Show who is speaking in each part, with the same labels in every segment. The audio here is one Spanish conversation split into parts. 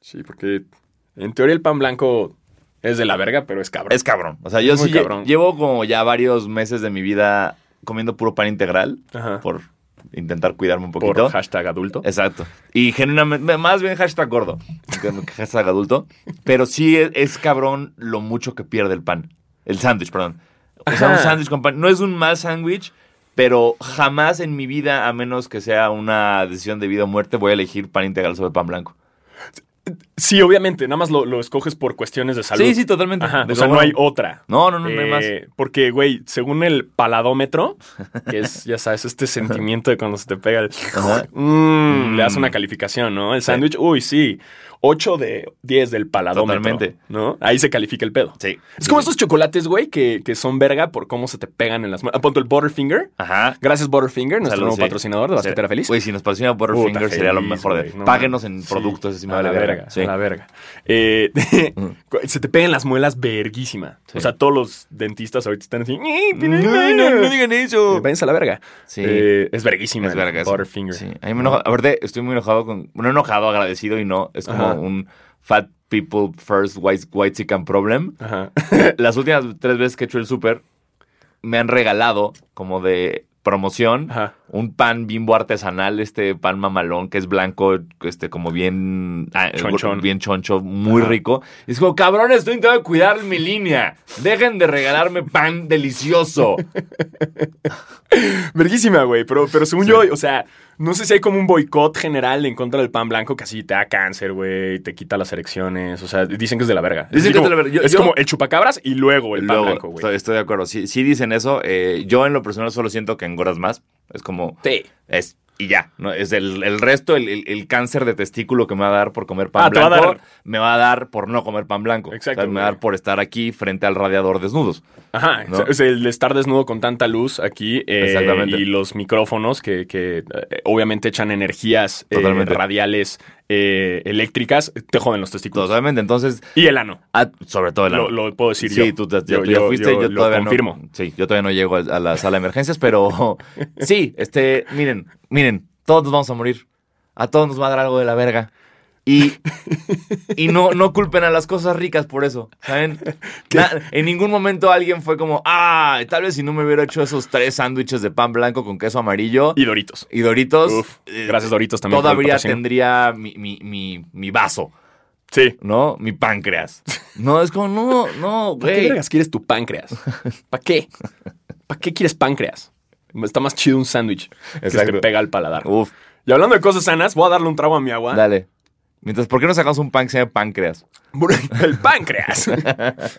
Speaker 1: Sí, porque en teoría el pan blanco es de la verga, pero es cabrón.
Speaker 2: Es cabrón. O sea, yo
Speaker 1: Es muy
Speaker 2: sí lle-
Speaker 1: cabrón.
Speaker 2: llevo como ya varios meses de mi vida comiendo puro pan integral
Speaker 1: Ajá.
Speaker 2: por intentar cuidarme un
Speaker 1: por
Speaker 2: poquito.
Speaker 1: hashtag adulto.
Speaker 2: Exacto. Y genuinamente, más bien hashtag gordo que que hashtag adulto. Pero sí es, es cabrón lo mucho que pierde el pan. El sándwich, perdón. O sea, un
Speaker 1: Ajá.
Speaker 2: sándwich con pan. No es un mal sándwich, pero jamás en mi vida, a menos que sea una decisión de vida o muerte, voy a elegir pan integral sobre pan blanco.
Speaker 1: Sí, obviamente, nada más lo, lo escoges por cuestiones de salud.
Speaker 2: Sí, sí, totalmente.
Speaker 1: Ajá,
Speaker 2: De
Speaker 1: o sea,
Speaker 2: cómo
Speaker 1: no hay otra.
Speaker 2: No, no, no, no hay más.
Speaker 1: Eh, Porque, güey, según el paladómetro, que es, ya sabes, este sentimiento de cuando se te pega el...
Speaker 2: Ajá.
Speaker 1: Mm, Le das
Speaker 2: Mm.
Speaker 1: una calificación, ¿no? El sándwich, uy, sí. 8 de 10 del paladómetro.
Speaker 2: Totalmente.
Speaker 1: ¿No? Ahí se califica el pedo.
Speaker 2: Sí.
Speaker 1: Es como esos chocolates, güey, que, que son verga por cómo se te pegan en las manos. Apunto el Butterfinger.
Speaker 2: Ajá.
Speaker 1: Gracias, Butterfinger, nuestro
Speaker 2: Salud,
Speaker 1: nuevo
Speaker 2: sí.
Speaker 1: patrocinador de Basquetera Feliz.
Speaker 2: Güey, si nos patrocina
Speaker 1: Puta,
Speaker 2: Butterfinger sería lo
Speaker 1: feliz,
Speaker 2: mejor de.
Speaker 1: güey, no
Speaker 2: Páguenos en
Speaker 1: mames.
Speaker 2: productos, así me
Speaker 1: a
Speaker 2: vale
Speaker 1: la
Speaker 2: verga.
Speaker 1: verga.
Speaker 2: Sí.
Speaker 1: A la verga. Eh, se te pegan las muelas verguísima.
Speaker 2: Sí.
Speaker 1: O sea, todos los dentistas ahorita están así.
Speaker 2: No, no, no digan eso.
Speaker 1: Váyanse a la verga.
Speaker 2: Sí.
Speaker 1: Eh, es verguísima.
Speaker 2: Es
Speaker 1: el
Speaker 2: verga, sí.
Speaker 1: Butterfinger.
Speaker 2: Sí. A mí me enoja. Aparte, estoy muy enojado con. No enojado, agradecido y no. Es
Speaker 1: Ajá.
Speaker 2: como un fat people first white, white chicken problem.
Speaker 1: Ajá.
Speaker 2: Las últimas tres veces que he hecho el súper, me han regalado como de promoción
Speaker 1: Ajá.
Speaker 2: un pan bimbo artesanal, este pan mamalón que es blanco, este como bien ah,
Speaker 1: Chonchón.
Speaker 2: bien choncho, muy
Speaker 1: Ajá.
Speaker 2: rico. Y es como, cabrón, estoy intentando cuidar mi línea. Dejen de regalarme pan delicioso.
Speaker 1: Verguísima, güey. Pero, pero según yo, o sea, no sé si hay como un boicot general en contra del pan blanco que así te da cáncer, güey, te quita las erecciones. O sea, dicen que es de la verga. Así
Speaker 2: Dicen que es
Speaker 1: como-
Speaker 2: de la verga. Yo-
Speaker 1: es
Speaker 2: yo-
Speaker 1: como el chupacabras y luego el
Speaker 2: Luego,
Speaker 1: pan blanco, güey.
Speaker 2: estoy, estoy de acuerdo. Sí, sí dicen eso. eh, yo en lo personal solo siento que engordas más. Es como,
Speaker 1: Sí.
Speaker 2: es y ya. ¿no? Es el, el resto, el, el- el cáncer de testículo que me va a dar por comer pan
Speaker 1: Ah, te va a
Speaker 2: blanco,
Speaker 1: dar.
Speaker 2: me va a dar por no comer pan blanco.
Speaker 1: Exacto,
Speaker 2: O sea, me va a dar
Speaker 1: güey.
Speaker 2: por estar aquí frente al radiador desnudos.
Speaker 1: Ajá,
Speaker 2: ¿no?
Speaker 1: es el estar desnudo con tanta luz aquí eh,
Speaker 2: Exactamente.
Speaker 1: y los micrófonos que, que, eh, obviamente echan energías eh,
Speaker 2: Totalmente.
Speaker 1: radiales eh, eléctricas, te joden los testículos.
Speaker 2: Totalmente. Entonces,
Speaker 1: Y el ano,
Speaker 2: ah, sobre todo el ano.
Speaker 1: lo, lo puedo decir yo.
Speaker 2: Sí, tú, te-
Speaker 1: Yo-
Speaker 2: tú ya
Speaker 1: yo-
Speaker 2: fuiste, yo,
Speaker 1: yo lo
Speaker 2: todavía
Speaker 1: confirmo.
Speaker 2: no. Sí, yo todavía no llego a, a la sala de emergencias, pero sí, este, miren, miren, todos nos vamos a morir. A todos nos va a dar algo de la verga. Y, y no, no culpen a las cosas ricas por eso, ¿saben? Na- en ningún momento alguien fue como, ah, tal vez si no me hubiera hecho esos tres sándwiches de pan blanco con queso amarillo
Speaker 1: Y Doritos.
Speaker 2: y Doritos,
Speaker 1: Uf,
Speaker 2: eh,
Speaker 1: gracias Doritos también. por el
Speaker 2: todavía
Speaker 1: patrocinio.
Speaker 2: tendría mi, mi, mi, mi vaso,
Speaker 1: Sí.
Speaker 2: ¿no? Mi páncreas. No, es como, no, no,
Speaker 1: ¿Para qué
Speaker 2: güey.
Speaker 1: vergas quieres tu páncreas? ¿Para qué? ¿Para qué quieres páncreas? Está más chido un sándwich que se te
Speaker 2: Exacto.
Speaker 1: pega al paladar.
Speaker 2: Uf,
Speaker 1: Y hablando de cosas sanas, voy a darle un trago a mi agua.
Speaker 2: dale. Mientras, ¿por qué no sacamos un pan que se llame páncreas?
Speaker 1: El páncreas.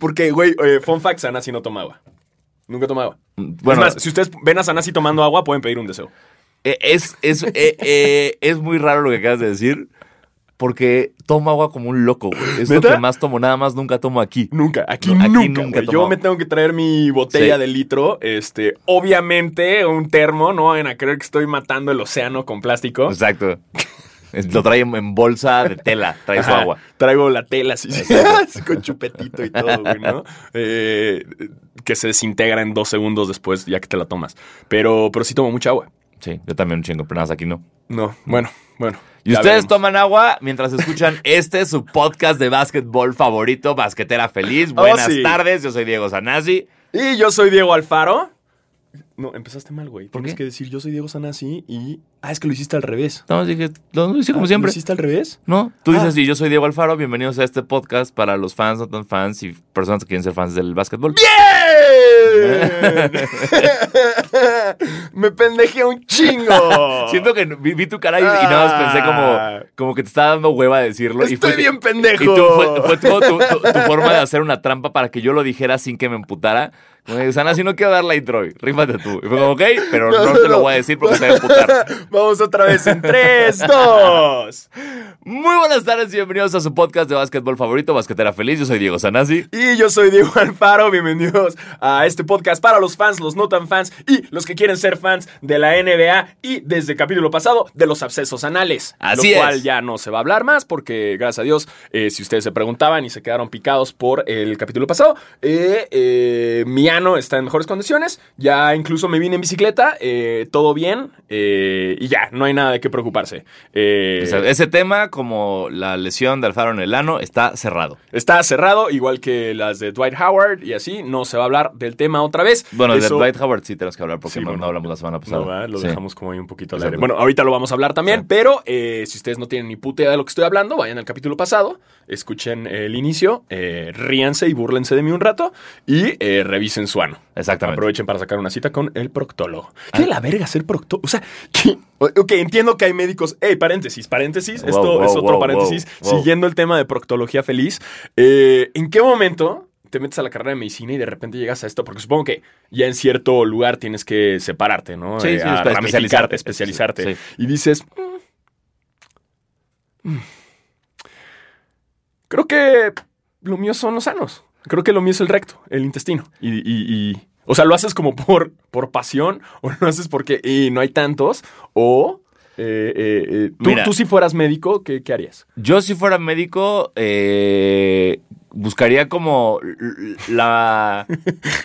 Speaker 1: Porque, güey, eh, fun fact, Sanasi no toma agua. Nunca toma agua.
Speaker 2: Bueno,
Speaker 1: es más, si ustedes ven a Sanasi tomando agua, pueden pedir un deseo.
Speaker 2: eh, es, es, eh, eh, es muy raro lo que acabas de decir, porque tomo agua como un loco, güey. Es lo
Speaker 1: ¿Neta?
Speaker 2: que más tomo, nada más nunca tomo aquí.
Speaker 1: Nunca, aquí
Speaker 2: No, aquí
Speaker 1: nunca.
Speaker 2: nunca
Speaker 1: güey.
Speaker 2: toma
Speaker 1: Yo
Speaker 2: agua.
Speaker 1: me tengo que traer mi botella
Speaker 2: Sí.
Speaker 1: de litro, este, obviamente un termo, no vayan a creer que estoy matando el océano con plástico.
Speaker 2: Exacto. Es- Lo trae en en bolsa de tela, trae su
Speaker 1: Ajá,
Speaker 2: agua.
Speaker 1: Traigo la tela así, con chupetito y todo, güey, ¿no? Eh, que se desintegra en dos segundos después, ya que te la tomas. Pero, pero sí tomo mucha agua.
Speaker 2: Sí, yo también un chingo, pero nada más aquí no.
Speaker 1: No, bueno, bueno.
Speaker 2: Y
Speaker 1: ya
Speaker 2: ustedes
Speaker 1: veremos.
Speaker 2: toman agua mientras escuchan este, su podcast de básquetbol favorito, Basquetera Feliz.
Speaker 1: Oh,
Speaker 2: Buenas
Speaker 1: sí.
Speaker 2: tardes, yo soy Diego Sanasi.
Speaker 1: Y yo soy Diego Alfaro. No, empezaste mal, güey.
Speaker 2: ¿Por
Speaker 1: Tienes
Speaker 2: qué?
Speaker 1: que decir yo soy Diego Sanasi y. Ah, es que lo hiciste al revés.
Speaker 2: No, dije, lo hice
Speaker 1: Ah,
Speaker 2: como siempre.
Speaker 1: ¿Lo hiciste al revés?
Speaker 2: No, tú dices,
Speaker 1: Ah.
Speaker 2: y yo soy Diego Alfaro, bienvenidos a este podcast para los fans, no tan fans y personas que quieren ser fans del básquetbol.
Speaker 1: ¡Bien! Me pendejé un chingo.
Speaker 2: Siento que vi, vi tu cara y, y nada más pensé
Speaker 1: Oh. Ah.
Speaker 2: como, como que te estaba dando hueva decirlo. y
Speaker 1: Estoy
Speaker 2: fue-
Speaker 1: bien pendejo.
Speaker 2: Y tú, fue, fue como tu, tu- tu forma de hacer una trampa para que yo lo dijera sin que me emputara. Como que, Sana, si no quiero dar la intro, hoy, rífate tú. Y fue como, ok, pero no,
Speaker 1: No,
Speaker 2: te lo
Speaker 1: no.
Speaker 2: voy a decir porque te voy a emputar.
Speaker 1: Vamos otra vez en 3, 2.
Speaker 2: Muy buenas tardes y bienvenidos a su podcast de básquetbol favorito, Basquetera Feliz. Yo soy Diego Sanasi.
Speaker 1: Y yo soy Diego Alfaro, bienvenidos a este podcast para los fans, los no tan fans y los que quieren ser fans de la NBA y desde el capítulo pasado de los abscesos anales.
Speaker 2: Así
Speaker 1: lo cual
Speaker 2: es.
Speaker 1: ya no se va a hablar más porque, gracias a Dios, eh, si ustedes se preguntaban y se quedaron picados por el capítulo pasado, eh, eh, mi Mariano está en mejores condiciones. Ya incluso me vine en bicicleta. eh, todo bien. eh, y ya, no hay nada de qué preocuparse. Eh,
Speaker 2: O sea, ese tema, como la lesión de Alfaro en el ano, está cerrado.
Speaker 1: Está cerrado, igual que las de Dwight Howard y así. No se va a hablar del tema otra vez.
Speaker 2: Bueno, de
Speaker 1: Eso-
Speaker 2: Dwight Howard sí tenemos que hablar porque
Speaker 1: Sí,
Speaker 2: no,
Speaker 1: bueno.
Speaker 2: no hablamos la semana pasada.
Speaker 1: No, ¿verdad? lo
Speaker 2: Sí.
Speaker 1: dejamos como ahí un poquito al
Speaker 2: Exacto.
Speaker 1: aire. Bueno, ahorita lo vamos a hablar también,
Speaker 2: Sí.
Speaker 1: pero eh, si ustedes no tienen ni puta idea de lo que estoy hablando, vayan al capítulo pasado, escuchen el inicio, eh, ríanse y búrlense de mí un rato y eh, revisen su ano.
Speaker 2: Exactamente. Ah.
Speaker 1: Aprovechen para sacar una cita con el proctólogo. ¿Qué de la verga ser proctólogo? O sea, ¿qué? O- ok, entiendo que hay médicos. Ey, paréntesis, paréntesis.
Speaker 2: Wow,
Speaker 1: Esto
Speaker 2: wow,
Speaker 1: es otro
Speaker 2: wow,
Speaker 1: paréntesis.
Speaker 2: wow, wow.
Speaker 1: Siguiendo el tema de proctología feliz. eh, ¿En qué momento te metes a la carrera de medicina y de repente llegas a esto? Porque supongo que ya en cierto lugar tienes que separarte, ¿no?
Speaker 2: Sí,
Speaker 1: Eh,
Speaker 2: sí,
Speaker 1: a
Speaker 2: espe-
Speaker 1: ramificarte,
Speaker 2: especializarte.
Speaker 1: especializarte.
Speaker 2: Sí.
Speaker 1: Y dices. "Mm, mm, creo que lo mío son los sanos. Creo que lo mío es el recto, el intestino. Y, y- y- o sea, lo haces como por, por pasión, o lo haces porque y no hay tantos, o eh, eh, eh, tú,
Speaker 2: Mira.
Speaker 1: tú si fueras médico, ¿qué, qué harías?
Speaker 2: Yo si fuera médico, eh, buscaría como l- la...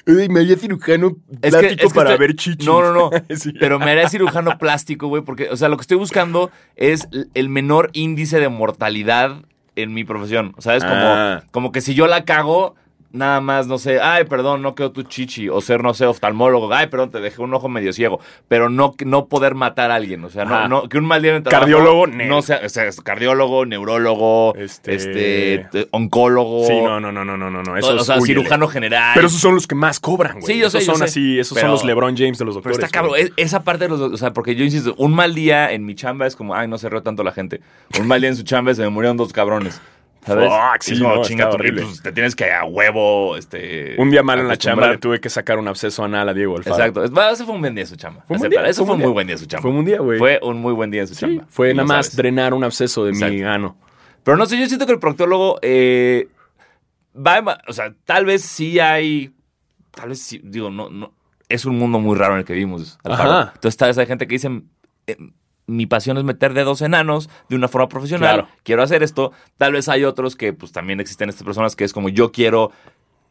Speaker 1: Me haría cirujano
Speaker 2: Es que- es que estoy-
Speaker 1: chichis.
Speaker 2: No, no, no.
Speaker 1: Sí.
Speaker 2: Pero me haré cirujano plástico, güey, porque, o sea, lo que estoy buscando es l- el menor índice de mortalidad en mi profesión. O sea, es como,
Speaker 1: Ah.
Speaker 2: como que si yo la cago, nada más, no sé, ay, perdón, no quedó tu chichi, o ser, no sé, oftalmólogo, ay, perdón, te dejé un ojo medio ciego, pero no, no poder matar a alguien, o sea,
Speaker 1: Ajá.
Speaker 2: no, no, que un mal día en el trabajo
Speaker 1: Cardiólogo, ne-
Speaker 2: no sea, o sea, es cardiólogo, neurólogo,
Speaker 1: Este-
Speaker 2: este, te- oncólogo,
Speaker 1: Sí, no, no, no, no, no, no, no.
Speaker 2: o
Speaker 1: esos,
Speaker 2: sea,
Speaker 1: húyele.
Speaker 2: cirujano general.
Speaker 1: Pero esos son los que más cobran, güey.
Speaker 2: Sí, yo sé,
Speaker 1: Esos
Speaker 2: yo
Speaker 1: son
Speaker 2: sé.
Speaker 1: así, esos son
Speaker 2: Pero-
Speaker 1: los LeBron James de los
Speaker 2: Pero
Speaker 1: doctores.
Speaker 2: está cabrón,
Speaker 1: güey.
Speaker 2: es- esa parte de los dos, o sea, porque yo insisto, un mal día en mi chamba es como, ay, no se rió tanto la gente. Un mal día en su chamba se me murieron dos cabrones. ¿Sabes?
Speaker 1: Fuck,
Speaker 2: Y es
Speaker 1: sí,
Speaker 2: como,
Speaker 1: no,
Speaker 2: chinga
Speaker 1: está
Speaker 2: tu madre,
Speaker 1: horrible.
Speaker 2: pues, te tienes que a huevo, este.
Speaker 1: Un día malo en la chamba le
Speaker 2: acostumbrar.
Speaker 1: tuve que sacar un absceso anal a Diego Alfaro.
Speaker 2: Exacto. Es- bueno, ese fue un buen día en su chamba.
Speaker 1: Fue un buen
Speaker 2: Aceptar,
Speaker 1: día,
Speaker 2: Eso
Speaker 1: fue un
Speaker 2: fue un
Speaker 1: día.
Speaker 2: muy buen día en su chamba.
Speaker 1: Fue un día, güey.
Speaker 2: Fue un muy buen día en su
Speaker 1: Sí,
Speaker 2: chamba.
Speaker 1: fue
Speaker 2: y
Speaker 1: nada
Speaker 2: lo
Speaker 1: más
Speaker 2: sabes.
Speaker 1: drenar un absceso de mi
Speaker 2: Exacto.
Speaker 1: ano.
Speaker 2: Pero no sé, yo siento que el proctólogo eh, va, a- o sea, tal vez sí hay, tal vez sí, digo, no, no, es un mundo muy raro en el que vivimos. Alfaro.
Speaker 1: Ajá.
Speaker 2: Entonces tal vez hay gente que dice, eh, mi pasión es meter dedos enanos de una forma profesional,
Speaker 1: Claro.
Speaker 2: quiero hacer esto. Tal vez hay otros que, pues también existen estas personas que es como yo quiero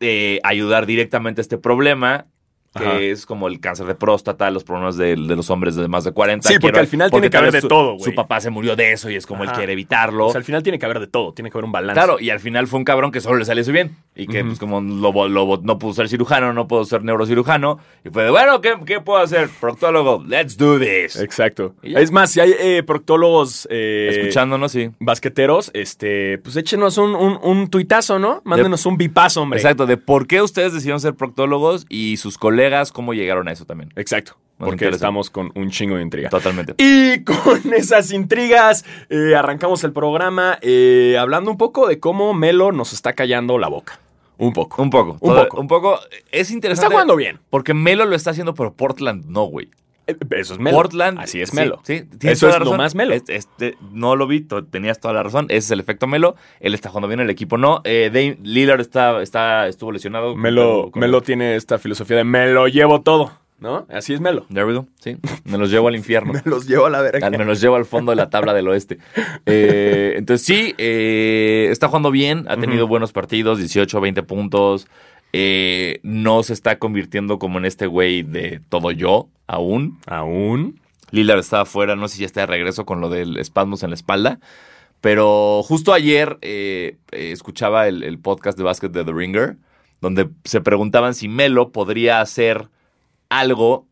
Speaker 2: eh, ayudar directamente a este problema. Que
Speaker 1: Ajá.
Speaker 2: es como el cáncer de próstata, los problemas de, de los hombres de más de 40.
Speaker 1: Sí, porque
Speaker 2: Quiero-
Speaker 1: al final tiene que
Speaker 2: tal
Speaker 1: haber de
Speaker 2: vez su-
Speaker 1: todo, güey.
Speaker 2: Su papá se murió de eso y es como él
Speaker 1: Ajá.
Speaker 2: quiere evitarlo.
Speaker 1: O sea, al final tiene que haber de todo, tiene que haber un balance.
Speaker 2: Claro, y al final fue un cabrón que solo le salió eso bien. Y que,
Speaker 1: Ujú.
Speaker 2: pues, como lo, bo- lo bo- no pudo ser cirujano, no pudo ser neurocirujano. Y fue de, bueno, ¿qué, qué puedo hacer? Proctólogo, let's do this.
Speaker 1: Exacto.
Speaker 2: Y ya.
Speaker 1: Es más, si hay eh, proctólogos eh,
Speaker 2: Escuchándonos, sí.
Speaker 1: basqueteros, este, pues échenos un, un, un tuitazo, ¿no? Mándenos un bipazo, hombre.
Speaker 2: Exacto, de por qué ustedes decidieron ser proctólogos y sus colegas, cómo llegaron a eso también.
Speaker 1: Exacto.
Speaker 2: Nos
Speaker 1: Porque
Speaker 2: interesa.
Speaker 1: estamos con un chingo de intriga.
Speaker 2: Totalmente.
Speaker 1: Y con esas intrigas eh, arrancamos el programa eh, hablando un poco de cómo Melo nos está callando la boca. Un poco.
Speaker 2: Un poco.
Speaker 1: Un
Speaker 2: todo-
Speaker 1: poco.
Speaker 2: Un poco. Es interesante.
Speaker 1: Está jugando bien.
Speaker 2: Porque Melo lo está haciendo, pero Portland no, güey.
Speaker 1: Eh, Eso es Melo.
Speaker 2: Portland.
Speaker 1: Así es
Speaker 2: sí,
Speaker 1: Melo.
Speaker 2: Sí, tienes
Speaker 1: Eso
Speaker 2: toda
Speaker 1: es lo
Speaker 2: la razón.
Speaker 1: más Melo.
Speaker 2: Es- este, no lo vi, to- tenías toda la razón. Ese es el efecto Melo. Él está jugando bien, el equipo no. Eh, Dame- Lillard está, está, estuvo lesionado.
Speaker 1: Melo,
Speaker 2: Con-
Speaker 1: Melo tiene esta filosofía de me lo llevo todo, ¿no? Así es Melo.
Speaker 2: There we go. Sí, me los llevo al infierno.
Speaker 1: los llevo a la
Speaker 2: Al- me los llevo al fondo de la tabla del oeste. Eh, entonces, sí, eh, está jugando bien, ha tenido buenos partidos, 18, 20 puntos. Eh, no se está convirtiendo como en este güey de todo yo aún.
Speaker 1: Aún.
Speaker 2: Lillard estaba afuera, no sé si ya está de regreso con lo del espasmos en la espalda. Pero justo ayer eh, eh, escuchaba el, el podcast de básquet de The Ringer, donde se preguntaban si Melo podría hacer algo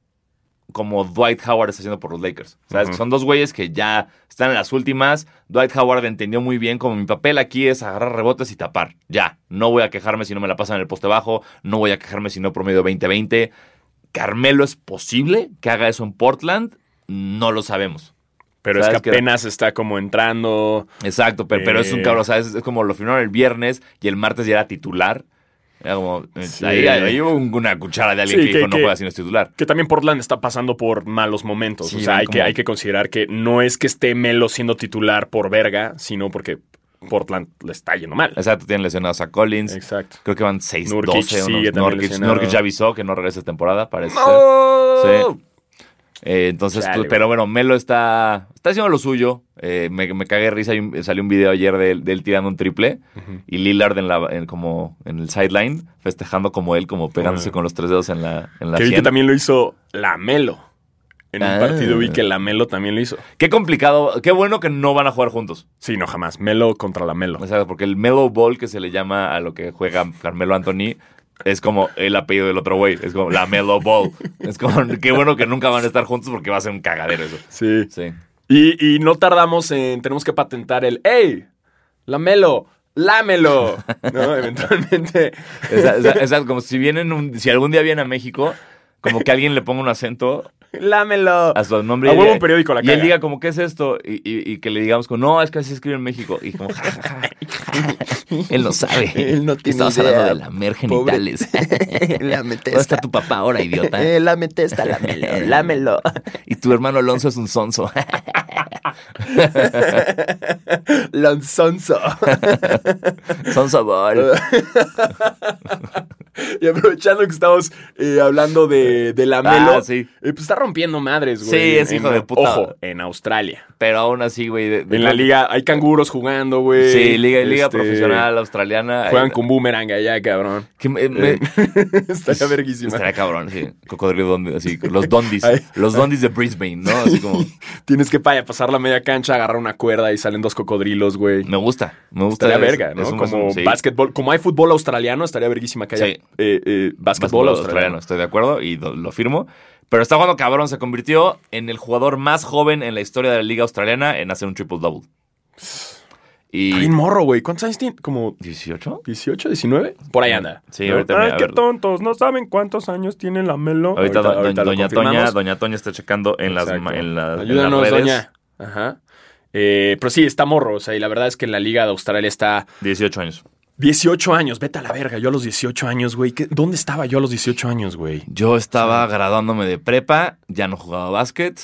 Speaker 2: como Dwight Howard está haciendo por los Lakers. ¿Sabes?
Speaker 1: Ujú.
Speaker 2: Son dos güeyes que ya están en las últimas. Dwight Howard entendió muy bien como mi papel aquí es agarrar rebotes y tapar. Ya, no voy a quejarme si no me la pasan en el poste bajo, no voy a quejarme si no promedio 20-20. Carmelo es posible que haga eso en Portland, no lo sabemos.
Speaker 1: Pero es
Speaker 2: ¿Sabes
Speaker 1: que
Speaker 2: qué?
Speaker 1: apenas está como entrando.
Speaker 2: Exacto, pe- pero, es un
Speaker 1: Eh.
Speaker 2: cabrón, o sea, es, es como lo firmaron el viernes y el martes ya era titular. Era como, eh,
Speaker 1: Sí.
Speaker 2: ahí, ahí hubo un- una cuchara de alguien
Speaker 1: Sí,
Speaker 2: que,
Speaker 1: que-
Speaker 2: dijo, no
Speaker 1: que-
Speaker 2: juega si no es titular.
Speaker 1: Que también Portland está pasando por malos momentos.
Speaker 2: Sí,
Speaker 1: o sea,
Speaker 2: van
Speaker 1: hay, que,
Speaker 2: como-
Speaker 1: hay que considerar que no es que esté Melo siendo titular por verga, sino porque Portland le está yendo mal.
Speaker 2: Exacto, tienen lesionados a Collins.
Speaker 1: Exacto.
Speaker 2: Creo que van 6-12.
Speaker 1: Nurkic
Speaker 2: unos
Speaker 1: sigue también
Speaker 2: Nurkic,
Speaker 1: lesionado.
Speaker 2: Nurkic ya avisó que no regresa esta temporada, parece ser.
Speaker 1: ¡No!
Speaker 2: Eh, entonces,
Speaker 1: Chale,
Speaker 2: pues,
Speaker 1: güey.
Speaker 2: pero bueno, Melo está, está haciendo lo suyo. Eh, me, me cagué de risa. Hay un- salió un video ayer de, él- de él tirando un triple y Lillard en la, en como, en el sideline festejando como él, como pegándose
Speaker 1: Órale.
Speaker 2: con los tres dedos en la, en la
Speaker 1: Que vi que
Speaker 2: sien.
Speaker 1: también lo hizo Lamelo. En un
Speaker 2: Ah.
Speaker 1: partido vi que Lamelo también lo hizo.
Speaker 2: Qué complicado, qué bueno que no van a jugar juntos.
Speaker 1: Sí, no, jamás. Melo contra Lamelo.
Speaker 2: O sea, porque el Melo Ball que se le llama a lo que juega Carmelo Anthony es como el apellido del otro güey. Es como la Melo Ball. Es como, qué bueno que nunca van a estar juntos porque va a ser un cagadero eso.
Speaker 1: Sí.
Speaker 2: Sí.
Speaker 1: Y, y no tardamos en. Tenemos que patentar el. ¡Ey! ¡Lamelo! ¡Lámelo! ¿No? Eventualmente.
Speaker 2: Esa- esa- esa- como si vienen un- si algún día vienen a México, como que alguien le ponga un acento
Speaker 1: ¡Lámelo!
Speaker 2: a su nombre.
Speaker 1: A
Speaker 2: y
Speaker 1: huevo
Speaker 2: le-
Speaker 1: un periódico la
Speaker 2: Y él
Speaker 1: caga.
Speaker 2: diga como, ¿qué es esto? Y, y- y que le digamos como, no, es que así se escribe en México. Y como, "Ja, ja, ja". Él no sabe.
Speaker 3: Él no tiene
Speaker 2: Estabas
Speaker 3: idea.
Speaker 2: hablando de la mer genitales.
Speaker 3: La
Speaker 2: ¿Dónde está
Speaker 3: metesta.
Speaker 2: tu papá ahora, idiota?
Speaker 3: Eh, la metesta, lámelo, lámelo.
Speaker 2: Y tu hermano Alonso es un sonso.
Speaker 3: Lonzonzo.
Speaker 2: sonso bol.
Speaker 1: Y aprovechando que estamos eh, hablando de, de Lamelo.
Speaker 2: Ah, sí.
Speaker 1: eh, pues está rompiendo madres, güey.
Speaker 2: Sí, es
Speaker 1: En-
Speaker 2: hijo de
Speaker 1: en-
Speaker 2: puta.
Speaker 1: Ojo, en Australia.
Speaker 2: Pero aún así, güey. de- de-
Speaker 1: En la liga hay canguros jugando, güey.
Speaker 2: Sí, liga, liga
Speaker 1: Este,
Speaker 2: profesional australiana. Eh,
Speaker 1: Juegan con boomerang allá, cabrón.
Speaker 2: Que me- me-
Speaker 1: Eh, Estaría verguísima.
Speaker 2: Estaría cabrón, sí. Cocodrilo dondi, así. Los dondis.
Speaker 1: Ay.
Speaker 2: los dondis de Brisbane, ¿no? Así como.
Speaker 1: Tienes que pa- pasar la media cancha, agarrar una cuerda y salen dos cocodrilos, güey.
Speaker 2: Me gusta. Me gusta.
Speaker 1: Estaría
Speaker 2: Es-
Speaker 1: verga, ¿no?
Speaker 2: es un-
Speaker 1: como
Speaker 2: es un- sí.
Speaker 1: básquetbol. Como hay fútbol australiano, estaría verguísima que haya
Speaker 2: Sí.
Speaker 1: eh, eh,
Speaker 2: Básquetbol
Speaker 1: básquetbol
Speaker 2: australiano,
Speaker 1: australiano.
Speaker 2: estoy de acuerdo y do- lo firmo. Pero está jugando cabrón, se convirtió en el jugador más joven en la historia de la liga australiana en hacer un triple-double.
Speaker 1: Está
Speaker 2: Y...
Speaker 1: bien morro, güey. ¿Cuántos años tiene? Como
Speaker 2: ¿18?
Speaker 1: 18, 19. Por ahí anda.
Speaker 2: Sí, ahorita me- a ver.
Speaker 1: tontos. No saben cuántos años tiene la Melo.
Speaker 2: Ahorita, do-
Speaker 1: ahorita lo
Speaker 2: doña, Toña,
Speaker 1: confirmamos.
Speaker 2: doña Toña está checando en las,
Speaker 1: Exacto.
Speaker 2: ma- en la- en las
Speaker 1: Ayúdanos,
Speaker 2: redes.
Speaker 1: doña. Ajá. Eh, pero sí, está morro. O sea, y la verdad es que en la Liga de Australia está
Speaker 2: 18 años.
Speaker 1: 18 años. Vete a la verga. Yo a los 18 años, güey. ¿Qué- ¿Dónde estaba yo a los 18 años, güey?
Speaker 2: Yo estaba graduándome de prepa, ya no jugaba básquet.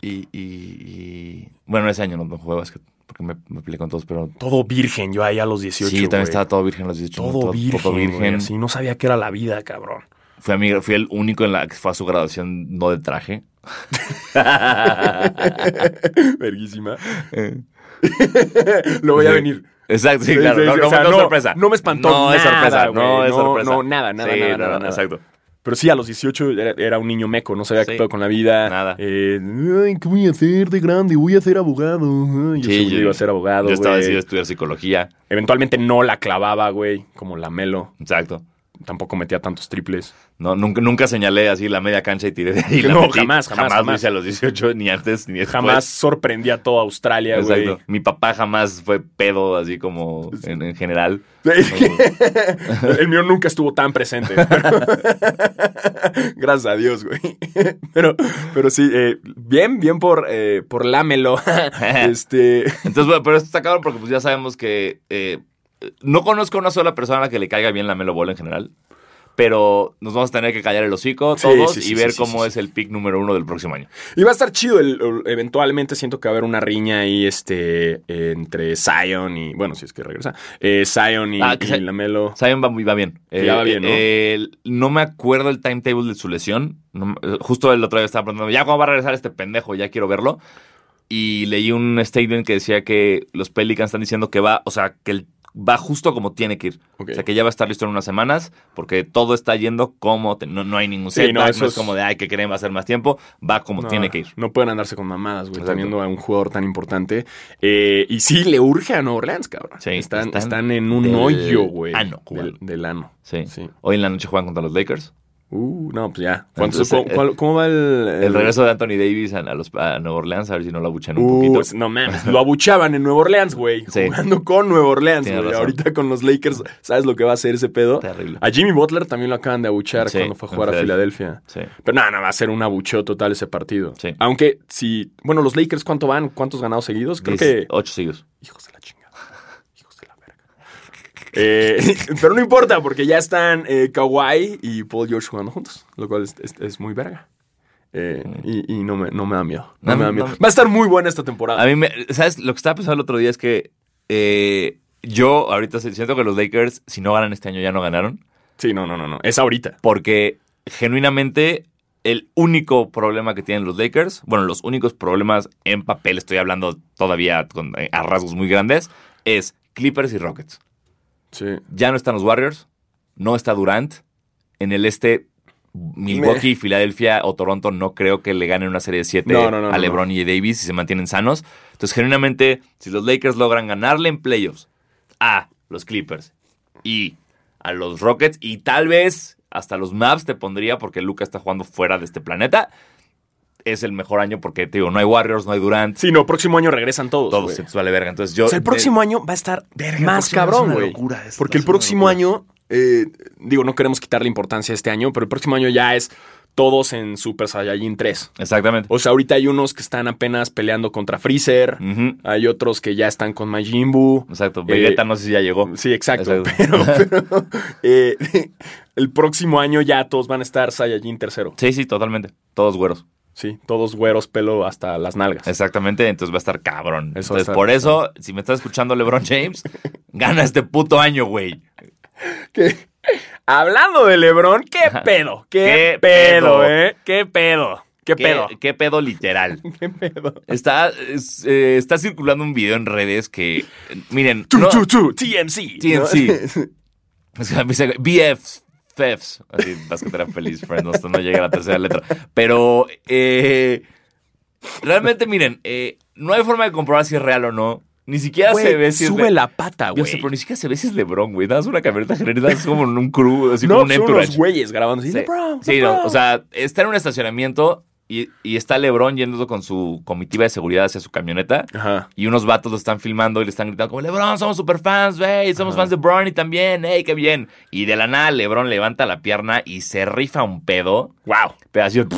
Speaker 2: Y, y, y- Bueno, ese año no, no jugué básquet porque me, me peleé con todos, pero.
Speaker 1: Todo virgen, yo ahí a los 18.
Speaker 2: sí, también
Speaker 1: güey.
Speaker 2: estaba todo virgen a los 18.
Speaker 1: todo, virgen.
Speaker 2: Todo virgen.
Speaker 1: Sí, no sabía qué era la vida, cabrón.
Speaker 2: Fui, amigo- fui el único en la que fue a su graduación no de traje.
Speaker 1: Verguísima. lo voy a
Speaker 2: Eh. Sí.
Speaker 1: venir.
Speaker 2: Exacto, sí,
Speaker 1: Sí,
Speaker 2: claro.
Speaker 1: sí,
Speaker 2: No,
Speaker 1: sí,
Speaker 2: no,
Speaker 1: o sea,
Speaker 2: no es
Speaker 1: no-
Speaker 2: sorpresa.
Speaker 1: no me espantó
Speaker 2: No es
Speaker 1: nada,
Speaker 2: sorpresa, no
Speaker 1: güey,
Speaker 2: es
Speaker 1: no,
Speaker 2: sorpresa.
Speaker 1: no, nada, nada,
Speaker 2: Sí,
Speaker 1: nada,
Speaker 2: no,
Speaker 1: nada,
Speaker 2: no,
Speaker 1: nada.
Speaker 2: Exacto.
Speaker 1: Pero sí, a los 18 era, era un niño meco, no sabía
Speaker 2: Sí.
Speaker 1: qué pedo con la vida.
Speaker 2: Nada.
Speaker 1: Eh, Ay, ¿qué voy a hacer de grande? Voy a ser abogado. Ay, yo
Speaker 2: Sí,
Speaker 1: según yo
Speaker 2: yo-
Speaker 1: iba a ser abogado,
Speaker 2: Yo estaba
Speaker 1: güey.
Speaker 2: decidido a estudiar psicología.
Speaker 1: Eventualmente no la clavaba, güey, como la Melo.
Speaker 2: Exacto.
Speaker 1: Tampoco metía tantos triples.
Speaker 2: No, nunca, nunca señalé así la media cancha y tiré de ahí. la
Speaker 1: No,
Speaker 2: metí.
Speaker 1: jamás, jamás,
Speaker 2: Jamás lo
Speaker 1: jamás.
Speaker 2: hice a los 18, ni antes, ni después.
Speaker 1: Jamás sorprendía a toda Australia, güey.
Speaker 2: Exacto. Mi papá jamás fue pedo así como en, en general.
Speaker 1: El mío nunca estuvo tan presente. pero- Gracias a Dios, güey. Pero, pero sí, eh, bien, bien por, eh, por lámelo. Este.
Speaker 2: Entonces, bueno, pero esto está cabrón porque pues ya sabemos que eh, no conozco a una sola persona a la que le caiga bien la Melo Bola en general. Pero nos vamos a tener que callar el hocico
Speaker 1: Sí,
Speaker 2: todos
Speaker 1: sí,
Speaker 2: y
Speaker 1: sí,
Speaker 2: ver
Speaker 1: sí, sí,
Speaker 2: cómo
Speaker 1: sí,
Speaker 2: es el pick número uno del próximo año.
Speaker 1: Y va a estar chido. el- el- eventualmente siento que va a haber una riña ahí este, entre Zion y. Bueno, si es que regresa. eh, Zion y,
Speaker 2: Ah, que
Speaker 1: y
Speaker 2: se-
Speaker 1: Lamelo.
Speaker 2: Zion va, muy- va bien. Eh,
Speaker 1: Sí, ya va bien, ¿no?
Speaker 2: el- no me acuerdo el timetable de su lesión. No me- eh, justo el otro día estaba preguntando, ¿ya cuándo va a regresar este pendejo? Ya quiero verlo. Y leí un statement que decía que los Pelicans están diciendo que va, o sea, que el- va justo como tiene que ir.
Speaker 1: Ok.
Speaker 2: O sea, que ya va a estar listo en unas semanas porque todo está yendo como... te- no, no hay ningún
Speaker 1: Sí,
Speaker 2: setback,
Speaker 1: no,
Speaker 2: no,
Speaker 1: eso
Speaker 2: es
Speaker 1: es-
Speaker 2: como de, ay, que creen va a ser más tiempo. Va como
Speaker 1: No,
Speaker 2: tiene que ir.
Speaker 1: No pueden andarse con mamadas, güey,
Speaker 2: Exacto.
Speaker 1: teniendo a un jugador tan importante. Eh, y sí, le urge a Nueva Orleans, cabrón.
Speaker 2: Sí,
Speaker 1: están,
Speaker 2: están
Speaker 1: están en un
Speaker 2: del
Speaker 1: hoyo, güey.
Speaker 2: ano jugando.
Speaker 1: del, del ano.
Speaker 2: Sí.
Speaker 1: Sí.
Speaker 2: Hoy en la noche juegan contra los Lakers.
Speaker 1: Uh, no, pues ya. ¿Cuánto-
Speaker 2: Entonces, eh,
Speaker 1: cu- cuál- ¿Cómo va el,
Speaker 2: El, regreso de Anthony Davis a, a los, a Nueva Orleans, a ver si no lo abuchan un
Speaker 1: Uh,
Speaker 2: poquito.
Speaker 1: es- no mames, lo abuchaban en Nueva Orleans, güey.
Speaker 2: Sí.
Speaker 1: Jugando con Nueva Orleans,
Speaker 2: Tienes
Speaker 1: güey.
Speaker 2: razón.
Speaker 1: Ahorita con los Lakers, ¿sabes lo que va a hacer ese pedo?
Speaker 2: Terrible.
Speaker 1: A Jimmy Butler también lo acaban de abuchar
Speaker 2: Sí,
Speaker 1: cuando fue a jugar a
Speaker 2: en
Speaker 1: Filadelfia.
Speaker 2: Sí.
Speaker 1: Pero nada, nada, va a ser un abucheo total ese partido.
Speaker 2: Sí.
Speaker 1: Aunque si, bueno, los Lakers, ¿cuánto van? ¿Cuántos ganados seguidos? Creo que
Speaker 2: 8 siglos.
Speaker 1: Hijos de la chingada. Hijos de la verga. Eh, pero no importa, porque ya están eh, Kawhi y Paul George jugando juntos, lo cual es, es- es muy verga. Eh, y y no, me, no me da miedo. No
Speaker 2: Mm. No,
Speaker 1: me da
Speaker 2: no.
Speaker 1: miedo. Va a estar muy buena esta
Speaker 2: A
Speaker 1: temporada.
Speaker 2: mí me. ¿Sabes? Lo que estaba pensando el otro día es que eh, yo ahorita se- siento que los Lakers, si no ganan este año, ya no ganaron.
Speaker 1: Sí, no, no, no, no. Es ahorita.
Speaker 2: Porque genuinamente el único problema que tienen los Lakers, bueno, los únicos problemas en papel, estoy hablando todavía con- eh, a rasgos muy grandes, es Clippers y Rockets.
Speaker 1: Sí.
Speaker 2: Ya no están los Warriors, no está Durant. En el este, Milwaukee, Filadelfia o Toronto no creo que le ganen una serie de 7
Speaker 1: No, no, no,
Speaker 2: a
Speaker 1: no,
Speaker 2: LeBron y a Davis si se mantienen sanos. Entonces, genuinamente, si los Lakers logran ganarle en playoffs a los Clippers y a los Rockets y tal vez hasta los Maps te pondría porque Luca está jugando fuera de este planeta, es el mejor año porque, te digo, no hay Warriors, no hay Durant.
Speaker 1: Sí, no, próximo año regresan todos.
Speaker 2: Todo
Speaker 1: güey.
Speaker 2: se te vale verga. Entonces yo.
Speaker 1: O sea, el
Speaker 2: de-
Speaker 1: próximo año va a estar
Speaker 2: Verga, el
Speaker 1: más
Speaker 2: próximo año es
Speaker 1: cabrón,
Speaker 2: una
Speaker 1: güey.
Speaker 2: locura, esto
Speaker 1: Porque
Speaker 2: va a
Speaker 1: el
Speaker 2: ser una
Speaker 1: próximo
Speaker 2: locura.
Speaker 1: año, eh, digo, no queremos quitarle importancia a este año, pero el próximo año ya es todos en Super Saiyajin 3.
Speaker 2: Exactamente.
Speaker 1: O sea, ahorita hay unos que están apenas peleando contra Freezer.
Speaker 2: Ujú.
Speaker 1: Hay otros que ya están con Majin Buu.
Speaker 2: Exacto.
Speaker 1: Eh,
Speaker 2: Vegeta no sé si ya llegó.
Speaker 1: Sí, exacto.
Speaker 2: Exacto.
Speaker 1: Pero, pero, eh, el próximo año ya todos van a estar Saiyajin tercero.
Speaker 2: Sí, sí, totalmente. Todos güeros.
Speaker 1: Sí, todos güeros, pelo hasta las nalgas.
Speaker 2: Exactamente, entonces va a estar cabrón.
Speaker 1: Eso va a
Speaker 2: entonces,
Speaker 1: estar
Speaker 2: por eso, si me estás escuchando LeBron James, gana este puto año, güey.
Speaker 1: ¿Qué? Hablando de Lebrón, qué pedo, qué,
Speaker 2: Qué
Speaker 1: pedo,
Speaker 2: pedo.
Speaker 1: ¿eh? Qué pedo, qué,
Speaker 2: ¿Qué-
Speaker 1: pedo.
Speaker 2: ¿Qué pedo literal?
Speaker 1: Qué pedo.
Speaker 2: Está, es, eh, está circulando un video en redes que, eh, miren,
Speaker 1: Tú,
Speaker 2: no-
Speaker 1: tú, tú, TMC.
Speaker 2: TNC. Es que me dice BF. Fefs, así, basquetera feliz, friend, no, no llega a la tercera letra. Pero, eh, realmente, miren, eh, no hay forma de comprobar si es real o no. Ni siquiera se ve si es
Speaker 1: sube
Speaker 2: de-
Speaker 1: la pata,
Speaker 2: Yo
Speaker 1: güey.
Speaker 2: sé, pero ni siquiera se ve si es LeBron, güey. Nada más una camioneta general, es como en un crew, así como
Speaker 1: no,
Speaker 2: un
Speaker 1: son los
Speaker 2: entourage.
Speaker 1: güeyes grabando. Sí, LeBron,
Speaker 2: Sí, no,
Speaker 1: LeBron.
Speaker 2: o sea, está en un estacionamiento y, y está LeBron yendo con su comitiva de seguridad hacia su camioneta.
Speaker 1: Ajá.
Speaker 2: Y unos vatos lo están filmando y le están gritando como, LeBron, somos super fans, güey, somos fans de Bronny también, ey, qué bien. Y de la nada LeBron levanta la pierna y se rifa un pedo.
Speaker 1: Wow.
Speaker 2: Pero así, pff,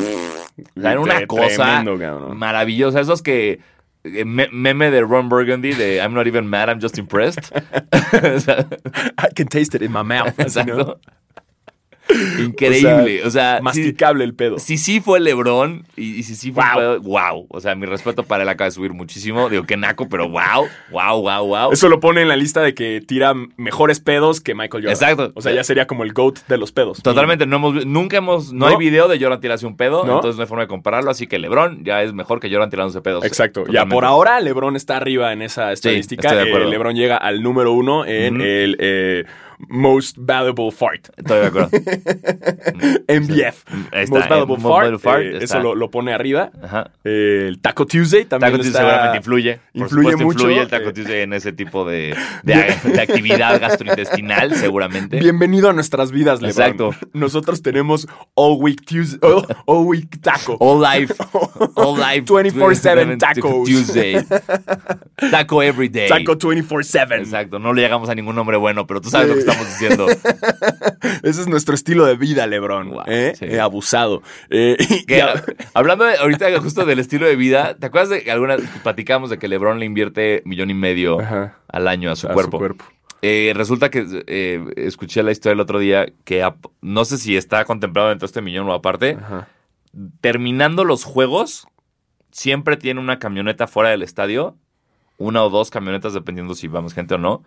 Speaker 2: o sea, era una cosa
Speaker 1: Tremendo, cabrón.
Speaker 2: maravillosa. Esos que. eh, me- meme de Ron Burgundy de I'm not even mad, I'm just impressed. O sea,
Speaker 1: I can taste it in my mouth. así, ¿no?
Speaker 2: Exacto. Increíble. O sea, si,
Speaker 1: Masticable el pedo.
Speaker 2: si sí fue Lebrón y, y si sí fue
Speaker 1: Wow.
Speaker 2: wow. O sea, mi respeto para él acaba de subir muchísimo. Digo, qué naco, pero wow, wow, wow, wow.
Speaker 1: Eso lo pone en la lista de que tira mejores pedos que Michael Jordan.
Speaker 2: Exacto.
Speaker 1: O sea, ya sería como el GOAT de los pedos.
Speaker 2: Totalmente, no hemos, vi- nunca hemos,
Speaker 1: No.
Speaker 2: no, hay video de Jordan tirarse un pedo,
Speaker 1: No.
Speaker 2: entonces no hay forma de compararlo, así que Lebron ya es mejor que Jordan tirándose pedos.
Speaker 1: Mm. Exacto. Ya
Speaker 2: Totalmente.
Speaker 1: por ahora, LeBron está arriba en esa estadística.
Speaker 2: estoy de
Speaker 1: Eh,
Speaker 2: acuerdo.
Speaker 1: LeBron llega al número uno en
Speaker 2: Ujú.
Speaker 1: el eh, Most Valuable Fart.
Speaker 2: Estoy de acuerdo.
Speaker 1: MVF.
Speaker 2: Ahí está,
Speaker 1: Most Valuable
Speaker 2: eh, Most
Speaker 1: Fart.
Speaker 2: Valuable Fart,
Speaker 1: eh,
Speaker 2: está.
Speaker 1: eso lo, lo pone arriba.
Speaker 2: Ajá.
Speaker 1: Eh, el Taco Tuesday también.
Speaker 2: Taco Tuesday
Speaker 1: está-
Speaker 2: seguramente influye. Por
Speaker 1: influye
Speaker 2: supuesto,
Speaker 1: mucho,
Speaker 2: influye el
Speaker 1: eh.
Speaker 2: Taco Tuesday en ese tipo de, de- de actividad gastrointestinal, seguramente.
Speaker 1: Bienvenido a nuestras vidas, LeBron.
Speaker 2: Exacto.
Speaker 1: Nosotros tenemos All Week Tuesday, All, All Week Taco.
Speaker 2: All life. All life.
Speaker 1: 24/7 tacos.
Speaker 2: Tuesday. Taco every day.
Speaker 1: Taco 24-7.
Speaker 2: Exacto. No le llegamos a ningún nombre bueno, pero tú sabes lo que estamos diciendo.
Speaker 1: Ese es nuestro estilo de vida, Lebron.
Speaker 2: Guau,
Speaker 1: ¿eh?
Speaker 2: sí.
Speaker 1: Eh, abusado. Eh, y-
Speaker 2: Que,
Speaker 1: y a-
Speaker 2: a- hablando de- ahorita justo del estilo de vida, ¿te acuerdas de que alguna platicamos de que LeBron le invierte millón y medio
Speaker 1: Ajá.
Speaker 2: al año a su
Speaker 1: a su
Speaker 2: cuerpo? Eh, resulta que eh, escuché la historia el otro día que ap- no sé si está contemplado dentro de este millón o aparte.
Speaker 1: Ajá.
Speaker 2: terminando los juegos, siempre tiene una camioneta fuera del estadio, una o dos camionetas, dependiendo si vamos gente o no,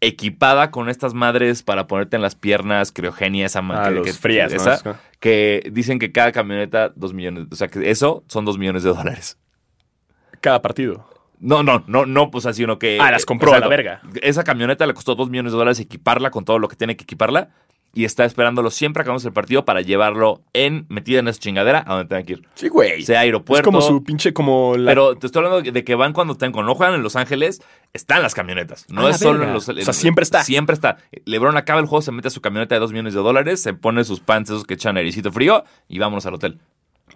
Speaker 2: equipada con estas madres para ponerte en las piernas, criogenia, esa
Speaker 1: Ah,
Speaker 2: madre
Speaker 1: los frías, ¿no?
Speaker 2: esa,
Speaker 1: Ajá.
Speaker 2: que dicen que cada camioneta, dos millones, o sea, que eso son dos millones de dólares.
Speaker 1: Cada partido.
Speaker 2: No, no, no, no, pues así uno que...
Speaker 1: Ah, las compró a la verga.
Speaker 2: Esa camioneta le costó dos millones de dólares equiparla con todo lo que tiene que equiparla y está esperándolo siempre acabamos el partido para llevarlo en metida en esa chingadera a donde tenga que ir.
Speaker 1: Sí, güey.
Speaker 2: Sea aeropuerto.
Speaker 1: Es como su pinche, como la.
Speaker 2: Pero te estoy hablando de que van cuando están, cuando no juegan en Los Ángeles, están las camionetas. No
Speaker 1: A la
Speaker 2: es solo en
Speaker 1: verga.
Speaker 2: Los
Speaker 1: O sea, siempre está.
Speaker 2: Siempre está. Lebron acaba el juego, se mete a su camioneta de 2 millones de dólares, se pone sus pants esos que echan ericito frío y vámonos al hotel.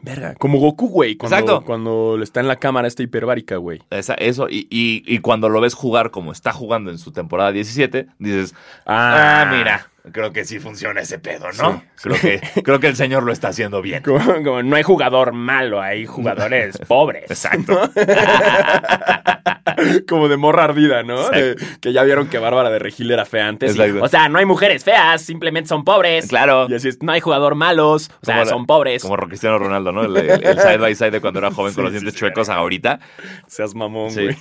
Speaker 1: Verga, Como Goku, güey. Cuando,
Speaker 2: Exacto.
Speaker 1: Cuando está en la cámara esta hiperbárica, güey.
Speaker 2: Esa- eso, y, y- y cuando lo ves jugar como está jugando en su temporada 17, dices,
Speaker 1: Ah.
Speaker 2: ah, mira, creo que sí funciona ese pedo, ¿no?
Speaker 1: Sí,
Speaker 2: Creo, Que, creo que el señor lo está haciendo bien.
Speaker 1: Como, como no hay jugador malo, hay jugadores pobres.
Speaker 2: Exacto.
Speaker 1: Como de morra ardida, ¿no? De- que ya vieron que Bárbara de Regil era fea antes. y,
Speaker 2: Exacto.
Speaker 1: o sea, no hay mujeres feas, simplemente son pobres.
Speaker 2: Claro.
Speaker 1: Y así es, no hay jugador malos, o sea,
Speaker 2: Como la-
Speaker 1: son pobres.
Speaker 2: Como Cristiano Ronaldo, ¿no? El, el- el side by side de cuando era joven con los dientes chuecos a ahorita.
Speaker 1: Seas mamón,
Speaker 2: Sí.
Speaker 1: güey.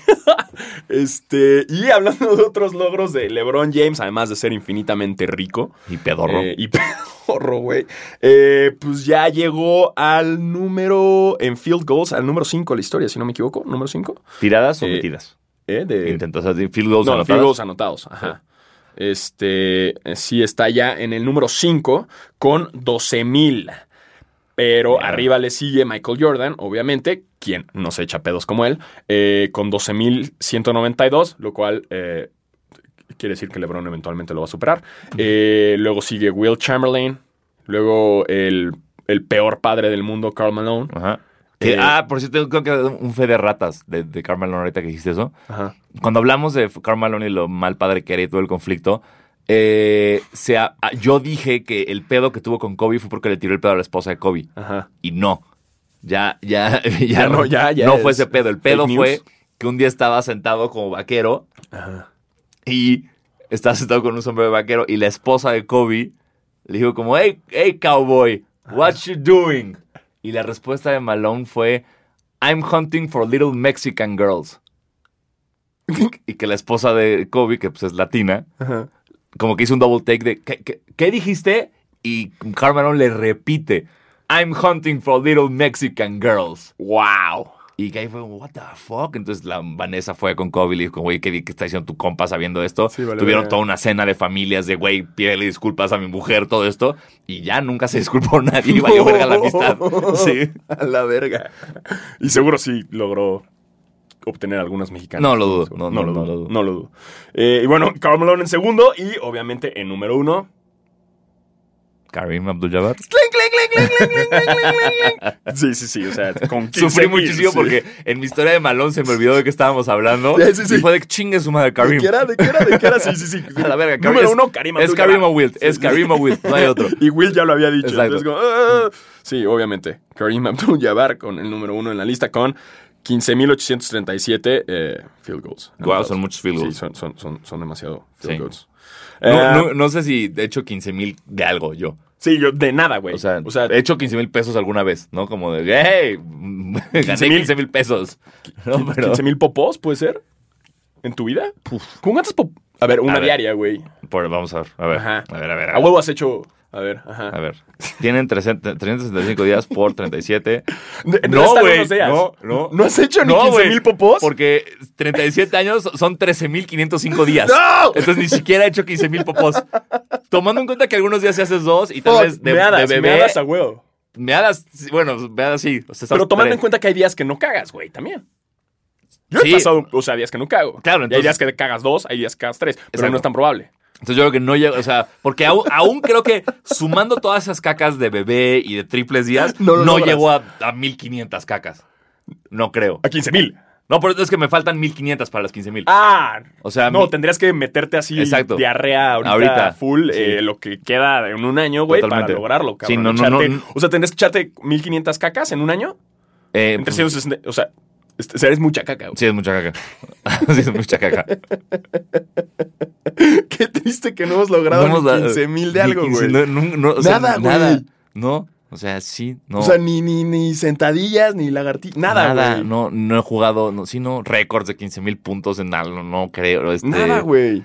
Speaker 1: este, y hablando de otros logros de LeBron James, además de ser infinitamente rico
Speaker 2: Y pedorro.
Speaker 1: eh, y chorro, güey. Eh, pues ya llegó al número, en field goals, al número 5 de la historia, si no me equivoco, número 5.
Speaker 2: ¿Tiradas o
Speaker 1: Eh,
Speaker 2: metidas?
Speaker 1: Eh, de,
Speaker 2: Intentos, o sea, field goals
Speaker 1: no,
Speaker 2: anotadas.
Speaker 1: field goals anotados. Ajá. Este eh, sí está ya en el número 5 con 12 mil. Pero
Speaker 2: Claro.
Speaker 1: arriba le sigue Michael Jordan, obviamente, quien no se echa pedos como él, eh, con 12.192, lo cual eh, quiere decir que LeBron eventualmente lo va a superar. Eh, luego sigue Will Chamberlain, luego el, el peor padre del mundo, Carl Malone.
Speaker 2: Ajá. Que-
Speaker 1: Eh,
Speaker 2: ah, por cierto, creo que un fe de ratas de, de Carmelo ahorita que dijiste eso.
Speaker 1: Ajá.
Speaker 2: Cuando hablamos de Carmelo y lo mal padre que era y todo el conflicto, eh, se ha- ah, yo dije que el pedo que tuvo con Kobe fue porque le tiró el pedo a la esposa de Kobe.
Speaker 1: Ajá.
Speaker 2: Y no. Ya, ya, ya,
Speaker 1: Ya no, ya, ya
Speaker 2: No
Speaker 1: es
Speaker 2: fue ese pedo. El pedo
Speaker 1: fake news.
Speaker 2: fue que un día estaba sentado como vaquero
Speaker 1: Ajá.
Speaker 2: y estaba sentado con un sombrero de vaquero y la esposa de Kobe le dijo como, hey, hey, cowboy, what you doing? Y la respuesta de Malone fue, I'm hunting for little Mexican girls. y que la esposa de Kobe, que pues es latina,
Speaker 1: Ajá.
Speaker 2: como que hizo un double take de, ¿qué, qué- qué dijiste? Y Carmelo le repite, I'm hunting for little Mexican girls.
Speaker 1: ¡Wow!
Speaker 2: Y que ahí fue, como, what the fuck. Entonces la Vanessa fue con Kobe y le dijo, güey, ¿qué, di- qué está diciendo tu compa sabiendo esto?
Speaker 1: Sí, vale,
Speaker 2: Tuvieron
Speaker 1: verga.
Speaker 2: toda una cena de familias de, güey, pídele disculpas a mi mujer, todo esto. Y ya nunca se disculpó nadie. Y valió verga la amistad. Sí.
Speaker 1: A la verga. Y seguro sí logró obtener algunas mexicanas.
Speaker 2: No lo dudo,
Speaker 1: Seguro.
Speaker 2: no, no, no lo dudo.
Speaker 1: No lo dudo. Eh, y bueno, Karl Malone en segundo y obviamente en número uno.
Speaker 2: Karim Abdul-Jabbar.
Speaker 1: Sí, sí, sí. O sea, con 15
Speaker 2: Sufrí
Speaker 1: mil,
Speaker 2: muchísimo
Speaker 1: sí.
Speaker 2: porque en mi historia de Malón se me olvidó de qué estábamos hablando.
Speaker 1: Sí, sí, sí.
Speaker 2: Y fue de chingue su madre
Speaker 1: ¿De
Speaker 2: Karim.
Speaker 1: qué era? ¿De qué era? ¿De qué era? Sí, sí, sí.
Speaker 2: A la verga, Karim.
Speaker 1: Número
Speaker 2: es-
Speaker 1: uno, Karim
Speaker 2: Es
Speaker 1: Abdul-Jabbar.
Speaker 2: Karim o Wilt, es
Speaker 1: Sí, sí.
Speaker 2: Karim o Wilt, no hay otro.
Speaker 1: Y Will ya lo había dicho.
Speaker 2: Exacto.
Speaker 1: entonces como, "Ah". sí, obviamente. Karim Abdul-Jabbar con el número uno en la lista con 15.837 eh, field goals.
Speaker 2: Guau, son muchos field goals.
Speaker 1: Sí, son, son, son, son demasiado field
Speaker 2: Sí.
Speaker 1: goals. Eh,
Speaker 2: No, no- no sé si he hecho 15 mil de algo yo.
Speaker 1: Sí, yo de nada, güey.
Speaker 2: O sea, eh, he hecho 15 mil pesos alguna vez, ¿no? Como de, hey, gané
Speaker 1: 15,000.
Speaker 2: 15 mil pesos. No, pero
Speaker 1: 15 mil popós, ¿puede ser? ¿En tu vida? ¿Con cuántas pop? A ver, una
Speaker 2: A ver.
Speaker 1: diaria, güey.
Speaker 2: por- vamos a ver, a ver,
Speaker 1: Ajá. Ah,
Speaker 2: a ver, a ver.
Speaker 1: A huevo has hecho. A ver, ajá.
Speaker 2: A ver. tienen 300 365 días por 37.
Speaker 1: De-
Speaker 2: No,
Speaker 1: resta
Speaker 2: güey,
Speaker 1: algunos días.
Speaker 2: no, no.
Speaker 1: ¿No has hecho ni 15
Speaker 2: güey,
Speaker 1: mil popós?
Speaker 2: Porque 37 años son 13.505 días.
Speaker 1: ¡No!
Speaker 2: Entonces ni siquiera he hecho 15.000 popós. Tomando en cuenta que algunos días sí haces dos y tal
Speaker 1: Fuck,
Speaker 2: vez de,
Speaker 1: meadas,
Speaker 2: de bebé.
Speaker 1: meadas a huevo.
Speaker 2: meadas, sí, bueno, meadas sí. o sea,
Speaker 1: Pero
Speaker 2: estás
Speaker 1: tomando
Speaker 2: tres.
Speaker 1: en cuenta que hay días que no cagas, güey, también. Yo
Speaker 2: Sí.
Speaker 1: he pasado, o sea, días que no cago.
Speaker 2: Claro,
Speaker 1: Y hay
Speaker 2: entonces-
Speaker 1: días que cagas dos, hay días que cagas tres. Pero
Speaker 2: Exacto.
Speaker 1: no es tan probable.
Speaker 2: Entonces yo creo que no llega, o sea, porque aún, aún creo que sumando todas esas cacas de bebé y de triples días,
Speaker 1: No lo
Speaker 2: no
Speaker 1: logras.
Speaker 2: llego a, a 1500 cacas. No creo.
Speaker 1: A 15 mil.
Speaker 2: No, pero es que me faltan 1500 para las 15000.
Speaker 1: Ah,
Speaker 2: O sea,
Speaker 1: no,
Speaker 2: mi-
Speaker 1: tendrías que meterte así
Speaker 2: Exacto.
Speaker 1: diarrea ahorita,
Speaker 2: Ahorita,
Speaker 1: full,
Speaker 2: sí.
Speaker 1: eh, lo que queda en un año, güey, para
Speaker 2: Totalmente.
Speaker 1: lograrlo, cabrón.
Speaker 2: Sí, no, no,
Speaker 1: Echarte-
Speaker 2: no, no.
Speaker 1: O sea, tendrías que echarte 1500 cacas en un año,
Speaker 2: Eh,
Speaker 1: en 360, o sea, este, o sea, eres mucha caca, güey.
Speaker 2: Sí, es mucha caca. sí, es mucha caca.
Speaker 1: Qué triste que no hemos logrado
Speaker 2: No hemos dado-
Speaker 1: 15,000 de
Speaker 2: ni
Speaker 1: algo,
Speaker 2: 15,
Speaker 1: güey.
Speaker 2: No, no, no, o sea,
Speaker 1: Nada, güey.
Speaker 2: nada. No, o sea, sí, no.
Speaker 1: O sea, ni, ni, ni sentadillas, ni lagartijas, nada, güey.
Speaker 2: no, no he jugado, no, sí, no, récords de 15 mil puntos en algo, no creo. Este,
Speaker 1: Nada, güey.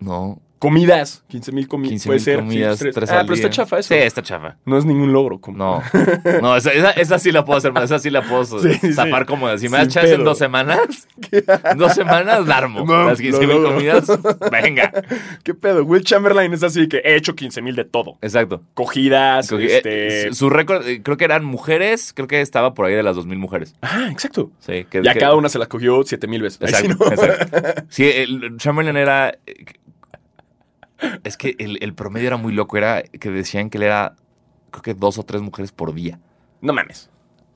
Speaker 2: No,
Speaker 1: Comidas, 15,000 comidas.
Speaker 2: 15
Speaker 1: Puede
Speaker 2: mil
Speaker 1: ser, sí,
Speaker 2: comidas,
Speaker 1: tres.
Speaker 2: tres
Speaker 1: Ah,
Speaker 2: al
Speaker 1: pero está
Speaker 2: día.
Speaker 1: chafa eso.
Speaker 2: Sí, está chafa.
Speaker 1: No es ningún logro. como-
Speaker 2: No, no, esa, esa, esa sí la puedo hacer, esa sí la puedo
Speaker 1: Sí, sí.
Speaker 2: zafar como de, si me das
Speaker 1: Sin
Speaker 2: chance en
Speaker 1: pedo.
Speaker 2: dos semanas, en dos semanas, larmo.
Speaker 1: No,
Speaker 2: las
Speaker 1: lo
Speaker 2: 15 mil
Speaker 1: logro.
Speaker 2: comidas, venga.
Speaker 1: ¿Qué pedo? Will Chamberlain es así que he hecho 15,000 de todo.
Speaker 2: Exacto.
Speaker 1: cogidas,
Speaker 2: Creo que,
Speaker 1: este...
Speaker 2: eh, su récord, eh, creo que eran mujeres, creo que estaba por ahí de las 2.000 mujeres.
Speaker 1: Ah, exacto.
Speaker 2: Sí, que,
Speaker 1: Y a
Speaker 2: que-
Speaker 1: cada una se las cogió 7000 veces. Ay, sí,
Speaker 2: Exacto,
Speaker 1: ¿no?
Speaker 2: exacto. Sí, el Chamberlain era. eh, Es que el, el promedio era muy loco. Era que decían que él era, creo que dos o tres mujeres por día.
Speaker 1: No mames.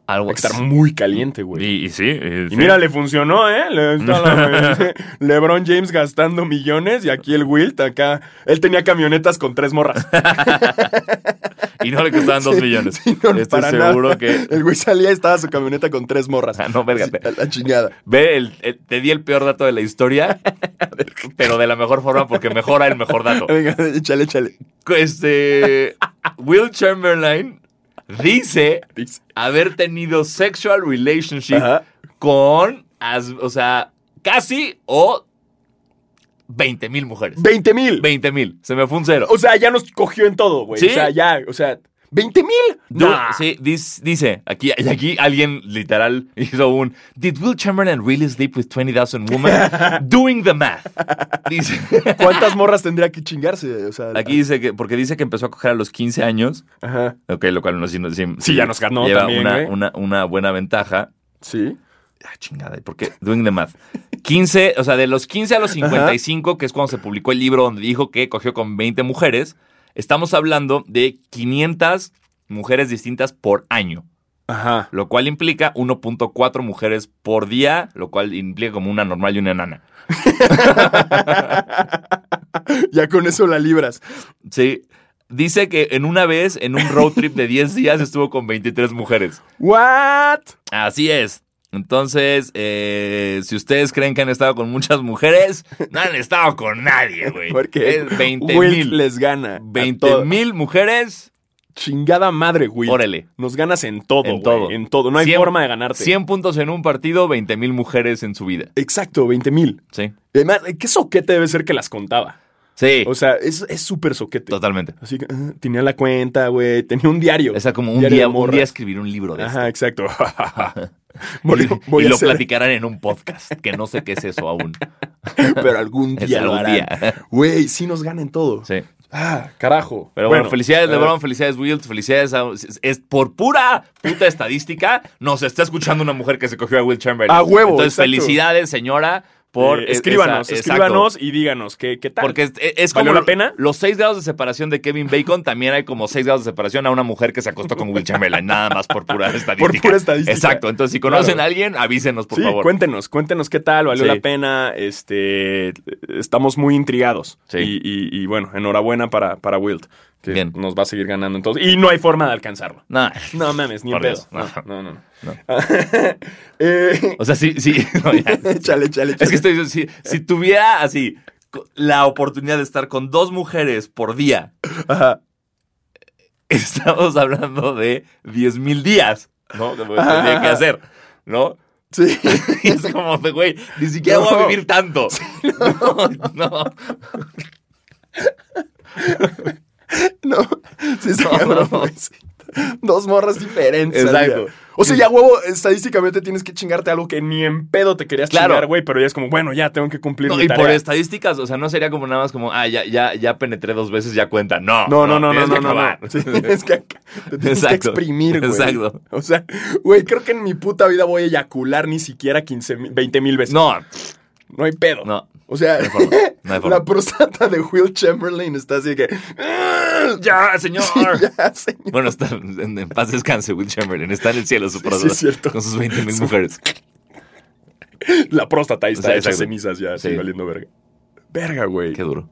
Speaker 1: Hay
Speaker 2: Algo
Speaker 1: que estar muy caliente, güey.
Speaker 2: Y, y sí.
Speaker 1: Y mira, le funcionó, ¿eh? Le- está la- LeBron James gastando millones y aquí el Wilt acá. Él tenía camionetas con tres morras.
Speaker 2: Y no le costaban dos millones.
Speaker 1: Sí, no,
Speaker 2: Estoy
Speaker 1: para
Speaker 2: seguro
Speaker 1: nada.
Speaker 2: que.
Speaker 1: El güey salía y estaba su camioneta con tres morras.
Speaker 2: Ah, no, vérgate.
Speaker 1: Sí, a la chingada.
Speaker 2: Ve, el, el- te di el peor dato de la historia, pero de la mejor forma porque mejora el mejor dato.
Speaker 1: Venga, échale, échale.
Speaker 2: Este. Will Chamberlain dice
Speaker 1: Dice.
Speaker 2: haber tenido sexual relationship
Speaker 1: Ajá.
Speaker 2: con, as- o sea, casi o 20 mil mujeres.
Speaker 1: 20 mil.
Speaker 2: 20 mil. Se me fue un cero.
Speaker 1: O sea, ya nos cogió en todo, güey.
Speaker 2: ¿Sí?
Speaker 1: O sea, ya, o sea, 20 mil.
Speaker 2: Yo- sí, dis- dice, aquí, y aquí alguien literal hizo un ¿Did Will Chamberlain really sleep with 20,000 women? Doing the math. Dice,
Speaker 1: ¿Cuántas morras tendría que chingarse? O sea,
Speaker 2: aquí dice que, porque dice que empezó a coger a los 15 años,
Speaker 1: Ajá.
Speaker 2: ok, lo cual no, sí, no- sí,
Speaker 1: Sí, ya nos ganó
Speaker 2: lleva
Speaker 1: también,
Speaker 2: una,
Speaker 1: güey.
Speaker 2: una, una buena ventaja.
Speaker 1: Sí.
Speaker 2: Ah, chingada, ¿por qué? Doing the math. 15, o sea, de los 15 a los 55, que es cuando se publicó el libro donde dijo que cogió con 20 mujeres, estamos hablando de 500 mujeres distintas por año.
Speaker 1: Ajá.
Speaker 2: lo cual implica 1.4 mujeres por día, lo cual implica como una normal y una enana.
Speaker 1: Ya con eso la libras.
Speaker 2: Sí. Dice que en una vez, en un road trip de 10 días, estuvo con 23 mujeres.
Speaker 1: ¿What?
Speaker 2: Así es. Entonces, eh, si ustedes creen que han estado con muchas mujeres, no han estado con nadie, güey.
Speaker 1: Porque
Speaker 2: Es 20
Speaker 1: Wilt
Speaker 2: mil.
Speaker 1: les gana. a
Speaker 2: 20
Speaker 1: todo.
Speaker 2: mil mujeres.
Speaker 1: Chingada madre, Wilt.
Speaker 2: Órale.
Speaker 1: Nos ganas en todo,
Speaker 2: En
Speaker 1: güey,
Speaker 2: todo.
Speaker 1: En todo. No hay
Speaker 2: 100
Speaker 1: forma de ganarte.
Speaker 2: 100 puntos en un partido, 20 mil mujeres en su vida.
Speaker 1: Exacto, 20 mil.
Speaker 2: Sí.
Speaker 1: Además, qué soquete debe ser que las contaba.
Speaker 2: Sí,
Speaker 1: O sea, es es súper soquete.
Speaker 2: totalmente.
Speaker 1: Así que ah, tenía la cuenta, güey. Tenía un diario.
Speaker 2: O sea, como un
Speaker 1: Diario
Speaker 2: día,
Speaker 1: de
Speaker 2: un
Speaker 1: morras.
Speaker 2: día escribir un libro de esto.
Speaker 1: Ajá, exacto.
Speaker 2: y,
Speaker 1: voy, voy
Speaker 2: y
Speaker 1: a
Speaker 2: lo
Speaker 1: hacer,
Speaker 2: platicarán en un podcast, que no sé qué es eso aún.
Speaker 1: pero algún
Speaker 2: Es
Speaker 1: día lo
Speaker 2: algún
Speaker 1: harán.
Speaker 2: día.
Speaker 1: Güey, sí nos ganan todo.
Speaker 2: Sí.
Speaker 1: Ah, carajo.
Speaker 2: Pero bueno, felicidades
Speaker 1: eh,
Speaker 2: LeBron, felicidades Wilt, felicidades a- es- es por pura puta estadística nos está escuchando una mujer que se cogió a Will Chamberlain.
Speaker 1: A huevo,
Speaker 2: Entonces
Speaker 1: exacto.
Speaker 2: felicidades señora por
Speaker 1: eh,
Speaker 2: e-
Speaker 1: escríbanos,
Speaker 2: esa- exacto.
Speaker 1: escríbanos y díganos qué, qué tal.
Speaker 2: Porque es, es- es
Speaker 1: ¿Valió
Speaker 2: como
Speaker 1: la pena?
Speaker 2: los seis grados de separación de Kevin Bacon, también hay como seis grados de separación a una mujer que se acostó con Will Chamberlain, nada más por pura estadística.
Speaker 1: pura estadística.
Speaker 2: Exacto, entonces si conocen
Speaker 1: Claro.
Speaker 2: a alguien, avísenos por
Speaker 1: sí,
Speaker 2: favor.
Speaker 1: cuéntenos, cuéntenos qué tal, valió
Speaker 2: Sí.
Speaker 1: la pena. Este, estamos muy intrigados.
Speaker 2: Sí.
Speaker 1: Y, y- y bueno, enhorabuena para, para Wilt, que
Speaker 2: Bien.
Speaker 1: nos va a seguir ganando entonces. Y no hay forma de alcanzarlo.
Speaker 2: Nah.
Speaker 1: No mames, ni en
Speaker 2: Por
Speaker 1: pedo.
Speaker 2: Dios,
Speaker 1: No, no,
Speaker 2: no.
Speaker 1: no. no.
Speaker 2: No.
Speaker 1: Eh,
Speaker 2: O sea, sí, sí. no, ya.
Speaker 1: chale, chale,
Speaker 2: Es
Speaker 1: chale.
Speaker 2: que estoy diciendo, si, si tuviera así co- la oportunidad de estar con dos mujeres por día,
Speaker 1: Ajá.
Speaker 2: estamos hablando de 10 mil días, ¿no? Que me tendría que hacer, ¿no?
Speaker 1: Sí.
Speaker 2: Y es como, de, güey, ni siquiera voy a
Speaker 1: No.
Speaker 2: vivir tanto. No, no,
Speaker 1: No, sí está
Speaker 2: No.
Speaker 1: cabrón, güey, sí. Dos morras diferentes. al
Speaker 2: Exacto.
Speaker 1: día. O sea, ya huevo, estadísticamente tienes que chingarte algo que ni en pedo te querías
Speaker 2: Claro.
Speaker 1: chingar, güey, pero ya es como, bueno, ya tengo que cumplir
Speaker 2: no.
Speaker 1: mi
Speaker 2: Y por
Speaker 1: tarea.
Speaker 2: estadísticas, o sea, no sería como nada más como, ah, ya, ya, ya penetré dos veces, ya cuenta. No,
Speaker 1: No, no, no, no,
Speaker 2: tienes
Speaker 1: no,
Speaker 2: que
Speaker 1: no,
Speaker 2: acabar.
Speaker 1: no. Sí, tienes que, te tienes que
Speaker 2: Exacto.
Speaker 1: exprimir, güey.
Speaker 2: Exacto.
Speaker 1: O sea, güey, creo que en mi puta vida voy a eyacular ni siquiera 15, mil- 20 mil veces.
Speaker 2: No,
Speaker 1: No hay pedo.
Speaker 2: no.
Speaker 1: O sea,
Speaker 2: hay forma, no hay forma.
Speaker 1: la prostata de Will Chamberlain está así que. "Ah,
Speaker 2: Ya, señor.
Speaker 1: sí, ya, señor.
Speaker 2: Bueno, está en, en paz descanse Will Chamberlain. Está en el cielo su
Speaker 1: sí, es cierto.
Speaker 2: con sus 20 mil mujeres.
Speaker 1: La próstata ahí está
Speaker 2: Sí,
Speaker 1: hecha
Speaker 2: exacto.
Speaker 1: cenizas ya, así
Speaker 2: Sí.
Speaker 1: valiendo verga. Verga, güey.
Speaker 2: Qué duro.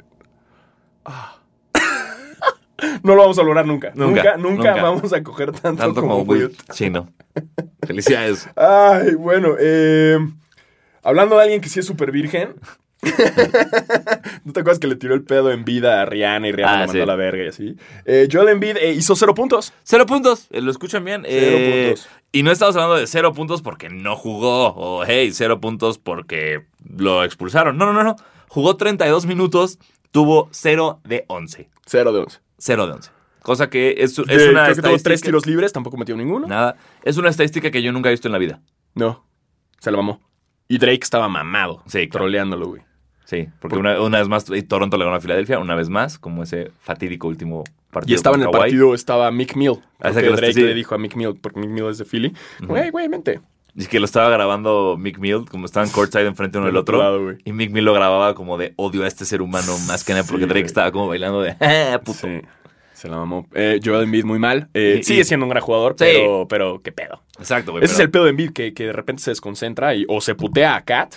Speaker 1: No lo vamos a lograr nunca. Nunca,
Speaker 2: Nunca,
Speaker 1: nunca,
Speaker 2: nunca.
Speaker 1: vamos a coger tanto,
Speaker 2: Tanto
Speaker 1: como,
Speaker 2: como Will.
Speaker 1: Wilt.
Speaker 2: Sí, no. Felicidades.
Speaker 1: Ay, bueno, eh, hablando de alguien que sí es súper virgen. ¿No te acuerdas que le tiró el pedo en vida a Rihanna y Rihanna
Speaker 2: Ah,
Speaker 1: la mandó
Speaker 2: sí.
Speaker 1: a la verga y así? Eh, Joel Embiid eh, hizo cero puntos.
Speaker 2: Cero puntos. eh, Lo escuchan bien.
Speaker 1: Cero
Speaker 2: Eh,
Speaker 1: puntos.
Speaker 2: Y no estamos hablando de cero puntos porque no jugó. O hey, cero puntos porque lo expulsaron. No, no, no, no. Jugó 32 minutos. Tuvo 0 de 11.
Speaker 1: Cero de once.
Speaker 2: 0 de 11. Cosa que es, es
Speaker 1: Eh,
Speaker 2: una
Speaker 1: creo que tuvo tres
Speaker 2: estadística-
Speaker 1: tiros libres, tampoco metió ninguno.
Speaker 2: Nada. Es una estadística que yo nunca he visto en la vida.
Speaker 1: No, se la mamó. Y Drake estaba mamado.
Speaker 2: Sí, claro.
Speaker 1: Troleándolo, güey.
Speaker 2: Sí, porque una, una vez más eh, Toronto le ganó a Filadelfia, una vez más, como ese fatídico último partido.
Speaker 1: Y estaba en el
Speaker 2: contra Kawhi.
Speaker 1: partido, estaba Mick Mill.
Speaker 2: Ah,
Speaker 1: Creo
Speaker 2: sí,
Speaker 1: que
Speaker 2: que lo-
Speaker 1: Drake
Speaker 2: sí.
Speaker 1: le dijo a Mick Mill, porque Mick Mill es de Philly. Güey, güey, vente.
Speaker 2: Y que lo estaba grabando Mick Mill, como estaban courtside enfrente uno del
Speaker 1: Del otro
Speaker 2: otro.
Speaker 1: lado, güey.
Speaker 2: y Mick Mill lo grababa como de odio a este ser humano más que nada, porque
Speaker 1: Sí,
Speaker 2: Drake
Speaker 1: güey.
Speaker 2: estaba como bailando de "Ah, puto.
Speaker 1: Sí, se la mamó. Eh, Joel Embiid muy mal. Eh,
Speaker 2: Y-
Speaker 1: sigue
Speaker 2: y-
Speaker 1: siendo un gran jugador,
Speaker 2: Sí.
Speaker 1: pero, pero qué pedo.
Speaker 2: Exacto, güey.
Speaker 1: Ese es el pedo de Embiid, que, que de repente se desconcentra y o se putea a Kat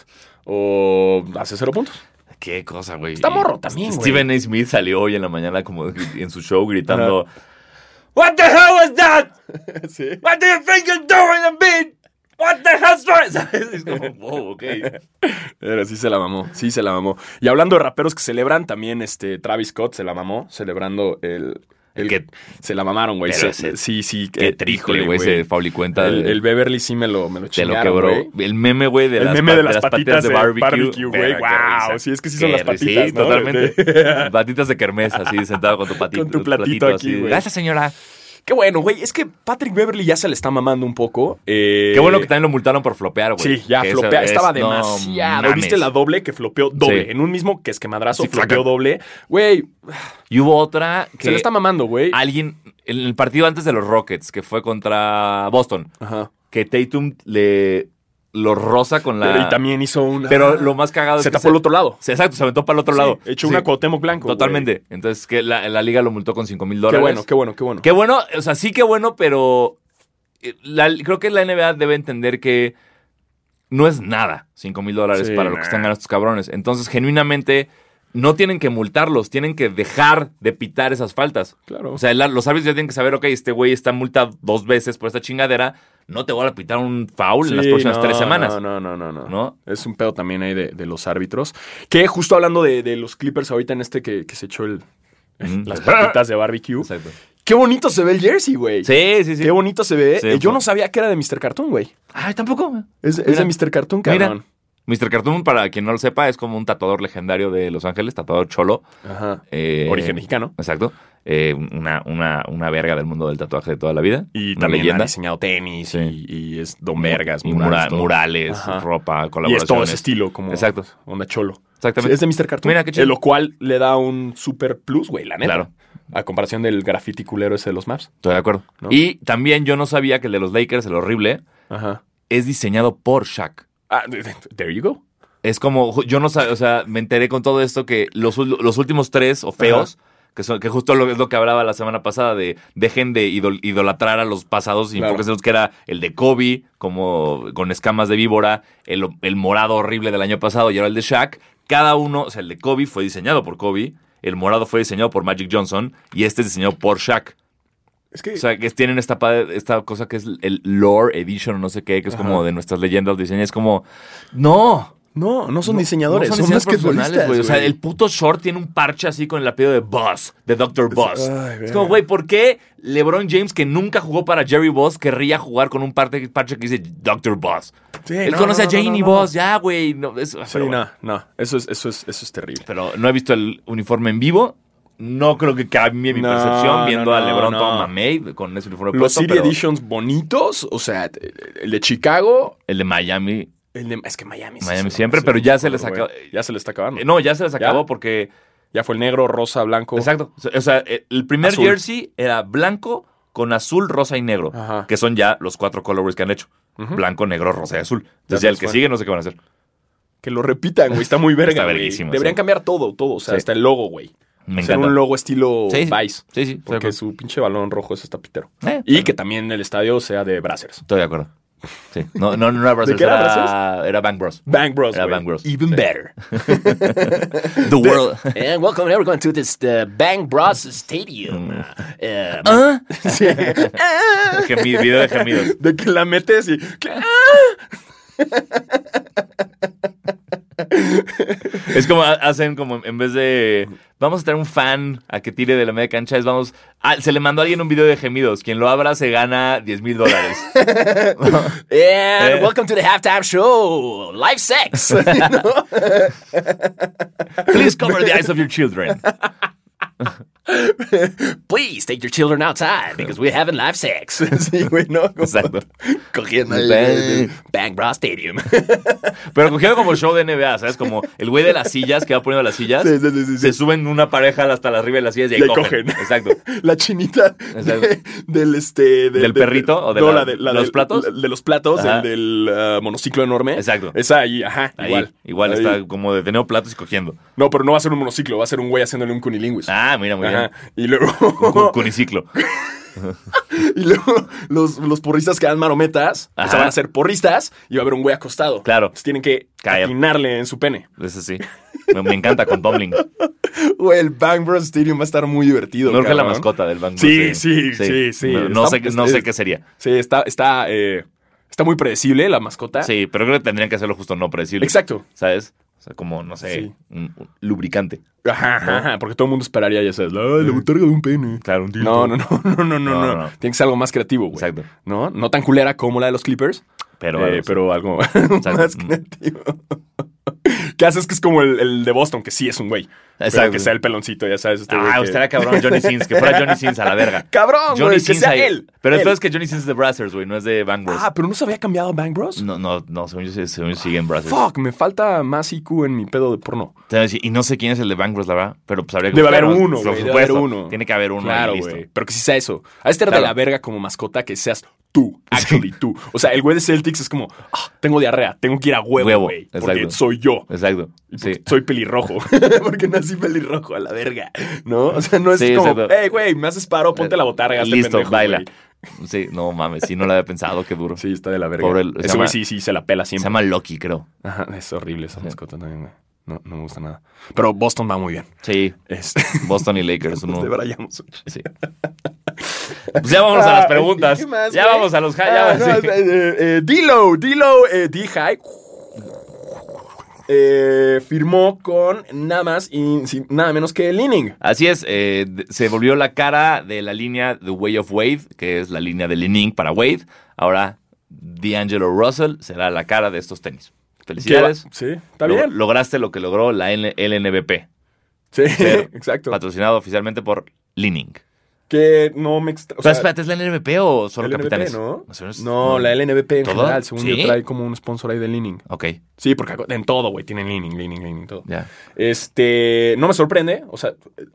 Speaker 1: o hace cero puntos.
Speaker 2: el... Qué cosa, güey.
Speaker 1: Está morro también, güey.
Speaker 2: Steven A. Smith salió hoy en la mañana como en su show gritando What the hell was that?
Speaker 1: Sí.
Speaker 2: What do you think you're doing, Embiid? What the hell's wrong? ¿Sabes? Es como, wow, ok.
Speaker 1: Pero sí se la mamó, sí se la mamó. Y hablando de raperos que celebran, también este Travis Scott se la mamó celebrando el... El-
Speaker 2: que-
Speaker 1: se la mamaron, güey.
Speaker 2: Pero
Speaker 1: Se-
Speaker 2: ese-
Speaker 1: Sí, sí. eh,
Speaker 2: Qué
Speaker 1: híjole,
Speaker 2: triste, güey, ese Fauli cuenta.
Speaker 1: El,
Speaker 2: de-
Speaker 1: el Beverly sí me lo, me lo
Speaker 2: Te lo
Speaker 1: chingaron,
Speaker 2: quebró.
Speaker 1: güey.
Speaker 2: El meme, güey, de,
Speaker 1: el
Speaker 2: las
Speaker 1: meme
Speaker 2: pa-
Speaker 1: de las patitas, de barbecue, güey.
Speaker 2: Pero qué
Speaker 1: Wow,
Speaker 2: risa.
Speaker 1: sí, es que sí son
Speaker 2: Qué
Speaker 1: las
Speaker 2: risa,
Speaker 1: patitas,
Speaker 2: sí,
Speaker 1: ¿no?
Speaker 2: totalmente. patitas de kermés, así, sentado con tu patito.
Speaker 1: Con tu platito aquí,
Speaker 2: así.
Speaker 1: güey.
Speaker 2: Gracias, señora.
Speaker 1: Qué bueno, güey. Es que Patrick Beverly ya se le está mamando un poco. eh,
Speaker 2: Qué bueno que también lo multaron por flopear, güey.
Speaker 1: Sí, ya
Speaker 2: Que eso
Speaker 1: flopea.
Speaker 2: es-
Speaker 1: Estaba
Speaker 2: no
Speaker 1: demasiado.
Speaker 2: mames.
Speaker 1: ¿Viste la doble que flopeó doble?
Speaker 2: Sí.
Speaker 1: En un mismo que es quemadrazo,
Speaker 2: Sí,
Speaker 1: flopeó
Speaker 2: flaca.
Speaker 1: doble. Güey,
Speaker 2: Y hubo otra que
Speaker 1: se le está mamando, güey.
Speaker 2: alguien, en el partido antes de los Rockets, que fue contra Boston,
Speaker 1: Ajá.
Speaker 2: que Tatum le lo roza con la...
Speaker 1: Pero y también hizo una.
Speaker 2: Pero lo más cagado es
Speaker 1: se
Speaker 2: que
Speaker 1: tapó el otro lado.
Speaker 2: se- Exacto, se aventó para el otro lado.
Speaker 1: Sí, echó
Speaker 2: Sí,
Speaker 1: una Cuauhtémoc Blanco. güey.
Speaker 2: Totalmente. Entonces, que la, la liga lo multó con 5 mil
Speaker 1: Qué
Speaker 2: dólares.
Speaker 1: bueno, qué bueno, qué bueno.
Speaker 2: Qué bueno, o sea, sí que bueno, pero eh, la- creo que la NBA debe entender que no es nada 5 mil dólares
Speaker 1: Sí,
Speaker 2: para lo
Speaker 1: nah.
Speaker 2: que están ganando estos cabrones. Entonces, genuinamente, no tienen que multarlos, tienen que dejar de pitar esas faltas.
Speaker 1: Claro.
Speaker 2: O sea, la- los árbitros ya tienen que saber, ok, este güey está multado dos veces por esta chingadera, no te voy a pitar un foul en las
Speaker 1: Sí,
Speaker 2: próximas
Speaker 1: no,
Speaker 2: tres semanas.
Speaker 1: No, no, no, no.
Speaker 2: ¿No?
Speaker 1: Es un pedo también ahí de, de los árbitros. Que justo hablando de, de los Clippers ahorita en este que, que se echó el,
Speaker 2: Mm.
Speaker 1: las patitas de barbecue.
Speaker 2: Exacto.
Speaker 1: Qué bonito se ve el jersey, güey.
Speaker 2: Sí, sí, sí.
Speaker 1: Qué bonito se ve.
Speaker 2: Sí,
Speaker 1: Eh, Yo
Speaker 2: fue-
Speaker 1: no sabía que era de Mr. Cartoon, güey.
Speaker 2: Ay, tampoco.
Speaker 1: Es, es
Speaker 2: Mira.
Speaker 1: de Mr. Cartoon,
Speaker 2: Mira.
Speaker 1: cabrón.
Speaker 2: Mr. Cartoon, para quien no lo sepa, es como un tatuador legendario de Los Ángeles, tatuador cholo.
Speaker 1: Ajá.
Speaker 2: eh,
Speaker 1: Origen mexicano.
Speaker 2: Exacto. Eh, una, una, una verga del mundo del tatuaje de toda la vida.
Speaker 1: Y
Speaker 2: una
Speaker 1: también
Speaker 2: leyenda.
Speaker 1: ha diseñado tenis
Speaker 2: Sí.
Speaker 1: y, y es don vergas,
Speaker 2: Y
Speaker 1: murales,
Speaker 2: mura-
Speaker 1: todo.
Speaker 2: murales,
Speaker 1: Ajá.
Speaker 2: ropa,
Speaker 1: Y es
Speaker 2: colaboraciones.
Speaker 1: todo ese estilo, como
Speaker 2: Exacto.
Speaker 1: onda cholo.
Speaker 2: Exactamente.
Speaker 1: Sí, es de Mr. Cartoon.
Speaker 2: Mira, qué chido.
Speaker 1: Eh, Lo cual le da un super plus, güey, la neta.
Speaker 2: Claro.
Speaker 1: A comparación del graffiti culero ese de los maps.
Speaker 2: Estoy de acuerdo.
Speaker 1: ¿No?
Speaker 2: Y también yo no sabía que el de los Lakers, el horrible,
Speaker 1: Ajá.
Speaker 2: es diseñado por Shaq.
Speaker 1: Ah, de- de- there you go.
Speaker 2: Es como, ju- yo no sabía, o sea, me enteré con todo esto que los, ul- los últimos tres o feos, que, son, que justo lo, es lo que hablaba la semana pasada, de dejen de idol- idolatrar a los pasados, y
Speaker 1: Claro.
Speaker 2: porque que era el de Kobe, como con escamas de víbora, el, el morado horrible del año pasado y ahora el de Shaq. Cada uno, o sea, el de Kobe fue diseñado por Kobe, el morado fue diseñado por Magic Johnson y este es diseñado por Shaq.
Speaker 1: Es que.
Speaker 2: O sea, que tienen esta, pa- esta cosa que es el lore edition o no sé qué, que es como
Speaker 1: Ajá.
Speaker 2: de nuestras leyendas, diseño, es como, no.
Speaker 1: no, no son
Speaker 2: No,
Speaker 1: diseñadores,
Speaker 2: no
Speaker 1: son,
Speaker 2: diseñadores
Speaker 1: basquetbolistas.
Speaker 2: profesionales, güey. O sea,
Speaker 1: güey.
Speaker 2: el puto short tiene un parche así con el apellido de Boss, de Dr. Boss.
Speaker 1: ay,
Speaker 2: es
Speaker 1: verga.
Speaker 2: como, güey, ¿por qué LeBron James, que nunca jugó para Jerry Boss, querría jugar con un parte- parche que dice Dr. Boss?
Speaker 1: Sí,
Speaker 2: Él
Speaker 1: no, no,
Speaker 2: conoce
Speaker 1: no,
Speaker 2: a Janie
Speaker 1: no, no.
Speaker 2: Boss, ya, güey. No, es-
Speaker 1: Sí,
Speaker 2: pero, bueno.
Speaker 1: no, no. Eso es, eso es, eso es terrible.
Speaker 2: Pero no he visto el uniforme en vivo. No creo que cambie mi
Speaker 1: No,
Speaker 2: percepción viendo
Speaker 1: no,
Speaker 2: a
Speaker 1: no,
Speaker 2: LeBron
Speaker 1: no.
Speaker 2: todo mamey con ese uniforme
Speaker 1: Los
Speaker 2: puesto,
Speaker 1: City
Speaker 2: pero
Speaker 1: Editions bonitos, o sea, el de Chicago,
Speaker 2: el de Miami
Speaker 1: el de, es que Miami. sí
Speaker 2: Miami
Speaker 1: se-
Speaker 2: siempre,
Speaker 1: sí,
Speaker 2: pero ya se
Speaker 1: color,
Speaker 2: les
Speaker 1: güey.
Speaker 2: acaba-
Speaker 1: Ya se le está acabando.
Speaker 2: Eh, No, ya se les
Speaker 1: ¿Ya?
Speaker 2: acabó porque.
Speaker 1: Ya fue el negro, rosa, blanco.
Speaker 2: Exacto. O sea, eh, el primer
Speaker 1: Azul.
Speaker 2: jersey era blanco con azul, rosa y negro.
Speaker 1: Ajá.
Speaker 2: Que son ya los cuatro colorways que han hecho:
Speaker 1: Ujú.
Speaker 2: blanco, negro, rosa y azul. Entonces,
Speaker 1: se
Speaker 2: ya
Speaker 1: les
Speaker 2: el que
Speaker 1: fue.
Speaker 2: sigue, no sé qué van a hacer.
Speaker 1: Que lo repitan, güey. Está muy verga.
Speaker 2: Está
Speaker 1: güey.
Speaker 2: verguísimo,
Speaker 1: Deberían
Speaker 2: sí.
Speaker 1: cambiar todo, todo. O sea,
Speaker 2: Sí.
Speaker 1: hasta el logo, güey.
Speaker 2: Me
Speaker 1: Hacer
Speaker 2: encanta.
Speaker 1: un logo estilo
Speaker 2: Sí, sí.
Speaker 1: Vice.
Speaker 2: Sí, sí, estoy de
Speaker 1: Porque
Speaker 2: acuerdo.
Speaker 1: su pinche balón rojo es está pitero.
Speaker 2: Eh,
Speaker 1: Y
Speaker 2: bueno,
Speaker 1: que también el estadio sea de Brazzers.
Speaker 2: Estoy de acuerdo. Sí. No, no, no era Bros.
Speaker 1: ¿De qué era
Speaker 2: era, era Bang Bros.
Speaker 1: Bang Bros.
Speaker 2: Era
Speaker 1: güey.
Speaker 2: Bang Bros.
Speaker 1: Even
Speaker 2: Sí.
Speaker 1: better.
Speaker 2: The World.
Speaker 3: And welcome everyone to this uh, Bang Bros Stadium. Uh,
Speaker 2: ¿Ah?
Speaker 1: Sí.
Speaker 2: Gemido, video de gemidos.
Speaker 1: De que la metes y.
Speaker 2: Es como ha- hacen como en vez de vamos a tener un fan a que tire de la media cancha, es vamos. ah, se le mandó a alguien un video de gemidos. Quien lo abra se gana 10 mil dólares.
Speaker 1: Eh.
Speaker 3: and welcome to the halftime show. Live sex.
Speaker 2: Please cover the eyes of your children.
Speaker 3: Please take your children outside because we're having live sex.
Speaker 1: Sí, güey, ¿no? Como- eh,
Speaker 2: Exacto.
Speaker 3: Cogiendo el,
Speaker 2: Bang.
Speaker 3: Bang Bros Stadium.
Speaker 2: Pero cogido como show de NBA, ¿sabes? Como el güey de las sillas que va poniendo las sillas.
Speaker 1: Sí, sí, sí, sí,
Speaker 2: Se
Speaker 1: sí.
Speaker 2: suben una pareja hasta la arriba de las sillas y ahí
Speaker 1: Le
Speaker 2: cogen.
Speaker 1: cogen.
Speaker 2: Exacto.
Speaker 1: La chinita de-
Speaker 2: Exacto.
Speaker 1: del este de-
Speaker 2: ¿Del
Speaker 1: de-
Speaker 2: perrito o de
Speaker 1: no,
Speaker 2: la-
Speaker 1: de
Speaker 2: los
Speaker 1: del-
Speaker 2: platos?
Speaker 1: la- de los platos,
Speaker 2: Ajá.
Speaker 1: el del ah, monociclo enorme.
Speaker 2: Exacto.
Speaker 1: Esa ahí, ajá,
Speaker 2: Ahí,
Speaker 1: igual.
Speaker 2: igual.
Speaker 1: Ahí.
Speaker 2: está como detenido platos y cogiendo.
Speaker 1: No, pero no va a ser un monociclo, va a ser un güey haciéndole un cunilingüis.
Speaker 2: Ah, mira, muy
Speaker 1: Ajá.
Speaker 2: bien.
Speaker 1: Y luego,
Speaker 2: Cu- Cuniciclo.
Speaker 1: y luego los, los porristas que dan marometas, o sea,
Speaker 2: Ajá.
Speaker 1: van a ser porristas y va a haber un güey acostado.
Speaker 2: Claro.
Speaker 1: Entonces tienen que
Speaker 2: Caer.
Speaker 1: atinarle en su pene.
Speaker 2: Eso sí. Me, me encanta con Tomlin. Me
Speaker 1: Güey, el Bang Bros Stadium va a estar muy divertido.
Speaker 2: urge la
Speaker 1: cabrón.
Speaker 2: mascota del banco.
Speaker 1: Sí, sí, sí, sí.
Speaker 2: No, no sé,
Speaker 1: Está-
Speaker 2: no sé
Speaker 1: es-
Speaker 2: qué sería.
Speaker 1: Sí, está, está, eh, está muy predecible la mascota.
Speaker 2: Sí, pero creo que tendrían que hacerlo justo no predecible.
Speaker 1: Exacto.
Speaker 2: ¿Sabes? O sea, como, no sé,
Speaker 1: Sí.
Speaker 2: un- un lubricante.
Speaker 1: Ajá, ajá, ajá, porque todo el mundo esperaría, ya sabes, "Ay, la botarga de un pene.
Speaker 2: Claro, un
Speaker 1: No, no, no, no, no, no, no.
Speaker 2: No, no.
Speaker 1: Tiene que ser algo más creativo, güey.
Speaker 2: Exacto.
Speaker 1: ¿No? No tan culera como la de los Clippers,
Speaker 2: Pero,
Speaker 1: eh,
Speaker 2: bueno,
Speaker 1: pero algo
Speaker 2: Exacto.
Speaker 1: más creativo. ¿Qué haces? Que es como el, el de Boston, que sí es un güey. Exacto.
Speaker 2: Exacto.
Speaker 1: Que sea el peloncito, ya sabes. Este güey
Speaker 2: Ah,
Speaker 1: que-
Speaker 2: usted era cabrón, Johnny Sins, que fuera Johnny Sins a la verga.
Speaker 1: Cabrón, güey, que sea
Speaker 2: ahí-
Speaker 1: él.
Speaker 2: Pero pues,
Speaker 1: Él.
Speaker 2: el peor es que Johnny Sins es de Brassers, güey, no es de Bang Bros.
Speaker 1: Ah, pero no se había cambiado a Bang Bros.
Speaker 2: no, no, no, según yo, sí- según yo sigue en Brassers.
Speaker 1: Fuck, me falta más IQ en mi pedo de porno.
Speaker 2: Te voy a decir, Y no sé quién es el de Bang Bros, la verdad, pero pues habría que
Speaker 1: Debe haber
Speaker 2: buscarlo,
Speaker 1: uno,
Speaker 2: Por
Speaker 1: güey, debe haber
Speaker 2: supuesto.
Speaker 1: uno.
Speaker 2: Tiene que haber uno.
Speaker 1: claro,
Speaker 2: y listo.
Speaker 1: güey. Pero que sí sea eso. A este era de
Speaker 2: Claro.
Speaker 1: la verga como mascota que seas tú, actually tú. O sea, el güey de Celtics es como, ah, tengo diarrea, tengo que ir a huevo,
Speaker 2: Huevo,
Speaker 1: güey. Porque
Speaker 2: exacto.
Speaker 1: soy yo.
Speaker 2: Exacto.
Speaker 1: Y
Speaker 2: Sí.
Speaker 1: porque Soy pelirrojo. porque nací pelirrojo, a la verga. ¿No? O sea, no es
Speaker 2: Sí,
Speaker 1: como,
Speaker 2: exacto.
Speaker 1: hey, güey, me haces paro, ponte la botarga. este
Speaker 2: Listo,
Speaker 1: pendejo,
Speaker 2: baila.
Speaker 1: güey".
Speaker 2: Sí, no mames, sí, no lo había pensado, qué duro.
Speaker 1: Sí, está de la verga.
Speaker 2: Pobre, se
Speaker 1: Ese
Speaker 2: llama-
Speaker 1: güey sí, sí, se la pela
Speaker 2: Se
Speaker 1: siempre.
Speaker 2: llama Loki, creo.
Speaker 1: Ajá, es horrible esa mascota también, güey. No, no me gusta nada. Pero Boston va muy bien. Este,
Speaker 2: Sí,
Speaker 1: Es...
Speaker 2: Boston y Lakers. uno.
Speaker 1: De Brian.
Speaker 2: Sí. Pues ya vámonos a las preguntas.
Speaker 1: ¿Qué más,
Speaker 2: ya
Speaker 1: güey?
Speaker 2: vamos a los hi-
Speaker 1: Ah,
Speaker 2: ya,
Speaker 1: no, es-
Speaker 2: sí.
Speaker 1: eh, eh, Dilo, Dilo, eh, D-High. eh, firmó con nada más y sin- nada menos que el inning.
Speaker 2: Así es, eh, d- se volvió la cara de la línea The Way of Wade, que es la línea del inning para Wade. Ahora D'Angelo Russell será la cara de estos tenis. Felicidades.
Speaker 1: Sí, está
Speaker 2: Lo-
Speaker 1: bien.
Speaker 2: Lograste lo que logró la N- LNBP,
Speaker 1: Sí,
Speaker 2: Pero-
Speaker 1: exacto.
Speaker 2: patrocinado oficialmente por Leaning.
Speaker 1: Que no me extra... o
Speaker 2: O sea,
Speaker 1: sea,
Speaker 2: espérate, ¿es la LNBP o solo
Speaker 1: LNBP,
Speaker 2: capitanes?
Speaker 1: ¿no?
Speaker 2: Más o menos,
Speaker 1: No, la LNBP en
Speaker 2: ¿Todo?
Speaker 1: general, según
Speaker 2: ¿Sí?
Speaker 1: yo, trae como un sponsor ahí del inning.
Speaker 2: Ok,
Speaker 1: Sí, porque en todo, güey, tienen leaning, leaning, leaning, todo.
Speaker 2: ya.
Speaker 1: Este, no me sorprende, o sea,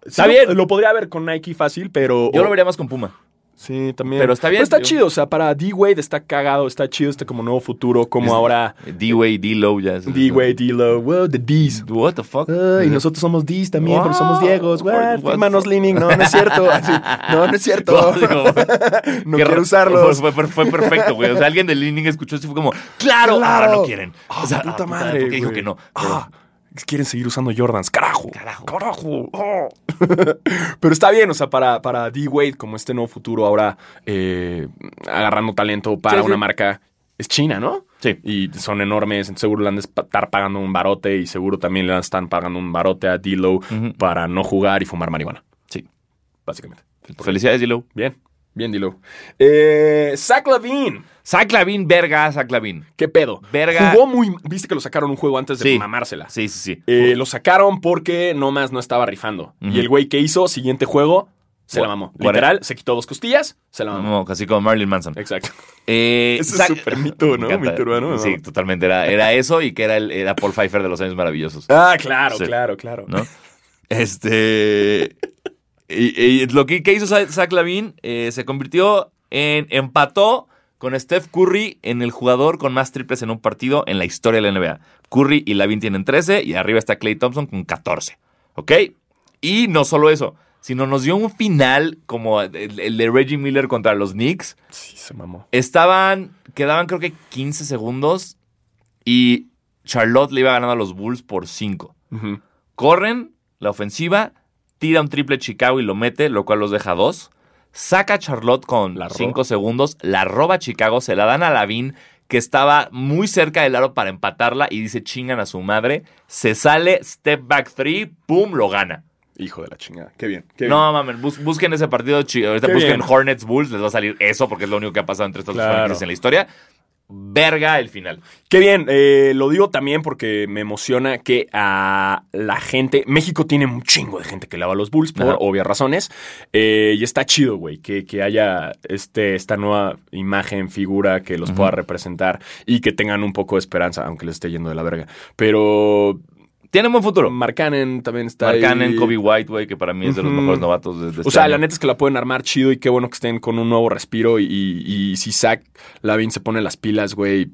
Speaker 1: está
Speaker 2: bien.
Speaker 1: Lo, podría ver con Nike fácil, pero
Speaker 2: Yo lo vería más con Puma.
Speaker 1: Sí, también.
Speaker 2: Pero está bien,
Speaker 1: está
Speaker 2: digo.
Speaker 1: chido, o sea, para D-Wade está cagado, está chido este como nuevo futuro, como
Speaker 2: Es-
Speaker 1: ahora
Speaker 2: D-Way, D-Low, ya. es-
Speaker 1: D-Wade, D-Lo, wow, the D's.
Speaker 2: What the fuck?
Speaker 1: Ah, y nosotros somos D's también,
Speaker 2: Wow.
Speaker 1: pero somos Diegos. What?
Speaker 2: What?
Speaker 1: Fírmanos, Leaning. No, no es cierto. Así, no, no es cierto.
Speaker 2: Digo,
Speaker 1: no
Speaker 2: qué
Speaker 1: quiero
Speaker 2: ra-
Speaker 1: usarlos.
Speaker 2: Fue, fue- fue perfecto, güey. O sea, alguien del Leaning escuchó esto y fue como, ¡claro!
Speaker 1: Claro.
Speaker 2: ahora no quieren.
Speaker 1: Ah,
Speaker 2: o sea,
Speaker 1: puta
Speaker 2: ah,
Speaker 1: madre,
Speaker 2: ¿por qué dijo
Speaker 1: güey.
Speaker 2: que no?
Speaker 1: Ah, quieren seguir usando Jordans. Carajo.
Speaker 2: Carajo.
Speaker 1: Carajo. Oh. Pero está bien, o sea, para, para D-Wade, como este nuevo futuro ahora eh, agarrando talento para
Speaker 2: Sí, sí.
Speaker 1: una marca. Es China, ¿no?
Speaker 2: Sí.
Speaker 1: Y son enormes. entonces seguro le han de pa- estar pagando un barote y seguro también le están pagando un barote a D-Low
Speaker 2: Ujú.
Speaker 1: para no jugar y fumar marihuana,
Speaker 2: Sí.
Speaker 1: básicamente.
Speaker 2: Felicidades, D-Low.
Speaker 1: Bien, bien, D-Low. Eh, Zach Lavine.
Speaker 2: Saclavín, verga, Saclavín.
Speaker 1: ¿Qué pedo?
Speaker 2: Verga.
Speaker 1: Jugó muy. Viste que lo sacaron un juego antes de
Speaker 2: Sí.
Speaker 1: mamársela.
Speaker 2: Sí, sí, sí.
Speaker 1: Eh, lo sacaron porque nomás no estaba rifando.
Speaker 2: Ujú.
Speaker 1: Y el güey que hizo, siguiente juego, se la mamó.
Speaker 2: Guare-
Speaker 1: Literal, se quitó dos costillas, se la mamó.
Speaker 2: Como- casi como Marilyn Manson.
Speaker 1: Exacto.
Speaker 2: Eh,
Speaker 1: Ese es
Speaker 2: Zac-
Speaker 1: súper mito, ¿no?
Speaker 2: Me encanta.
Speaker 1: Mito urbano, ¿no?
Speaker 2: Sí, totalmente. Era, era eso y que era, el, era Paul Pfeiffer de los años maravillosos.
Speaker 1: Ah, claro,
Speaker 2: Sí.
Speaker 1: claro, claro.
Speaker 2: ¿no? Este. Y, y lo que, que hizo Zach Zach Lavin eh, se convirtió en. Empató con Steph Curry en el jugador con más triples en un partido en la historia de la NBA. Curry y Lavin tienen 13 y arriba está Clay Thompson con 14. ¿Ok? Y no solo eso, sino nos dio un final como el, el de Reggie Miller contra los Knicks.
Speaker 1: Sí, se mamó.
Speaker 2: Estaban. Quedaban creo que 15 segundos y Charlotte le iba ganando a los Bulls por 5
Speaker 1: Ujú.
Speaker 2: corren la ofensiva, tira un triple Chicago y lo mete, lo cual los deja dos. Saca a Charlotte con
Speaker 1: La roba.
Speaker 2: 5 segundos, la roba a Chicago, se la dan a Lavín, que estaba muy cerca del aro para empatarla y dice chingan a su madre. Se sale, step back three, pum, lo gana.
Speaker 1: Hijo de la chingada. Qué bien. Qué bien.
Speaker 2: No mames, bus- busquen ese partido, chi- ahorita
Speaker 1: Qué
Speaker 2: busquen
Speaker 1: bien.
Speaker 2: Hornets Bulls, les va a salir eso porque es lo único que ha pasado entre estas dos
Speaker 1: Claro.
Speaker 2: franquicias en la historia. Verga el final.
Speaker 1: Qué bien. eh, lo digo también porque me emociona que a la gente. México tiene un chingo de gente que lava los Bulls por
Speaker 2: Ajá.
Speaker 1: obvias razones. Eh, y está chido, güey, que, que haya este, esta nueva imagen, figura que los pueda representar y que tengan un poco de esperanza, aunque les esté yendo de la verga. Pero
Speaker 2: Tiene buen futuro.
Speaker 1: Marcanen también está
Speaker 2: Marcanen,
Speaker 1: Mm, ahí.
Speaker 2: Kobe White, güey, que para mí es de los
Speaker 1: Ujú.
Speaker 2: mejores novatos de, de
Speaker 1: O
Speaker 2: este
Speaker 1: sea,
Speaker 2: año.
Speaker 1: la neta es que la pueden armar chido y qué bueno que estén con un nuevo respiro. Y, y- y si Zach Lavin se pone las pilas, güey,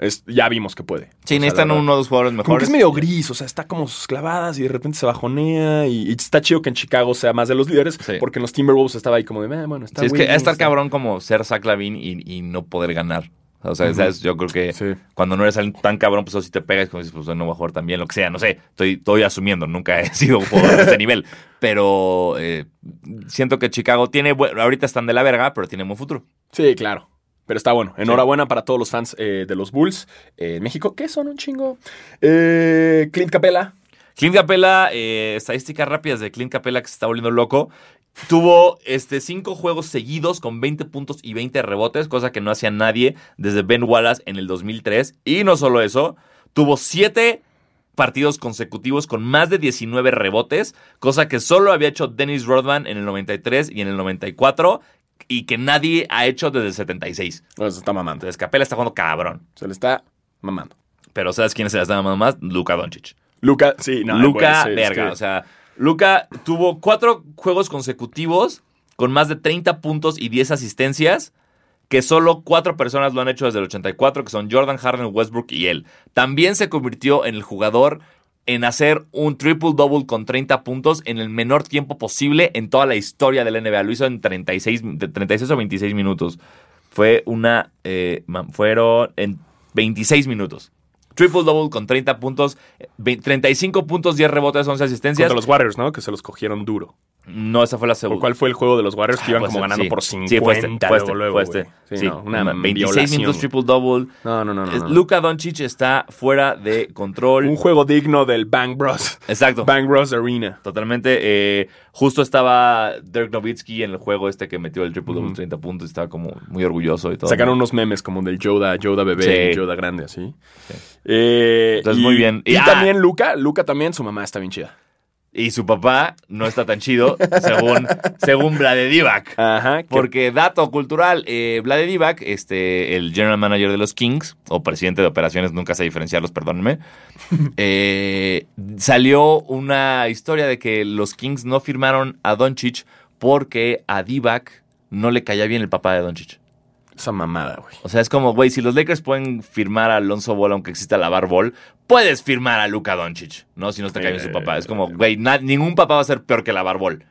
Speaker 1: es- ya vimos que puede.
Speaker 2: Sí,
Speaker 1: O sea,
Speaker 2: necesitan
Speaker 1: la verdad.
Speaker 2: uno o dos jugadores mejores.
Speaker 1: Como que es medio gris, o sea, está como sus clavadas y de repente se bajonea. Y, y está chido que en Chicago sea más de los líderes,
Speaker 2: Sí.
Speaker 1: porque en los Timberwolves estaba ahí como de, "Eh, bueno, está
Speaker 2: Sí, es que
Speaker 1: Wiggins,
Speaker 2: estar
Speaker 1: está-".
Speaker 2: cabrón como ser Zach Lavin y, y no poder ganar. O sea, ¿sabes? yo creo que
Speaker 1: Sí.
Speaker 2: cuando no eres alguien tan cabrón, pues o si te pegas, como dices, pues no voy a jugar tan bien, lo que sea, no sé. Estoy, estoy asumiendo, nunca he sido un jugador de este nivel. Pero eh, siento que Chicago tiene, buen- ahorita están de la verga, pero tienen buen futuro.
Speaker 1: Sí, claro. Pero está bueno. Enhorabuena para todos los fans eh, de los Bulls eh, en México, que son un chingo. Eh, Clint Capela.
Speaker 2: Clint Capela, eh, estadísticas rápidas de Clint Capela que se está volviendo loco. Tuvo este, cinco juegos seguidos con 20 puntos y 20 rebotes, cosa que no hacía nadie desde Ben Wallace en el 2003. Y no solo eso, tuvo siete partidos consecutivos con más de 19 rebotes, cosa que solo había hecho Dennis Rodman en el 93 y en el 94 y que nadie ha hecho desde el 76.
Speaker 1: Pues, está mamando.
Speaker 2: Entonces Capela está jugando cabrón.
Speaker 1: Se le está mamando.
Speaker 2: Pero ¿sabes quién se la está mamando más? Luka Doncic.
Speaker 1: Luca, sí, no.
Speaker 2: Luca,
Speaker 1: güey, sí, es
Speaker 2: verga.
Speaker 1: que-
Speaker 2: O sea, Luca tuvo cuatro juegos consecutivos con más de 30 puntos y 10 asistencias, que solo cuatro personas lo han hecho desde el 84, que son Jordan, Harden, Westbrook y él. También se convirtió en el jugador en hacer un triple-double con 30 puntos en el menor tiempo posible en toda la historia del NBA. Lo hizo en 36, de 36 o 26 minutos. Fue una... eh, mam- fueron en 26 minutos. Triple-double con 30 puntos, ve- 35 puntos, 10 rebotes, 11 asistencias.
Speaker 1: Contra los Warriors, ¿no? Que se los cogieron duro.
Speaker 2: No, esa fue la segunda.
Speaker 1: ¿O cuál fue el juego de los Warriors que iban como ganando por 50
Speaker 2: Ah, Sí, fue este, fue
Speaker 1: luego,
Speaker 2: este,
Speaker 1: luego,
Speaker 2: fue
Speaker 1: güey?
Speaker 2: este.
Speaker 1: Sí,
Speaker 2: Sí,
Speaker 1: no, una
Speaker 2: 26
Speaker 1: violación.
Speaker 2: minutos triple-double.
Speaker 1: No, no, no, no, no, no.
Speaker 2: Luka Doncic está fuera de control.
Speaker 1: Un juego digno del Bang Bros.
Speaker 2: Exacto.
Speaker 1: Bang Bros Arena.
Speaker 2: Totalmente. eh, justo estaba Dirk Nowitzki en el juego este que metió el triple-double 30 puntos. Estaba como muy orgulloso y todo.
Speaker 1: Sacaron unos memes como del Yoda, Yoda bebé,
Speaker 2: Sí.
Speaker 1: y Yoda grande, así. Eh,
Speaker 2: Entonces,
Speaker 1: y-
Speaker 2: muy bien.
Speaker 1: Y,
Speaker 2: Ah.
Speaker 1: también Luca, Luca también, su mamá está bien chida.
Speaker 2: Y su papá no está tan chido, según, según Vlade Divac.
Speaker 1: Ajá. que-
Speaker 2: Porque, dato cultural, eh, Vlade Divac, este, el general manager de los Kings, o presidente de operaciones, nunca sé diferenciarlos, perdónenme, eh, salió una historia de que los Kings no firmaron a Doncic porque a Divac no le caía bien el papá de Doncic.
Speaker 1: esa mamada, güey.
Speaker 2: O sea, es como, güey, si los Lakers pueden firmar a Alonso Ball aunque exista la Bar Ball, puedes firmar a Luka Doncic, ¿no? Si no te cae bien su papá. Es como, güey, na- ningún papá va a ser peor que la Bar Ball.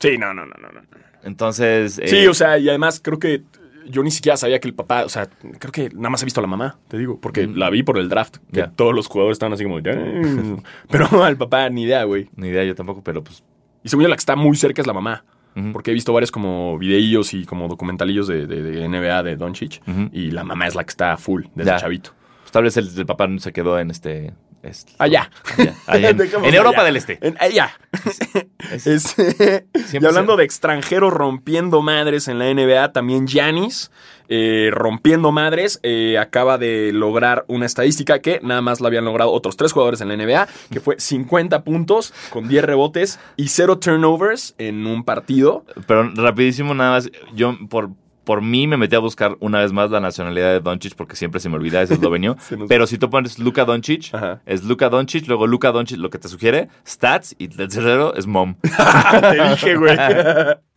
Speaker 1: Sí, no, no, no, no. no.
Speaker 2: Entonces...
Speaker 1: Sí,
Speaker 2: eh,
Speaker 1: o sea, y además creo que yo ni siquiera sabía que el papá, o sea, creo que nada más he visto a la mamá, te digo, porque la vi por el draft. Que
Speaker 2: Mm. Ya.
Speaker 1: todos los jugadores estaban así como, "Ya". pero al papá ni idea, güey.
Speaker 2: Ni idea yo tampoco, pero pues
Speaker 1: Y según yo, la que está muy cerca es la mamá.
Speaker 2: Ujú.
Speaker 1: Porque he visto varios como videillos y como documentalillos de, de- de NBA de Doncic.
Speaker 2: Ujú.
Speaker 1: Y la mamá es la que está full desde
Speaker 2: Ya.
Speaker 1: chavito.
Speaker 2: Pues tal vez el, el papá se quedó en este. este-
Speaker 1: Allá.
Speaker 2: allá, allá en,
Speaker 1: Dejemos
Speaker 2: en Europa
Speaker 1: allá.
Speaker 2: del Este.
Speaker 1: En- allá.
Speaker 2: Es-
Speaker 1: Este, y
Speaker 2: Siempre
Speaker 1: hablando
Speaker 2: se-
Speaker 1: de extranjeros rompiendo madres en la NBA, también Giannis eh, rompiendo madres eh, acaba de lograr una estadística que nada más la habían logrado otros tres jugadores en la NBA, que fue 50 puntos con 10 rebotes y 0 turnovers en un partido.
Speaker 2: Pero rapidísimo, nada más. Yo por, por mí me metí a buscar una vez más la nacionalidad de Doncic porque siempre se me olvida, es eslovenio.
Speaker 1: Se nos-
Speaker 2: Pero si tú pones Luka Doncic,
Speaker 1: Ajá.
Speaker 2: es Luka Doncic, luego Luka Doncic, lo que te sugiere, stats, y el tercero es mom.
Speaker 1: Te dije, güey. Ah.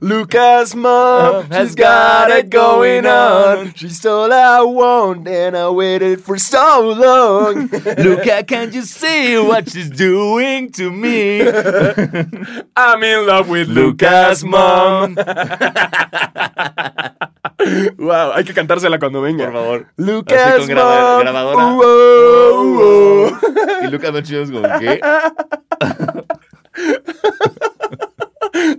Speaker 1: Lucas mom, she's Oh, got it going on. She's all I want and I waited for so long.
Speaker 2: Luka, can you see what she's doing to me?
Speaker 1: I'm in love with
Speaker 2: Lucas,
Speaker 1: Lucas mom.
Speaker 2: mom.
Speaker 1: Wow, hay que cantársela cuando venga.
Speaker 2: Por favor. Así
Speaker 1: Lucas
Speaker 2: con graba-
Speaker 1: mom.
Speaker 2: grabadora.
Speaker 1: Uh, oh, uh, oh.
Speaker 2: Y Luka Doncic es como, ¿qué?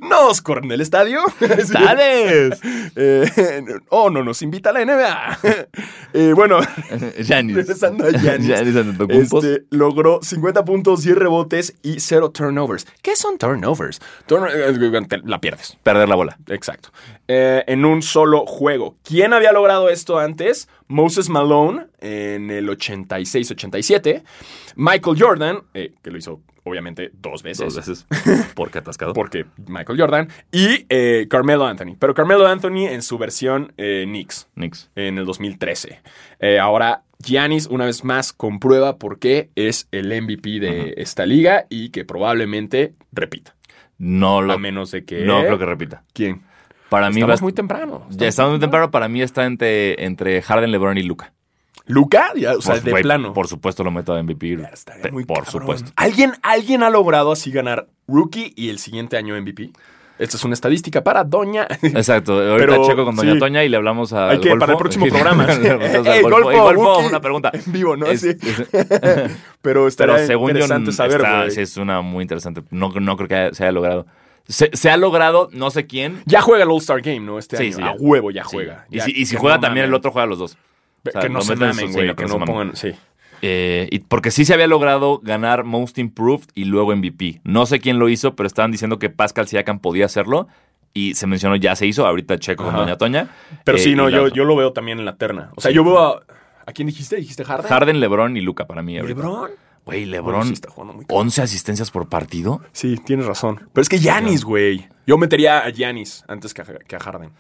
Speaker 1: Nos corren el estadio.
Speaker 2: ¡Sales!
Speaker 1: Eh, oh, no nos invita a la NBA. Eh, bueno,
Speaker 2: Giannis.
Speaker 1: Regresando a Giannis.
Speaker 2: Giannis Antetokounmpo.
Speaker 1: Este, logró 50 puntos, 10 rebotes y 0 turnovers. ¿Qué son turnovers? Turno- eh, te- la pierdes.
Speaker 2: Perder la bola.
Speaker 1: Exacto. Eh, en un solo juego. ¿Quién había logrado esto antes? Moses Malone en el 86-87. Michael Jordan, eh, que lo hizo obviamente dos veces.
Speaker 2: Dos veces. Porque atascado.
Speaker 1: Porque Michael Jordan. Y eh, Carmelo Anthony. Pero Carmelo Anthony en su versión eh, Knicks
Speaker 2: Knicks.
Speaker 1: en el 2013. Eh, ahora Giannis una vez más comprueba por qué es el MVP de esta liga y que probablemente repita.
Speaker 2: No lo.
Speaker 1: a menos de que...
Speaker 2: No creo que repita.
Speaker 1: ¿Quién?
Speaker 2: Para mí va.
Speaker 1: Estamos muy temprano.
Speaker 2: Ya estamos muy temprano. Para mí está entre, entre Harden, LeBron y Luca.
Speaker 1: ¿Luca? Ya, o sea,
Speaker 2: Por-
Speaker 1: de
Speaker 2: güey,
Speaker 1: plano.
Speaker 2: Por supuesto lo meto a MVP.
Speaker 1: Ya, estaría muy
Speaker 2: por
Speaker 1: cabrón.
Speaker 2: supuesto.
Speaker 1: ¿Alguien, ¿Alguien ha logrado así ganar rookie y el siguiente año MVP? Esta es una estadística para Doña...
Speaker 2: Exacto. Ahorita
Speaker 1: Pero,
Speaker 2: checo con Doña
Speaker 1: sí.
Speaker 2: Toña y le hablamos a.
Speaker 1: Hay que- para el próximo programa. Ey,
Speaker 2: Golfo,
Speaker 1: Golfo,
Speaker 2: Ey, Golfo,
Speaker 1: Buki.
Speaker 2: una pregunta.
Speaker 1: En vivo, ¿no?
Speaker 2: Es-
Speaker 1: Sí.
Speaker 2: es-
Speaker 1: Pero estaría
Speaker 2: pero según yo,
Speaker 1: interesante saber,
Speaker 2: está-
Speaker 1: güey.
Speaker 2: sí, es una muy interesante. No, no creo que haya- se haya logrado. Se, se ha logrado, no sé quién.
Speaker 1: Ya juega el All-Star Game, ¿no? Este
Speaker 2: Sí,
Speaker 1: año.
Speaker 2: sí,
Speaker 1: a
Speaker 2: ya.
Speaker 1: huevo ya
Speaker 2: Sí.
Speaker 1: juega.
Speaker 2: Y
Speaker 1: Ya,
Speaker 2: si, y si
Speaker 1: que
Speaker 2: juega
Speaker 1: no
Speaker 2: también el
Speaker 1: mamen.
Speaker 2: otro, juega a los dos.
Speaker 1: Pe-
Speaker 2: O sea,
Speaker 1: que no
Speaker 2: lo
Speaker 1: se
Speaker 2: meten en su-
Speaker 1: mamen,
Speaker 2: sí,
Speaker 1: güey.
Speaker 2: no,
Speaker 1: Que
Speaker 2: que no
Speaker 1: no
Speaker 2: se mamen.
Speaker 1: pongan. Sí.
Speaker 2: Eh, y porque sí se había logrado ganar Most Improved y luego MVP. No sé quién lo hizo, pero estaban diciendo que Pascal Siakam podía hacerlo. Y se mencionó, ya se hizo, ahorita checo con
Speaker 1: Ajá.
Speaker 2: Doña Toña.
Speaker 1: Pero
Speaker 2: Eh,
Speaker 1: sí, no,
Speaker 2: y
Speaker 1: yo,
Speaker 2: Lazo.
Speaker 1: yo lo veo también en la terna. O sea,
Speaker 2: Sí.
Speaker 1: yo veo a. ¿A quién dijiste? ¿Dijiste Harden?
Speaker 2: Harden, Lebron y Luca para mí. ahorita.
Speaker 1: ¿Lebron?
Speaker 2: Güey,
Speaker 1: Bueno,
Speaker 2: Lebron,
Speaker 1: sí está jugando muy cabrón.
Speaker 2: 11 asistencias por partido.
Speaker 1: Sí, tienes razón. Pero es que Yanis, güey. Yo metería a Yanis antes que a, que a Harden.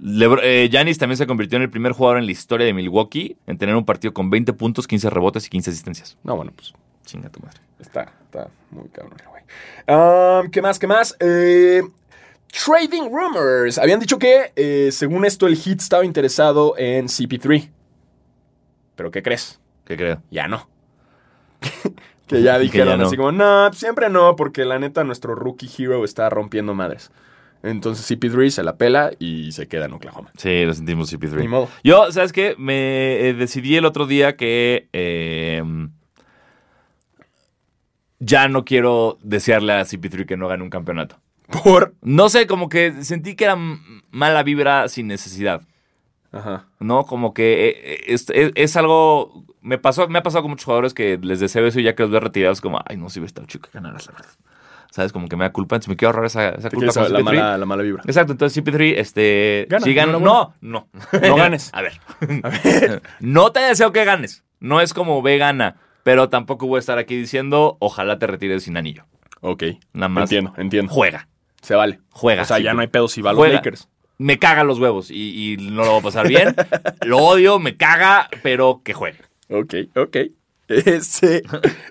Speaker 2: Yanis eh, también se convirtió en el primer jugador en la historia de Milwaukee en tener un partido con 20 puntos, 15 rebotes y 15 asistencias.
Speaker 1: No, bueno, pues
Speaker 2: Chinga tu madre.
Speaker 1: está, está muy cabrón, güey. Ah, ¿Qué más? ¿Qué más? Eh, trading rumors. Habían dicho que, eh, según esto, el Heat estaba interesado en CP3. ¿Pero qué crees?
Speaker 2: ¿Qué creo?
Speaker 1: Ya no. que ya
Speaker 2: Que
Speaker 1: dijeron
Speaker 2: ya no.
Speaker 1: así como, no, siempre no, porque la neta nuestro rookie hero está rompiendo madres. Entonces CP3 se la pela y se queda en Oklahoma.
Speaker 2: Sí, lo sentimos CP3.
Speaker 1: Ni modo.
Speaker 2: Yo, ¿sabes qué? Me eh, decidí el otro día que eh, ya no quiero desearle a CP3 que no gane un campeonato.
Speaker 1: Por.
Speaker 2: No sé, como que sentí que era m- mala vibra sin necesidad.
Speaker 1: Ajá.
Speaker 2: ¿no? Como que eh, eh, es, es- es algo. Me, pasó, me ha pasado con muchos jugadores que les deseo eso y ya que los veo retirados, como, ay, no, si hubiera estado chico que ganaras, la verdad. ¿Sabes? Como que me da culpa, entonces me quiero ahorrar esa, esa
Speaker 1: Te
Speaker 2: culpa
Speaker 1: quieres
Speaker 2: con
Speaker 1: a- la,
Speaker 2: CP3.
Speaker 1: mala, la mala vibra.
Speaker 2: Exacto, entonces CP3, este.
Speaker 1: Gana,
Speaker 2: si gana-
Speaker 1: enhorabuena.
Speaker 2: no, no.
Speaker 1: No ganes.
Speaker 2: A ver. no te deseo que ganes. No es como ve gana, pero tampoco voy a estar aquí diciendo, ojalá te retires sin anillo.
Speaker 1: Ok.
Speaker 2: Nada más.
Speaker 1: Entiendo, entiendo.
Speaker 2: Juega.
Speaker 1: Se vale.
Speaker 2: Juega.
Speaker 1: O sea, ya
Speaker 2: CP3.
Speaker 1: no hay pedos si va a los
Speaker 2: Juega.
Speaker 1: Lakers.
Speaker 2: Me caga los huevos y, y no lo voy a pasar bien. lo odio, me caga, pero que juegue.
Speaker 1: Ok, ok. Este,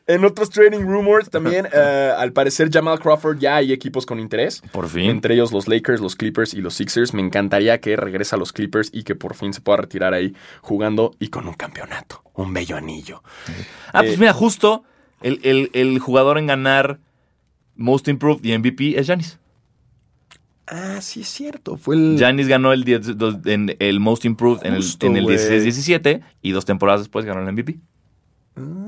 Speaker 1: en otros trading rumors también, eh, al parecer Jamal Crawford ya hay equipos con interés.
Speaker 2: Por
Speaker 1: Entre ellos los Lakers, los Clippers y los Sixers. Me encantaría que regrese a los Clippers y que por fin se pueda retirar ahí jugando y con un campeonato. Un bello anillo.
Speaker 2: Ah, pues
Speaker 1: Eh,
Speaker 2: mira, justo el, el- el jugador en ganar Most Improved y MVP es Janis.
Speaker 1: Ah, sí es cierto. Fue el...
Speaker 2: Janis ganó el, 10 dos- en el Most Improved en el-
Speaker 1: Justo,
Speaker 2: en el,
Speaker 1: güey.
Speaker 2: 16-17 y dos temporadas después ganó el MVP.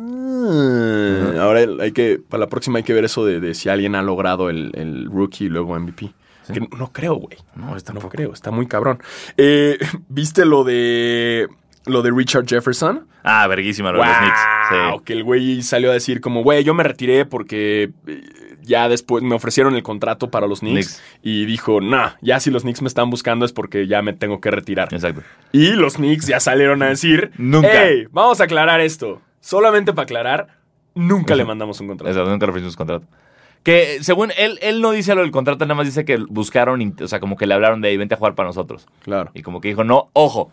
Speaker 1: Ah, ahora el- hay que, para la próxima hay que ver eso de, de si alguien ha logrado el, el rookie y luego MVP. Que no creo, güey.
Speaker 2: No,
Speaker 1: Esta no creo, está muy cabrón. Eh, ¿Viste lo de lo de Richard Jefferson?
Speaker 2: Ah, verguísima lo de los Knicks.
Speaker 1: Wow,
Speaker 2: Sí.
Speaker 1: que el güey salió a decir como, güey, yo me retiré porque eh, ya después me ofrecieron el contrato para los Knicks,
Speaker 2: Knicks.
Speaker 1: y dijo, nah, ya si los Knicks me están buscando es porque ya me tengo que retirar.
Speaker 2: Exacto.
Speaker 1: Y los Knicks ya salieron a decir,
Speaker 2: Nunca.
Speaker 1: "Ey, vamos a aclarar esto. Solamente para aclarar, nunca le mandamos un contrato.
Speaker 2: Exacto, nunca ofrecimos contrato. Que eh, según él, él no dice lo del contrato, nada más dice que buscaron, int- o sea, como que le hablaron de "Ey, vente a jugar para nosotros.
Speaker 1: Claro.
Speaker 2: Y como que dijo, no, ojo,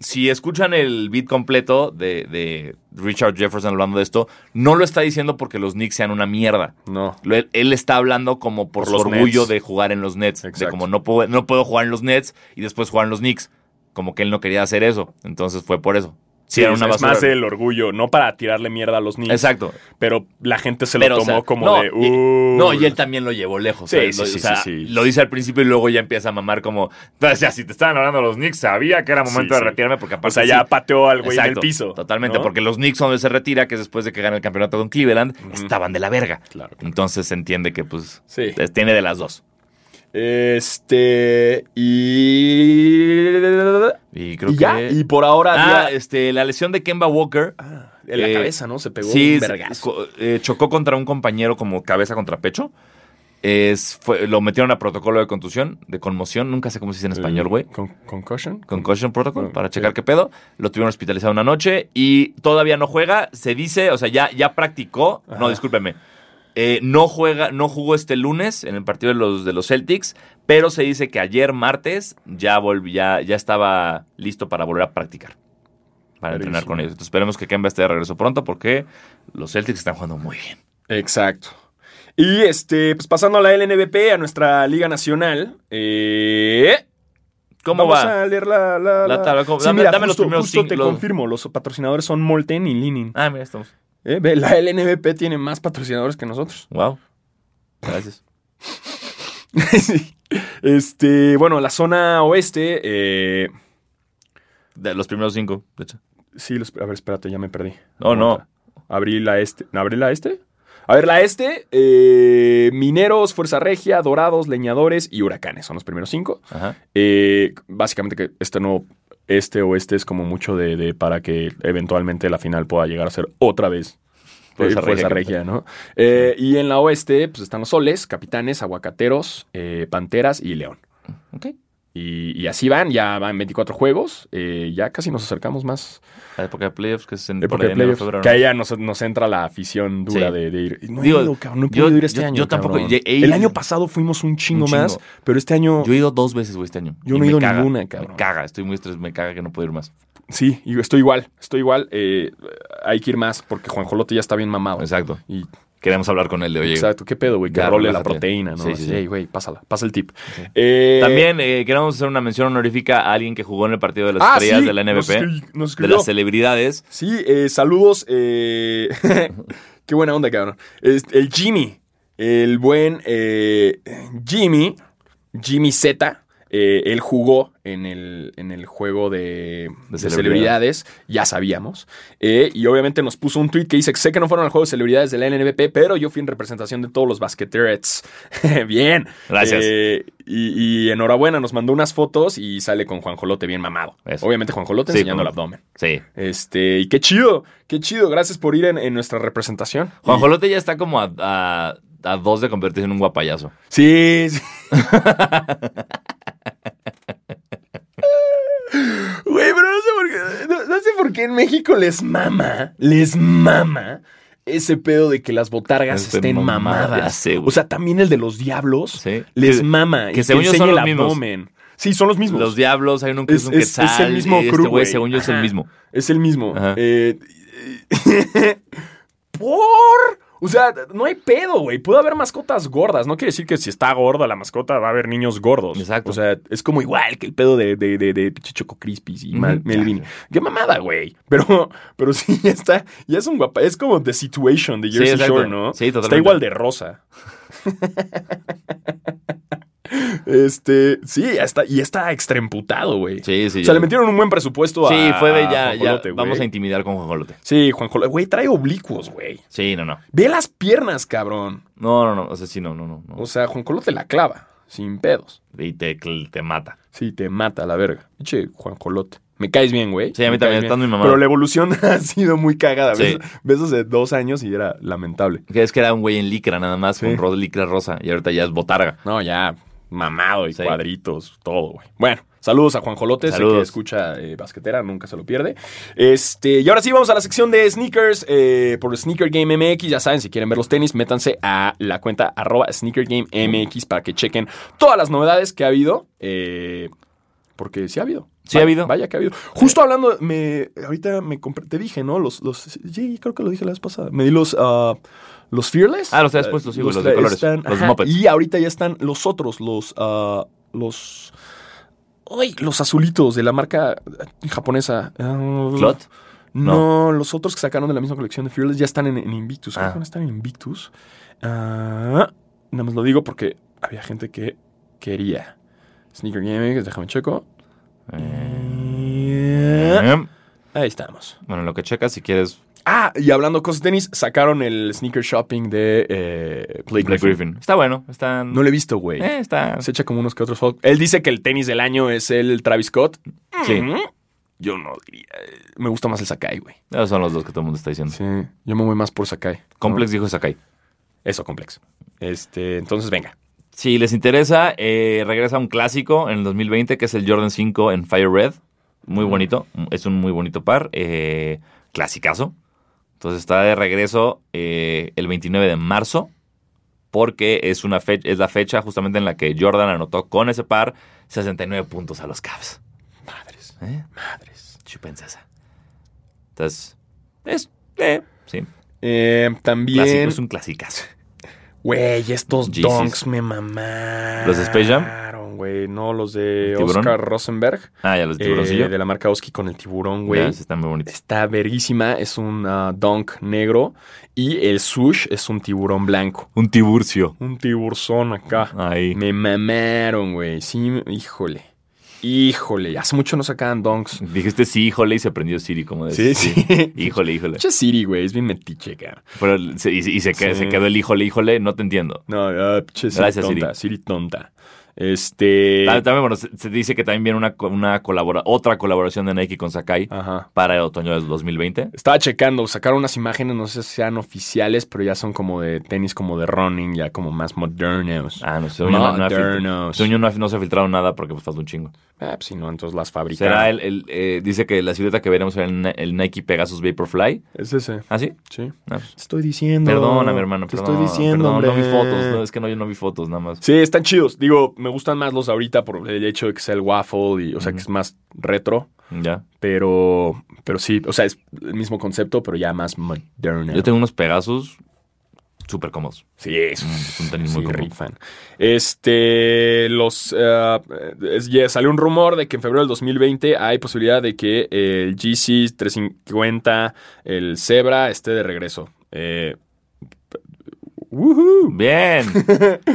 Speaker 2: si escuchan el beat completo de, de Richard Jefferson hablando de esto, no lo está diciendo porque los Knicks sean una mierda.
Speaker 1: No.
Speaker 2: Lo- Él, él está hablando como por
Speaker 1: Por
Speaker 2: su
Speaker 1: los
Speaker 2: orgullo
Speaker 1: Nets.
Speaker 2: de jugar en los Nets. De
Speaker 1: Exacto.
Speaker 2: como no puedo, no puedo jugar en los Nets y después jugar en los Knicks. Como que él no quería hacer eso. Entonces fue por eso. Sí, era
Speaker 1: es,
Speaker 2: una
Speaker 1: es
Speaker 2: basura.
Speaker 1: más eh, el orgullo, no para tirarle mierda a los Knicks,
Speaker 2: Exacto.
Speaker 1: pero la gente se lo
Speaker 2: Pero, o
Speaker 1: tomó
Speaker 2: sea,
Speaker 1: como
Speaker 2: no,
Speaker 1: de...
Speaker 2: y, no, y
Speaker 1: "Uh".
Speaker 2: él también lo llevó lejos.
Speaker 1: Sí,
Speaker 2: ¿sabes?
Speaker 1: sí,
Speaker 2: Lo-
Speaker 1: sí,
Speaker 2: o sea,
Speaker 1: sí, sí.
Speaker 2: Lo dice al principio y luego ya empieza a mamar como. "No, O sea, si te estaban hablando los Knicks, sabía que era momento
Speaker 1: Sí,
Speaker 2: de
Speaker 1: sí.
Speaker 2: retirarme porque
Speaker 1: O
Speaker 2: aparte.
Speaker 1: sea, ya
Speaker 2: sí,
Speaker 1: pateó al güey en el
Speaker 2: Exacto,
Speaker 1: piso.
Speaker 2: Totalmente,
Speaker 1: ¿no?
Speaker 2: porque los Knicks donde se retira, que es después de que gana el campeonato con Cleveland, estaban de la verga.
Speaker 1: Claro, claro.
Speaker 2: Entonces se entiende que, pues,
Speaker 1: Sí.
Speaker 2: es- tiene de las dos.
Speaker 1: Este. Y.
Speaker 2: Y creo
Speaker 1: y
Speaker 2: que.
Speaker 1: ya. Y por ahora.
Speaker 2: ah,
Speaker 1: había-
Speaker 2: este, la lesión de Kemba Walker.
Speaker 1: en la
Speaker 2: eh,
Speaker 1: cabeza, ¿no? Se pegó
Speaker 2: sí,
Speaker 1: un
Speaker 2: se-
Speaker 1: vergazo.
Speaker 2: co- eh, chocó contra un compañero como cabeza contra pecho. Es, fue- lo metieron a protocolo de contusión, de conmoción, nunca sé cómo se dice en español, güey.
Speaker 1: Con, concussion.
Speaker 2: Concussion Protocol
Speaker 1: Ah,
Speaker 2: para
Speaker 1: sí.
Speaker 2: checar qué pedo. Lo tuvieron hospitalizado una noche y todavía no juega. Se dice, o sea, ya, ya practicó. No,
Speaker 1: Ajá.
Speaker 2: discúlpeme. Eh, no juega, no jugó este lunes en el partido de los, de los Celtics, pero se dice que ayer martes ya volvi- ya, ya estaba listo para volver a practicar. Para entrenar
Speaker 1: Clarísimo.
Speaker 2: con ellos. Entonces, esperemos que Kemba esté de regreso pronto porque los Celtics están jugando muy bien.
Speaker 1: Exacto. Y este, pues pasando a la LNBP, a nuestra Liga Nacional. Eh.
Speaker 2: ¿Cómo
Speaker 1: Vamos
Speaker 2: va?
Speaker 1: a leer la, la,
Speaker 2: La
Speaker 1: la-
Speaker 2: tabla, ¿cómo?
Speaker 1: Sí,
Speaker 2: Dame-
Speaker 1: mira,
Speaker 2: dame los
Speaker 1: justo,
Speaker 2: primeros
Speaker 1: justo
Speaker 2: cinco,
Speaker 1: te
Speaker 2: los-
Speaker 1: confirmo, los patrocinadores son Molten y Linin.
Speaker 2: Ah, mira, estamos.
Speaker 1: Eh, ve, la LNBP tiene más patrocinadores que nosotros.
Speaker 2: Wow. Gracias.
Speaker 1: Sí. Este, bueno, la zona oeste. eh,
Speaker 2: De los primeros cinco, de hecho.
Speaker 1: sí, los- a ver, espérate, ya me perdí.
Speaker 2: No, no.
Speaker 1: Otra. Abrí la este. ¿no, ¿Abrí la este? A ver, la este. eh, marineros, fuerza regia, dorados, leñadores y huracanes. Son los primeros cinco.
Speaker 2: Ajá.
Speaker 1: Eh, básicamente que este no, este o este es como mucho de, de para que eventualmente la final pueda llegar a ser otra vez. eh,
Speaker 2: Fuerza
Speaker 1: Fuerza,
Speaker 2: Regia,
Speaker 1: regia, ¿no? Eh, y en la oeste, pues están los soles, capitanes, aguacateros, eh, panteras y león.
Speaker 2: Ok.
Speaker 1: Y, y así van, ya van 24 juegos, eh, ya casi nos acercamos más.
Speaker 2: La época de playoffs, que es en
Speaker 1: Época
Speaker 2: por ahí
Speaker 1: de
Speaker 2: enero,
Speaker 1: playoffs,
Speaker 2: febrero,
Speaker 1: que
Speaker 2: ¿no?
Speaker 1: ahí ya nos, nos entra la afición dura
Speaker 2: Sí.
Speaker 1: de, de ir. No he
Speaker 2: Digo,
Speaker 1: ido, cabrón, no he
Speaker 2: yo-
Speaker 1: podido ir este
Speaker 2: yo-
Speaker 1: año.
Speaker 2: yo tampoco.
Speaker 1: cabrón.
Speaker 2: Ye- he
Speaker 1: El
Speaker 2: ido-
Speaker 1: año pasado fuimos un chingo,
Speaker 2: Un chingo.
Speaker 1: más, pero este año
Speaker 2: Yo he ido dos veces, güey, este año.
Speaker 1: Yo
Speaker 2: Y
Speaker 1: no he
Speaker 2: me
Speaker 1: ido
Speaker 2: caga,
Speaker 1: ninguna, cabrón. Ah,
Speaker 2: Me caga, estoy muy estresado, me caga que no puedo ir más.
Speaker 1: sí, y estoy igual, estoy igual. eh, hay que ir más porque Juan Jolote ya está bien mamado.
Speaker 2: Exacto.
Speaker 1: Y,
Speaker 2: Queremos hablar con él de hoy.
Speaker 1: exacto, qué pedo, güey, que
Speaker 2: Ya,
Speaker 1: role la
Speaker 2: relájate.
Speaker 1: proteína, ¿no?
Speaker 2: Sí, sí,
Speaker 1: Así,
Speaker 2: sí.
Speaker 1: "Ey, güey, pásala, pasa el tip. Eh,
Speaker 2: También eh, queremos hacer una mención honorífica a alguien que jugó en el partido de las
Speaker 1: ah,
Speaker 2: estrellas
Speaker 1: sí,
Speaker 2: de la
Speaker 1: nos
Speaker 2: NBP,
Speaker 1: escri- nos
Speaker 2: de
Speaker 1: escribió.
Speaker 2: las celebridades.
Speaker 1: Sí, eh, saludos. eh, qué buena onda, cabrón. Este, el Jimmy, el buen eh, Jimmy, Jimmy Z, eh, él jugó en el, en el juego de, de
Speaker 2: celebridades.
Speaker 1: celebridades, ya sabíamos. eh, y obviamente nos puso un tweet que dice, sé que no fueron al juego de celebridades de la NBP, pero yo fui en representación de todos los basqueterets. bien.
Speaker 2: Gracias.
Speaker 1: Eh, y, y enhorabuena, nos mandó unas fotos y sale con Juan Jolote bien mamado.
Speaker 2: Eso.
Speaker 1: Obviamente Juan Jolote
Speaker 2: Sí,
Speaker 1: enseñando
Speaker 2: con-
Speaker 1: el abdomen.
Speaker 2: Sí.
Speaker 1: Este, y qué chido, qué chido. Gracias por ir en, en nuestra representación.
Speaker 2: Juan
Speaker 1: Y-
Speaker 2: Jolote ya está como a, a- a dos de convertirse en un guapayazo.
Speaker 1: Sí, sí. Güey, pero no sé, por qué, no, no sé por qué en México les mama, les mama ese pedo de que las botargas
Speaker 2: Estén
Speaker 1: estén
Speaker 2: mamadas,
Speaker 1: mamadas.
Speaker 2: ya sé, güey.
Speaker 1: o sea, también el de los diablos
Speaker 2: Sí.
Speaker 1: les
Speaker 2: Que-
Speaker 1: mama. y
Speaker 2: que según yo son
Speaker 1: enseñe
Speaker 2: los
Speaker 1: el
Speaker 2: mismos.
Speaker 1: abdomen. Sí, son los mismos.
Speaker 2: Los diablos, hay uno que es,
Speaker 1: Es-
Speaker 2: un
Speaker 1: es-
Speaker 2: quetzal.
Speaker 1: es el mismo
Speaker 2: y este
Speaker 1: crew,
Speaker 2: güey,
Speaker 1: güey.
Speaker 2: según yo, es el
Speaker 1: Ajá.
Speaker 2: mismo.
Speaker 1: Es el mismo.
Speaker 2: Ajá.
Speaker 1: Eh, ¿Por? O sea, no hay pedo, güey. Puede haber mascotas gordas. No quiere decir que si está gorda la mascota va a haber niños gordos.
Speaker 2: Exacto.
Speaker 1: O sea, es como igual que el pedo de, de, de, de pinche Choco Crispis y Mal-
Speaker 2: Ujú.
Speaker 1: Melvin. Qué mamada, güey. Pero, pero sí, ya está. Ya es un guapa. Es como The Situation de
Speaker 2: Sí,
Speaker 1: Jersey
Speaker 2: exacto.
Speaker 1: Shore, ¿no?
Speaker 2: Sí,
Speaker 1: Está
Speaker 2: totalmente.
Speaker 1: igual de rosa. este, sí, ya está, y está extremputado, güey.
Speaker 2: Sí, sí.
Speaker 1: O
Speaker 2: ya.
Speaker 1: sea, le metieron un buen presupuesto a.
Speaker 2: Sí, fue de
Speaker 1: a
Speaker 2: ya. ya
Speaker 1: Juanjolote, güey.
Speaker 2: vamos a intimidar con Juan Jolote.
Speaker 1: Sí, Juan Jolote. Güey, trae oblicuos, güey.
Speaker 2: Sí, no, no.
Speaker 1: Ve las piernas, cabrón.
Speaker 2: No, no, no. O sea, sí, no, no, no. no.
Speaker 1: O sea, Juan Jolote la clava. Sin pedos.
Speaker 2: Y te, te mata.
Speaker 1: Sí, te mata la verga. Che, Juan Jolote. Me caes bien, güey.
Speaker 2: Sí, a mí
Speaker 1: Me
Speaker 2: también,
Speaker 1: caes bien.
Speaker 2: estás muy mamado.
Speaker 1: Pero la evolución ha sido muy cagada.
Speaker 2: Sí.
Speaker 1: ¿Ves? Ves hace dos años y era lamentable.
Speaker 2: Que es que era un güey en licra nada más,
Speaker 1: Sí.
Speaker 2: con ro- licra rosa. Y ahorita ya es botarga.
Speaker 1: No, ya mamado y
Speaker 2: Sí.
Speaker 1: cuadritos, todo, güey. Bueno, saludos a Juan Jolote, sé que
Speaker 2: Saludos.
Speaker 1: escucha eh, basquetera, nunca se lo pierde. Este, y ahora sí, vamos a la sección de sneakers eh, por Sneaker Game MX. Ya saben, si quieren ver los tenis, métanse a la cuenta arroba Sneaker Game MX para que chequen todas las novedades que ha habido. eh, porque sí ha habido.
Speaker 2: Sí ha
Speaker 1: Vaya-
Speaker 2: habido.
Speaker 1: Vaya que ha habido. Justo hablando, me, ahorita me compré, te dije, ¿no? Los, los, sí, creo que lo dije la vez pasada. Me di los, ah, los Fearless.
Speaker 2: Ah, los habías puesto, sí, güey, los de
Speaker 1: tra-
Speaker 2: colores,
Speaker 1: están-
Speaker 2: los Muppets.
Speaker 1: Y ahorita ya están los otros, los. ah, los. Ay, los azulitos de la marca eh, japonesa. Ah,
Speaker 2: ¿Clot?
Speaker 1: No, los otros que sacaron de la misma colección de Fearless ya están en, en Invictus. Creo
Speaker 2: Ah.
Speaker 1: que van a estar en Invictus. Ah, nada más lo digo porque había gente que quería. Sneaker Gaming, déjame checo.
Speaker 2: Eh,
Speaker 1: Ahí estamos.
Speaker 2: Bueno, lo que checas, si quieres,
Speaker 1: Ah, y hablando de cosas de tenis, sacaron el sneaker shopping de eh, Blake
Speaker 2: Blake
Speaker 1: Griffin.
Speaker 2: Griffin. Está bueno, está...
Speaker 1: No lo he visto, güey.
Speaker 2: Eh, está...
Speaker 1: Se echa como unos que otros. fol- Él dice que el tenis del año es el Travis Scott.
Speaker 2: Sí.
Speaker 1: Mm, Yo no diría. eh, Me gusta más el Sakai, güey.
Speaker 2: Esos son los dos que todo el mundo está diciendo.
Speaker 1: Sí, yo me voy más por Sakai.
Speaker 2: Complex dijo Sakai.
Speaker 1: Eso, complex. Este, entonces venga.
Speaker 2: Si les interesa, eh, regresa un clásico en el 2020, que es el Jordan 5 en Fire Red. Muy bonito, es un muy bonito par, eh, clasicazo. Entonces está de regreso eh, el 29 de marzo, porque es, una fe- es la fecha justamente en la que Jordan anotó con ese par 69 puntos a los Cavs.
Speaker 1: Madres,
Speaker 2: ¿Eh?
Speaker 1: madres.
Speaker 2: Chúpense esa. Entonces, es, eh, sí,
Speaker 1: Eh,
Speaker 2: clásico,
Speaker 1: también.
Speaker 2: es un clasicazo.
Speaker 1: Güey, estos
Speaker 2: Jesus.
Speaker 1: donks me mamaron.
Speaker 2: ¿Los de Space Jam?
Speaker 1: güey. No, los de
Speaker 2: ¿Tiburón?
Speaker 1: Oscar Rosenberg.
Speaker 2: Ah, ya los
Speaker 1: eh,
Speaker 2: tiburoncillos.
Speaker 1: de la marca Oski con el tiburón, güey.
Speaker 2: Ya, sí, están muy bonitos.
Speaker 1: Está verguísima, es un ah, dunk negro y el sush es un tiburón blanco.
Speaker 2: Un tiburcio.
Speaker 1: Un tiburzón acá.
Speaker 2: Ahí.
Speaker 1: Me mamaron, güey. Sí, híjole. Híjole, hace mucho no sacaban donks.
Speaker 2: Dijiste sí, híjole, y se aprendió Siri como de
Speaker 1: Sí, sí.
Speaker 2: Híjole, híjole.
Speaker 1: Pinche Siri, güey, es bien metiche, cara.
Speaker 2: Pero, se- y, y se, que-
Speaker 1: Sí.
Speaker 2: se quedó el híjole, híjole, no te entiendo.
Speaker 1: No, ah, pinche Siri
Speaker 2: Gracias,
Speaker 1: tonta, Siri. tonta. Este...
Speaker 2: Ta- También, bueno, se, se dice que también viene una, co- una colabora, otra colaboración de Nike con Sakai
Speaker 1: Ajá.
Speaker 2: para el otoño del 2020.
Speaker 1: Estaba checando, sacaron unas imágenes, no sé si sean oficiales, pero ya son como de tenis, como de running, ya como más modernos.
Speaker 2: Ah, no sé. No, no, ha fil-
Speaker 1: Modernos.
Speaker 2: según yo, no, ha- no se ha filtrado nada porque pues, falta un chingo.
Speaker 1: Ah, pues si no, entonces las fabricaron.
Speaker 2: Será el, el, eh, dice que la silueta que veremos será el, Ni- el Nike Pegasus Vaporfly.
Speaker 1: Es ese,
Speaker 2: ¿Ah, sí?
Speaker 1: sí.
Speaker 2: No, pues,
Speaker 1: Te estoy diciendo.
Speaker 2: Perdona, mi hermano.
Speaker 1: Te estoy
Speaker 2: perdón,
Speaker 1: diciendo,
Speaker 2: perdón,
Speaker 1: hombre.
Speaker 2: No vi fotos. No, es que no, yo no vi fotos nada más.
Speaker 1: Sí, están chidos. Digo, me gustan más los de ahorita por el hecho de que sea el waffle y, o sea, que es más retro.
Speaker 2: Ya.
Speaker 1: Pero, pero sí, o sea, es el mismo concepto, pero ya más moderno.
Speaker 2: Yo tengo unos Pegasus súper cómodos.
Speaker 1: Sí, es
Speaker 2: Es un tenis
Speaker 1: Sí,
Speaker 2: muy cómodo.
Speaker 1: rifan. Este, los, eh, es- ya salió un rumor de que en febrero del 2020 hay posibilidad de que el GC 350, el Zebra, esté de regreso. Eh, p- ¡Woohoo!
Speaker 2: Bien.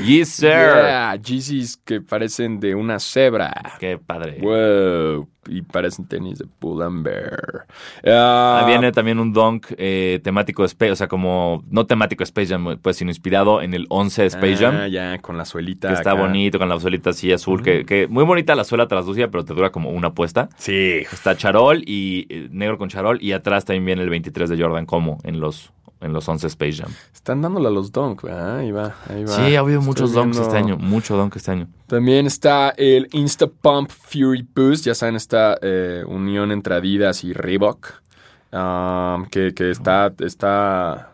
Speaker 2: yes, sir.
Speaker 1: Yeah, GCs que parecen de una cebra.
Speaker 2: Qué padre.
Speaker 1: Wow, y parecen tenis de Pull and Bear. Ah,
Speaker 2: Ah, viene también un dunk eh, temático de Space, o sea, como no temático de Space Jam, pues sino inspirado en el 11 de Space Jam,
Speaker 1: Ah, ya, con la suelita.
Speaker 2: que está
Speaker 1: acá.
Speaker 2: bonito, con la suelita así azul, que, que muy bonita la suela translúcida, pero te dura como una puesta.
Speaker 1: Sí,
Speaker 2: Está charol y eh, negro con charol y atrás también viene el 23 de Jordan como en los en los 11 Space Jam.
Speaker 1: están dándole a los donk, ¿verdad? Ahí va, ahí va.
Speaker 2: Sí, ha habido
Speaker 1: Estoy
Speaker 2: muchos dunks
Speaker 1: viendo.
Speaker 2: este año, mucho dunk este año.
Speaker 1: También está el Insta Pump Fury Boost. Ya saben, esta eh, unión entre Adidas y Reebok. um, que, que está. está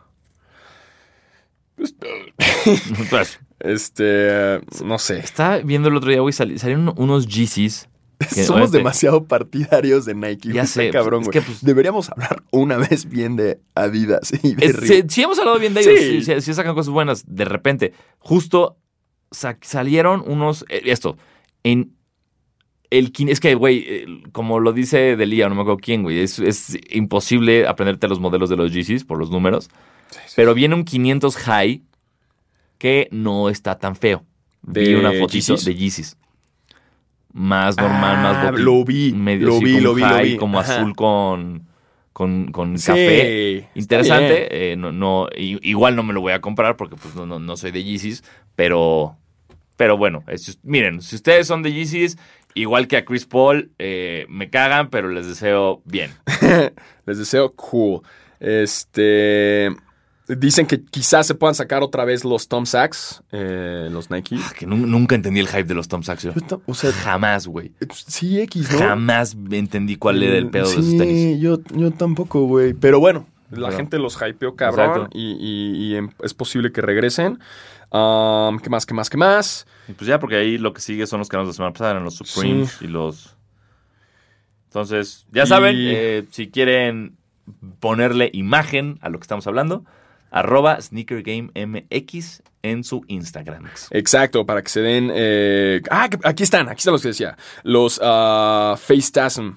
Speaker 2: Pues,
Speaker 1: este. No sé.
Speaker 2: estaba viendo el otro día, güey, sali- salieron unos GCs. que obviamente-
Speaker 1: demasiado partidarios de Nike.
Speaker 2: Ya
Speaker 1: está
Speaker 2: sé,
Speaker 1: cabrón,
Speaker 2: es
Speaker 1: güey.
Speaker 2: que, pues-
Speaker 1: Deberíamos hablar una vez bien de Adidas y de
Speaker 2: Es-
Speaker 1: Reebok.
Speaker 2: sí, sí hemos hablado bien de ellos.
Speaker 1: Sí.
Speaker 2: Sí. sí- sí sacan cosas buenas. De repente, justo sa- salieron unos. eh, Esto, en el quin- Es que, güey, el- como lo dice Delia, no me acuerdo quién, güey. Es, es imposible aprenderte los modelos de los GCs por los números. Pero viene un 500 high que no está tan feo.
Speaker 1: ¿De
Speaker 2: Vi una fotito
Speaker 1: GCs?
Speaker 2: de GCs. Más normal,
Speaker 1: Ah,
Speaker 2: más botín.
Speaker 1: lo vi,
Speaker 2: Medio
Speaker 1: lo
Speaker 2: así
Speaker 1: vi,
Speaker 2: como
Speaker 1: lo vi, lo
Speaker 2: high,
Speaker 1: vi.
Speaker 2: Como
Speaker 1: Ajá.
Speaker 2: azul con, con, con
Speaker 1: Sí,
Speaker 2: café.
Speaker 1: está bien.
Speaker 2: Interesante, eh, no, no, i- igual no me lo voy a comprar porque pues no, no, no soy de Yeezys, pero, pero bueno, es- miren, si ustedes son de Yeezys, igual que a Chris Paul, eh, me cagan, pero les deseo bien.
Speaker 1: Les deseo cool. Este. Dicen que quizás se puedan sacar otra vez los Tom Sacks, eh, los Nike.
Speaker 2: Que nu- nunca entendí el hype de los Tom Sacks, yo.
Speaker 1: Yo tam- O sea,
Speaker 2: Jamás, güey.
Speaker 1: sí, X, ¿no?
Speaker 2: Jamás entendí cuál era el pedo de
Speaker 1: Sí,
Speaker 2: sus tenis.
Speaker 1: Yo, yo tampoco, güey. Pero bueno, la
Speaker 2: Pero-
Speaker 1: gente los hypeó cabrón
Speaker 2: Exacto.
Speaker 1: y, y- y em- es posible que regresen. Am, ¿Qué más, qué más, qué más?
Speaker 2: Y Pues ya, porque ahí lo que sigue son los que hablamos la semana pasada, eran los Supremes y los... Entonces, ya
Speaker 1: Y-
Speaker 2: saben, eh, si quieren ponerle imagen a lo que estamos hablando, arroba sneakergamemx en su Instagram.
Speaker 1: Exacto, para que se den... eh, Ah, que- aquí están, aquí están los que decía. Los ah, FaceTasm.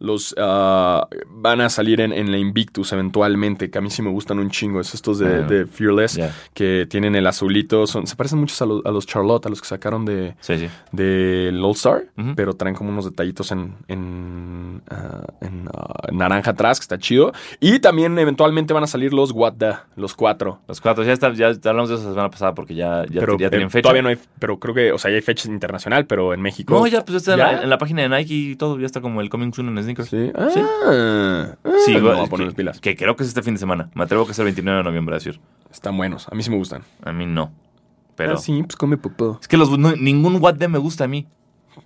Speaker 1: Los ah, van a salir en, en la Invictus eventualmente, que a mí sí me gustan un chingo. Es estos de,
Speaker 2: Ah,
Speaker 1: de Fearless
Speaker 2: ya.
Speaker 1: que tienen el azulito. Son, se parecen muchos a, los- a los Charlotte, a los que sacaron de,
Speaker 2: Sí, sí.
Speaker 1: del All Star,
Speaker 2: Ujú.
Speaker 1: pero traen como unos detallitos en, en, ah, en, ah, naranja atrás, que está chido. Y también eventualmente van a salir los What the, los cuatro.
Speaker 2: Los cuatro, ya, está, ya hablamos de eso la semana pasada porque ya, ya,
Speaker 1: pero
Speaker 2: ya tienen
Speaker 1: eh,
Speaker 2: fecha.
Speaker 1: Todavía no hay, pero creo que, o sea, ya hay fecha internacional, pero en México.
Speaker 2: No, ya, pues está en
Speaker 1: ¿Ya?
Speaker 2: la- en la página de Nike y todo, ya está como el coming soon en sneakers.
Speaker 1: Sí. Ah, ah,
Speaker 2: Sí,
Speaker 1: me
Speaker 2: va-
Speaker 1: voy a poner las
Speaker 2: que,
Speaker 1: pilas.
Speaker 2: que creo que es este fin de semana. Me atrevo que es el 29 de noviembre, a decir.
Speaker 1: Están buenos. A mí sí me gustan.
Speaker 2: A mí no. Pero.
Speaker 1: Ah, sí, pues come popó.
Speaker 2: Es que los, no- ningún What Them me gusta a mí.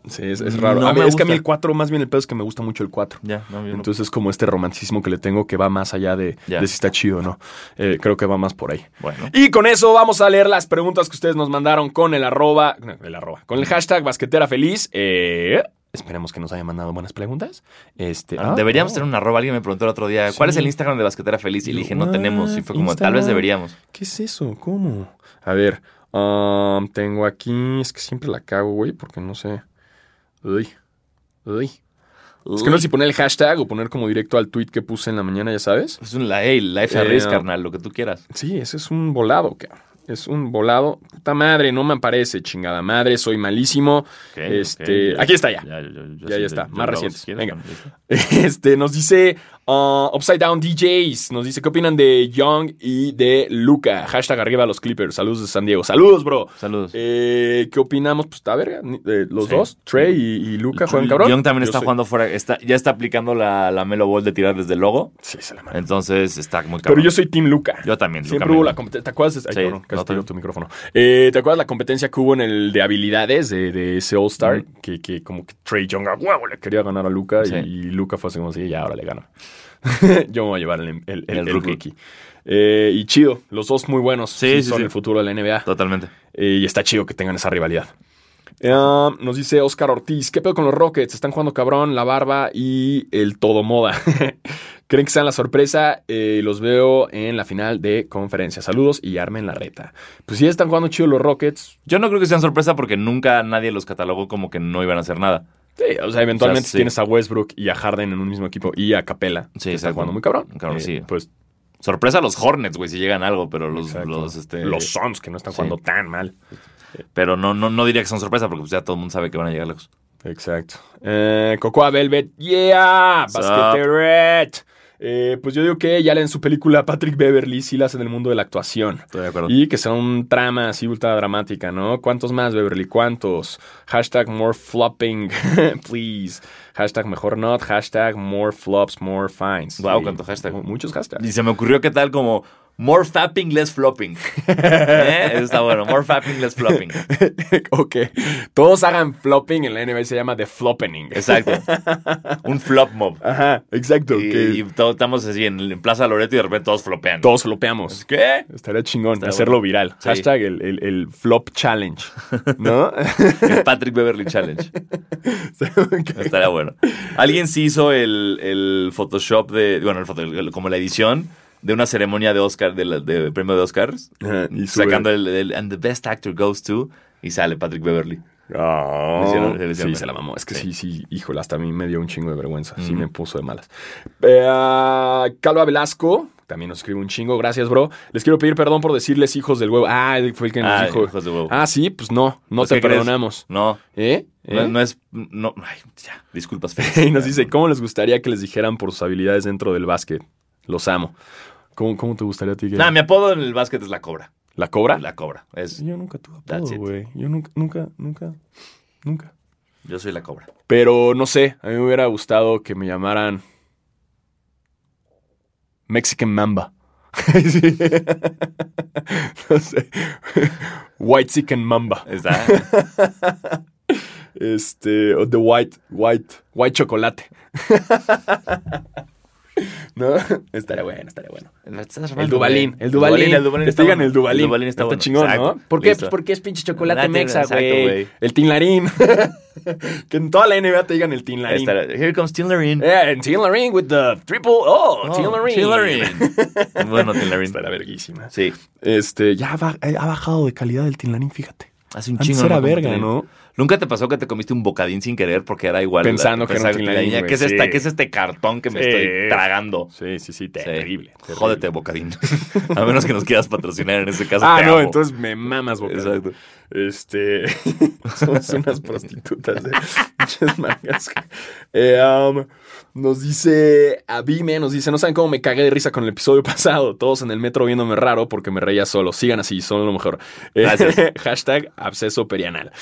Speaker 1: Sí, es, es raro.
Speaker 2: No
Speaker 1: A mí-
Speaker 2: me
Speaker 1: es que a mí
Speaker 2: gusta.
Speaker 1: el 4, más bien el pedo es que me gusta mucho el 4.
Speaker 2: Ya, no, yo no.
Speaker 1: Entonces, como este romanticismo que le tengo que va más allá de,
Speaker 2: Ya.
Speaker 1: de si está chido o no. Eh, creo que va más por ahí.
Speaker 2: Bueno.
Speaker 1: Y con eso vamos a leer las preguntas que ustedes nos mandaron con el arroba, no, el arroba, con el hashtag basquetera feliz. Eh, esperemos que nos hayan mandado buenas preguntas. Este, ah,
Speaker 2: deberíamos
Speaker 1: no.
Speaker 2: tener un arroba. Alguien me preguntó el otro día, ¿cuál
Speaker 1: Sí.
Speaker 2: es el Instagram de Basquetera Feliz? Y le dije, no
Speaker 1: What?
Speaker 2: tenemos. Y fue como, tal
Speaker 1: Instagram.
Speaker 2: vez deberíamos.
Speaker 1: ¿Qué es eso? ¿Cómo? A ver, um, tengo aquí, es que siempre la cago, güey, porque no sé. Uy, uy. Es que no sé si poner el hashtag o poner como directo al tweet que puse en la mañana, ya sabes.
Speaker 2: Es un la hey, life a
Speaker 1: Eh,
Speaker 2: risk,
Speaker 1: no.
Speaker 2: carnal, lo que tú quieras.
Speaker 1: Sí, ese es un volado, cabrón. Es un volado. Puta madre, no me aparece, chingada madre, soy malísimo. este, aquí está ya.
Speaker 2: Ya, yo- yo- yo
Speaker 1: Ya, ya
Speaker 2: sí,
Speaker 1: está.
Speaker 2: yo
Speaker 1: Más
Speaker 2: lo hago
Speaker 1: recientes.
Speaker 2: si quieres,
Speaker 1: Venga.
Speaker 2: pero listo.
Speaker 1: Este, nos dice ah, Upside Down DJs. Nos dice, ¿qué opinan de Young y de Luca? Hashtag arriba los Clippers. Saludos de San Diego. Saludos, bro.
Speaker 2: Saludos.
Speaker 1: Eh, ¿Qué opinamos? Pues está verga. Ni- eh, los
Speaker 2: Sí.
Speaker 1: dos, Trey y, y Luca, juegan cabrón.
Speaker 2: Young también
Speaker 1: Yo
Speaker 2: está
Speaker 1: soy-
Speaker 2: jugando fuera. Está, ya está aplicando la, la Melo Ball de tirar desde el logo.
Speaker 1: Sí, se la madre.
Speaker 2: Entonces está muy
Speaker 1: Pero
Speaker 2: cabrón.
Speaker 1: yo soy Team Luca.
Speaker 2: Yo también, Luka
Speaker 1: Siempre
Speaker 2: Melo.
Speaker 1: hubo la competencia. ¿Te acuerdas? de- Ay,
Speaker 2: Sí,
Speaker 1: cabrón, casi
Speaker 2: no,
Speaker 1: tiro
Speaker 2: también.
Speaker 1: tu micrófono. Eh, ¿Te acuerdas la competencia que hubo en el de habilidades de, de ese All-Star? que, que como que Trey Young a huevo le quería ganar a Luca
Speaker 2: Sí.
Speaker 1: y, Luca fue así como así, ya ahora le gana. Yo me voy a llevar el, el, el-
Speaker 2: El
Speaker 1: el
Speaker 2: rookie.
Speaker 1: rookie. Eh, y chido, los dos muy buenos.
Speaker 2: Sí, sí,
Speaker 1: son
Speaker 2: sí.
Speaker 1: el futuro de la NBA.
Speaker 2: Totalmente.
Speaker 1: Eh, y está chido que tengan esa rivalidad. Eh, um, nos dice Oscar Ortiz, ¿qué pedo con los Rockets? Están jugando cabrón, la barba y el todo moda. ¿Creen que sean la sorpresa? Eh, los veo en la final de conferencia. Saludos y armen la reta. Pues sí, están jugando chido los Rockets.
Speaker 2: Yo no creo que sean sorpresa porque nunca nadie los catalogó como que no iban a hacer nada.
Speaker 1: Sí, o sea, eventualmente
Speaker 2: O sea,
Speaker 1: si
Speaker 2: sí.
Speaker 1: tienes a Westbrook y a Harden en un mismo equipo y a Capela,
Speaker 2: Sí,
Speaker 1: que están
Speaker 2: exacto.
Speaker 1: jugando muy cabrón.
Speaker 2: Cabrón, Eh, sí.
Speaker 1: Pues
Speaker 2: Sorpresa los Hornets, güey, si llegan a algo, pero los,
Speaker 1: exacto.
Speaker 2: los, este,
Speaker 1: los Suns, que no están
Speaker 2: sí.
Speaker 1: jugando tan mal.
Speaker 2: Pero no, no, no diría que son sorpresa porque pues, ya todo el mundo sabe que van a llegar lejos.
Speaker 1: Exacto. Eh, Cocoa Velvet, yeah,
Speaker 2: Sup.
Speaker 1: basqueteret. Eh, pues yo digo que ya leen su película Patrick Beverly, sí la hacen en el mundo de la actuación.
Speaker 2: Estoy de acuerdo.
Speaker 1: Y que sea un trama así ultra dramática, ¿no? ¿Cuántos más, Beverly? ¿Cuántos? Hashtag more flopping, please. Hashtag mejor not. Hashtag more flops, more fines.
Speaker 2: Wow,
Speaker 1: Sí.
Speaker 2: cuánto hashtag.
Speaker 1: Mu- Muchos hashtags.
Speaker 2: Y se me ocurrió que tal como more fapping, less flopping. ¿Eh? Eso está bueno. More fapping, less flopping.
Speaker 1: ok. Todos hagan flopping en la NBA, se llama The Floppening.
Speaker 2: Exacto. Un flop mob.
Speaker 1: Ajá, exacto.
Speaker 2: Y,
Speaker 1: que
Speaker 2: y todos estamos así en, en Plaza Loreto y de repente todos flopean.
Speaker 1: todos flopeamos.
Speaker 2: ¿Qué?
Speaker 1: Estaría chingón
Speaker 2: Estaría
Speaker 1: hacerlo
Speaker 2: bueno.
Speaker 1: viral.
Speaker 2: Sí.
Speaker 1: Hashtag el, el- el flop challenge. ¿No?
Speaker 2: El Patrick Beverly Challenge. Estaría bueno. Alguien sí hizo el, el Photoshop de. Bueno, el foto- el- como la edición de una ceremonia de Oscar, de, la- de premio de Oscars.
Speaker 1: Ajá, y sube.
Speaker 2: sacando el, el- And the best actor goes to. Y sale Patrick Beverly.
Speaker 1: Ah.
Speaker 2: Le hicieron- le hicieron-
Speaker 1: sí, se la mamó. Es que sí, sí, híjole, hasta a mí me dio un chingo de vergüenza. Sí, me puso de malas. Eh, ah, Calva Velasco también nos escribe un chingo. Gracias, bro. Les quiero pedir perdón por decirles hijos del huevo. Ah, él fue el que nos
Speaker 2: Ah,
Speaker 1: dijo.
Speaker 2: hijos de huevo.
Speaker 1: Ah, sí, pues no, no
Speaker 2: Pues,
Speaker 1: te
Speaker 2: ¿qué crees?
Speaker 1: perdonamos.
Speaker 2: No.
Speaker 1: ¿Eh?
Speaker 2: No,
Speaker 1: ¿Eh?
Speaker 2: no es. No, ay, ya, disculpas. Fer.
Speaker 1: Y nos dice, ¿cómo les gustaría que les dijeran por sus habilidades dentro del básquet? Los amo. ¿Cómo, cómo te gustaría a ti que
Speaker 2: Nah, mi apodo en el básquet es la cobra.
Speaker 1: la cobra?
Speaker 2: La cobra. Es,
Speaker 1: Yo nunca tuve
Speaker 2: That's
Speaker 1: apodo,
Speaker 2: it.
Speaker 1: güey. Yo nunca, nunca, nunca, nunca.
Speaker 2: yo soy la cobra.
Speaker 1: Pero no sé, a mí me hubiera gustado que me llamaran Mexican Mamba. Sí. no sé. White Chicken Mamba.
Speaker 2: Está.
Speaker 1: Este, o The White, White, White Chocolate. ¿No? Estaría bueno, estaría bueno. El Dubalín, el Dubalín.
Speaker 2: El Dubalín
Speaker 1: Que
Speaker 2: está
Speaker 1: te digan
Speaker 2: bueno.
Speaker 1: el Dubalín.
Speaker 2: El Dubalín está,
Speaker 1: está
Speaker 2: bueno.
Speaker 1: chingón,
Speaker 2: Exacto.
Speaker 1: ¿no? ¿Por qué?
Speaker 2: Listo.
Speaker 1: Pues porque es pinche chocolate
Speaker 2: Nada,
Speaker 1: mexa,
Speaker 2: exacto,
Speaker 1: güey.
Speaker 2: güey.
Speaker 1: El tinlarín. que en toda la NBA te digan el Eh, tinlarín.
Speaker 2: Está- Here comes Tillerín.
Speaker 1: Yeah, and tinlarín with the triple O.
Speaker 2: Oh,
Speaker 1: tinlarín.
Speaker 2: bueno, Tillerín.
Speaker 1: Estará verguísima.
Speaker 2: Sí.
Speaker 1: Este, ya ba- eh, ha bajado de calidad el tinlarín, fíjate.
Speaker 2: Hace un
Speaker 1: Antes
Speaker 2: chingo.
Speaker 1: era
Speaker 2: no comía
Speaker 1: verga,
Speaker 2: Tillerín.
Speaker 1: ¿no?
Speaker 2: ¿Nunca te pasó que te comiste un bocadín sin querer porque era igual?
Speaker 1: Pensando que era un
Speaker 2: Pensaba
Speaker 1: Tillerín,
Speaker 2: tenía-
Speaker 1: güey,
Speaker 2: ¿Qué es,
Speaker 1: sí.
Speaker 2: esta, ¿Qué es este cartón que me
Speaker 1: Sí.
Speaker 2: estoy tragando?
Speaker 1: Sí, sí, sí,
Speaker 2: Sí.
Speaker 1: terrible. terrible.
Speaker 2: Jódete, bocadín. A menos que nos quieras patrocinar en ese caso.
Speaker 1: Ah,
Speaker 2: te
Speaker 1: no,
Speaker 2: amo.
Speaker 1: entonces me mamas, boca.
Speaker 2: Exacto.
Speaker 1: Este. Somos unas prostitutas de muchas mangas. Eh, um, nos dice Abime, nos dice: No saben cómo me cagué de risa con el episodio pasado. Todos en el metro viéndome raro porque me reía solo. Sigan así, son lo mejor. Eh,
Speaker 2: Gracias.
Speaker 1: hashtag absceso perianal.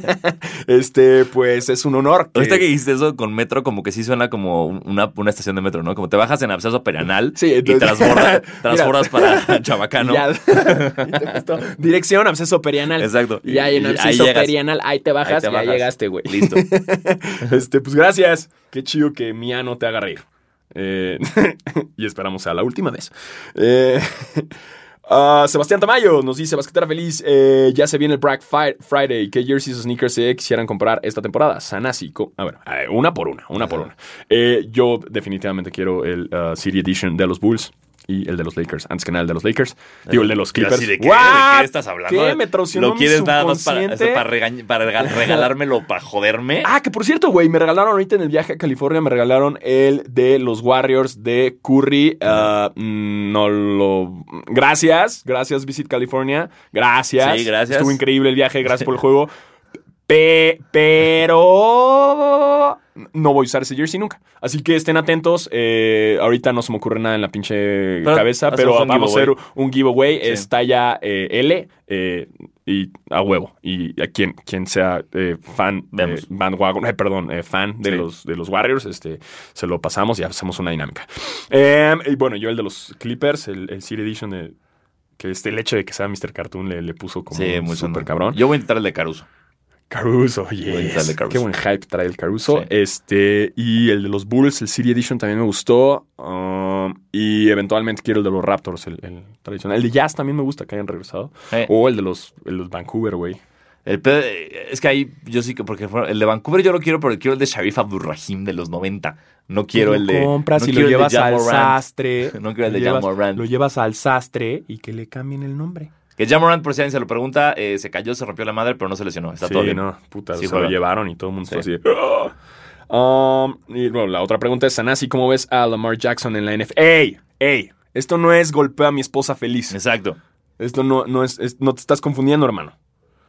Speaker 1: este, pues es un honor. que-
Speaker 2: Ahorita que dijiste eso con metro, como que sí suena como un- una, una estación de metro, ¿no? Como te bajas en absceso peranal
Speaker 1: Sí, entonces-
Speaker 2: y transborda- transbordas para
Speaker 1: Y
Speaker 2: Chabacano.
Speaker 1: ya- y te prestó dirección, absceso perianal.
Speaker 2: Exacto.
Speaker 1: Y ahí en
Speaker 2: Y- y ahí
Speaker 1: absceso
Speaker 2: llegas.
Speaker 1: perianal, ahí te bajas
Speaker 2: te
Speaker 1: y ahí
Speaker 2: bajas.
Speaker 1: llegaste, güey.
Speaker 2: Listo.
Speaker 1: Este, pues gracias. Qué chido que Mía no te haga reír. Eh, y esperamos a la última vez. Eh, ah, Sebastián Tamayo nos dice, basquetera feliz, eh, ya se viene el Black Fi- Friday. ¿Qué jerseys o sneakers se quisieran comprar esta temporada? Sanasi. co- Ah, bueno, eh, una por una, una por una. Eh, yo definitivamente quiero el ah, City uh, Edition de los Bulls. y el de los Lakers. Antes que nada, el de los Lakers. Digo, el de los
Speaker 2: Y yo
Speaker 1: Clippers.
Speaker 2: así, ¿de qué? ¿De
Speaker 1: ¿What?
Speaker 2: qué estás hablando?
Speaker 1: ¿Qué? Me traicionó
Speaker 2: ¿Lo
Speaker 1: mi
Speaker 2: quieres nada más para,
Speaker 1: subconsciente?
Speaker 2: para, regañ- para rega- regalármelo, para joderme?
Speaker 1: Ah, que por cierto, güey, me regalaron ahorita en el viaje a California, me regalaron el de los Warriors de Curry. Ah, mm, no lo. Gracias, gracias, Visit California. Gracias.
Speaker 2: Sí, gracias.
Speaker 1: Estuvo increíble el viaje, gracias por el juego. Pe- pero. No voy a usar ese jersey nunca. Así que estén atentos. eh, ahorita no se me ocurre nada en la pinche
Speaker 2: Pero
Speaker 1: cabeza,
Speaker 2: hacemos
Speaker 1: pero
Speaker 2: un
Speaker 1: vamos a hacer
Speaker 2: giveaway.
Speaker 1: un giveaway.
Speaker 2: Sí.
Speaker 1: Es talla eh, L. eh, y a huevo. Y a quien, quien sea eh, fan de
Speaker 2: Vemos.
Speaker 1: bandwagon, eh, perdón, eh, fan de,
Speaker 2: Sí.
Speaker 1: los, de los Warriors, este, se lo pasamos y hacemos una dinámica. Em, y bueno, yo el de los Clippers, el, el City Edition, de, que este, el hecho de que sea Mr. Cartoon le, le puso como
Speaker 2: sí,
Speaker 1: un
Speaker 2: muy
Speaker 1: super
Speaker 2: súper
Speaker 1: cabrón.
Speaker 2: Yo voy a intentar el de Caruso.
Speaker 1: Caruso,
Speaker 2: Buen
Speaker 1: yes.
Speaker 2: tal de Caruso.
Speaker 1: Qué buen hype trae el Caruso.
Speaker 2: Sí.
Speaker 1: Este, y el de los Bulls, el City Edition también me gustó. Um, y eventualmente quiero el de los Raptors, el, el tradicional. El de Jazz también me gusta que hayan regresado.
Speaker 2: Eh.
Speaker 1: O el de los, el de los Vancouver, güey.
Speaker 2: El pedo, eh, es que ahí yo sí que, porque bueno, el de Vancouver yo lo quiero, pero quiero el de Sharif Abdurrahim de los 90. No quiero el de.
Speaker 1: compras
Speaker 2: no
Speaker 1: y lo
Speaker 2: quiero el de
Speaker 1: llevas
Speaker 2: Ja
Speaker 1: al
Speaker 2: Morant.
Speaker 1: sastre.
Speaker 2: No quiero el
Speaker 1: Lo
Speaker 2: de Ja
Speaker 1: llevas-
Speaker 2: Morant.
Speaker 1: Lo llevas al sastre y que le cambien el nombre.
Speaker 2: Que John Morant, por si alguien se lo pregunta, eh, se cayó, se rompió la madre, pero no se lesionó. Está
Speaker 1: sí,
Speaker 2: todo bien.
Speaker 1: no, puta, se
Speaker 2: Sí,
Speaker 1: lo
Speaker 2: juega.
Speaker 1: llevaron y todo el mundo
Speaker 2: Sí.
Speaker 1: fue así. de, "Ah". Um, y bueno, la otra pregunta es, Sanasi, ¿cómo ves a Lamar Jackson en la NFL? ¡Ey! ¡Ey! Esto no es golpea a mi esposa feliz.
Speaker 2: Exacto.
Speaker 1: Esto no, no es, es- no te estás confundiendo, hermano.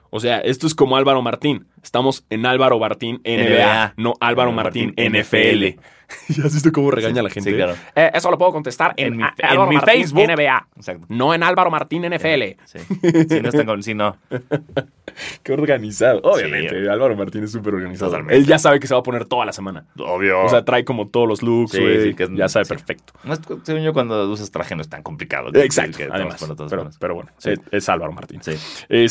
Speaker 1: O sea, esto es como Álvaro Martín. Estamos en Álvaro Martín NBA,
Speaker 2: NBA,
Speaker 1: no Álvaro Martín, NFL. ¿Ya has visto cómo regaña a la
Speaker 2: Sí,
Speaker 1: gente?
Speaker 2: sí, claro.
Speaker 1: Eh, eso lo puedo contestar en,
Speaker 2: En mi-
Speaker 1: a-
Speaker 2: en
Speaker 1: Álvaro
Speaker 2: mi
Speaker 1: Martín
Speaker 2: Facebook.
Speaker 1: NBA,
Speaker 2: Exacto. Eh,
Speaker 1: no en Álvaro Martín NFL.
Speaker 2: Sí. Sí, no están con. Sí, no.
Speaker 1: Qué organizado. Obviamente,
Speaker 2: Sí.
Speaker 1: Álvaro Martín es súper organizado.
Speaker 2: Totalmente.
Speaker 1: Él ya sabe que se va a poner toda la semana.
Speaker 2: Obvio.
Speaker 1: O sea, trae como todos los looks,
Speaker 2: Sí,
Speaker 1: güey.
Speaker 2: sí, que es-
Speaker 1: ya sabe
Speaker 2: sí.
Speaker 1: perfecto.
Speaker 2: No es- según yo, cuando usas traje no es tan complicado.
Speaker 1: Exacto.
Speaker 2: Que- que-
Speaker 1: además.
Speaker 2: todos, todos,
Speaker 1: pero,
Speaker 2: todos.
Speaker 1: pero bueno,
Speaker 2: Sí.
Speaker 1: es, es Álvaro Martín.
Speaker 2: Sí.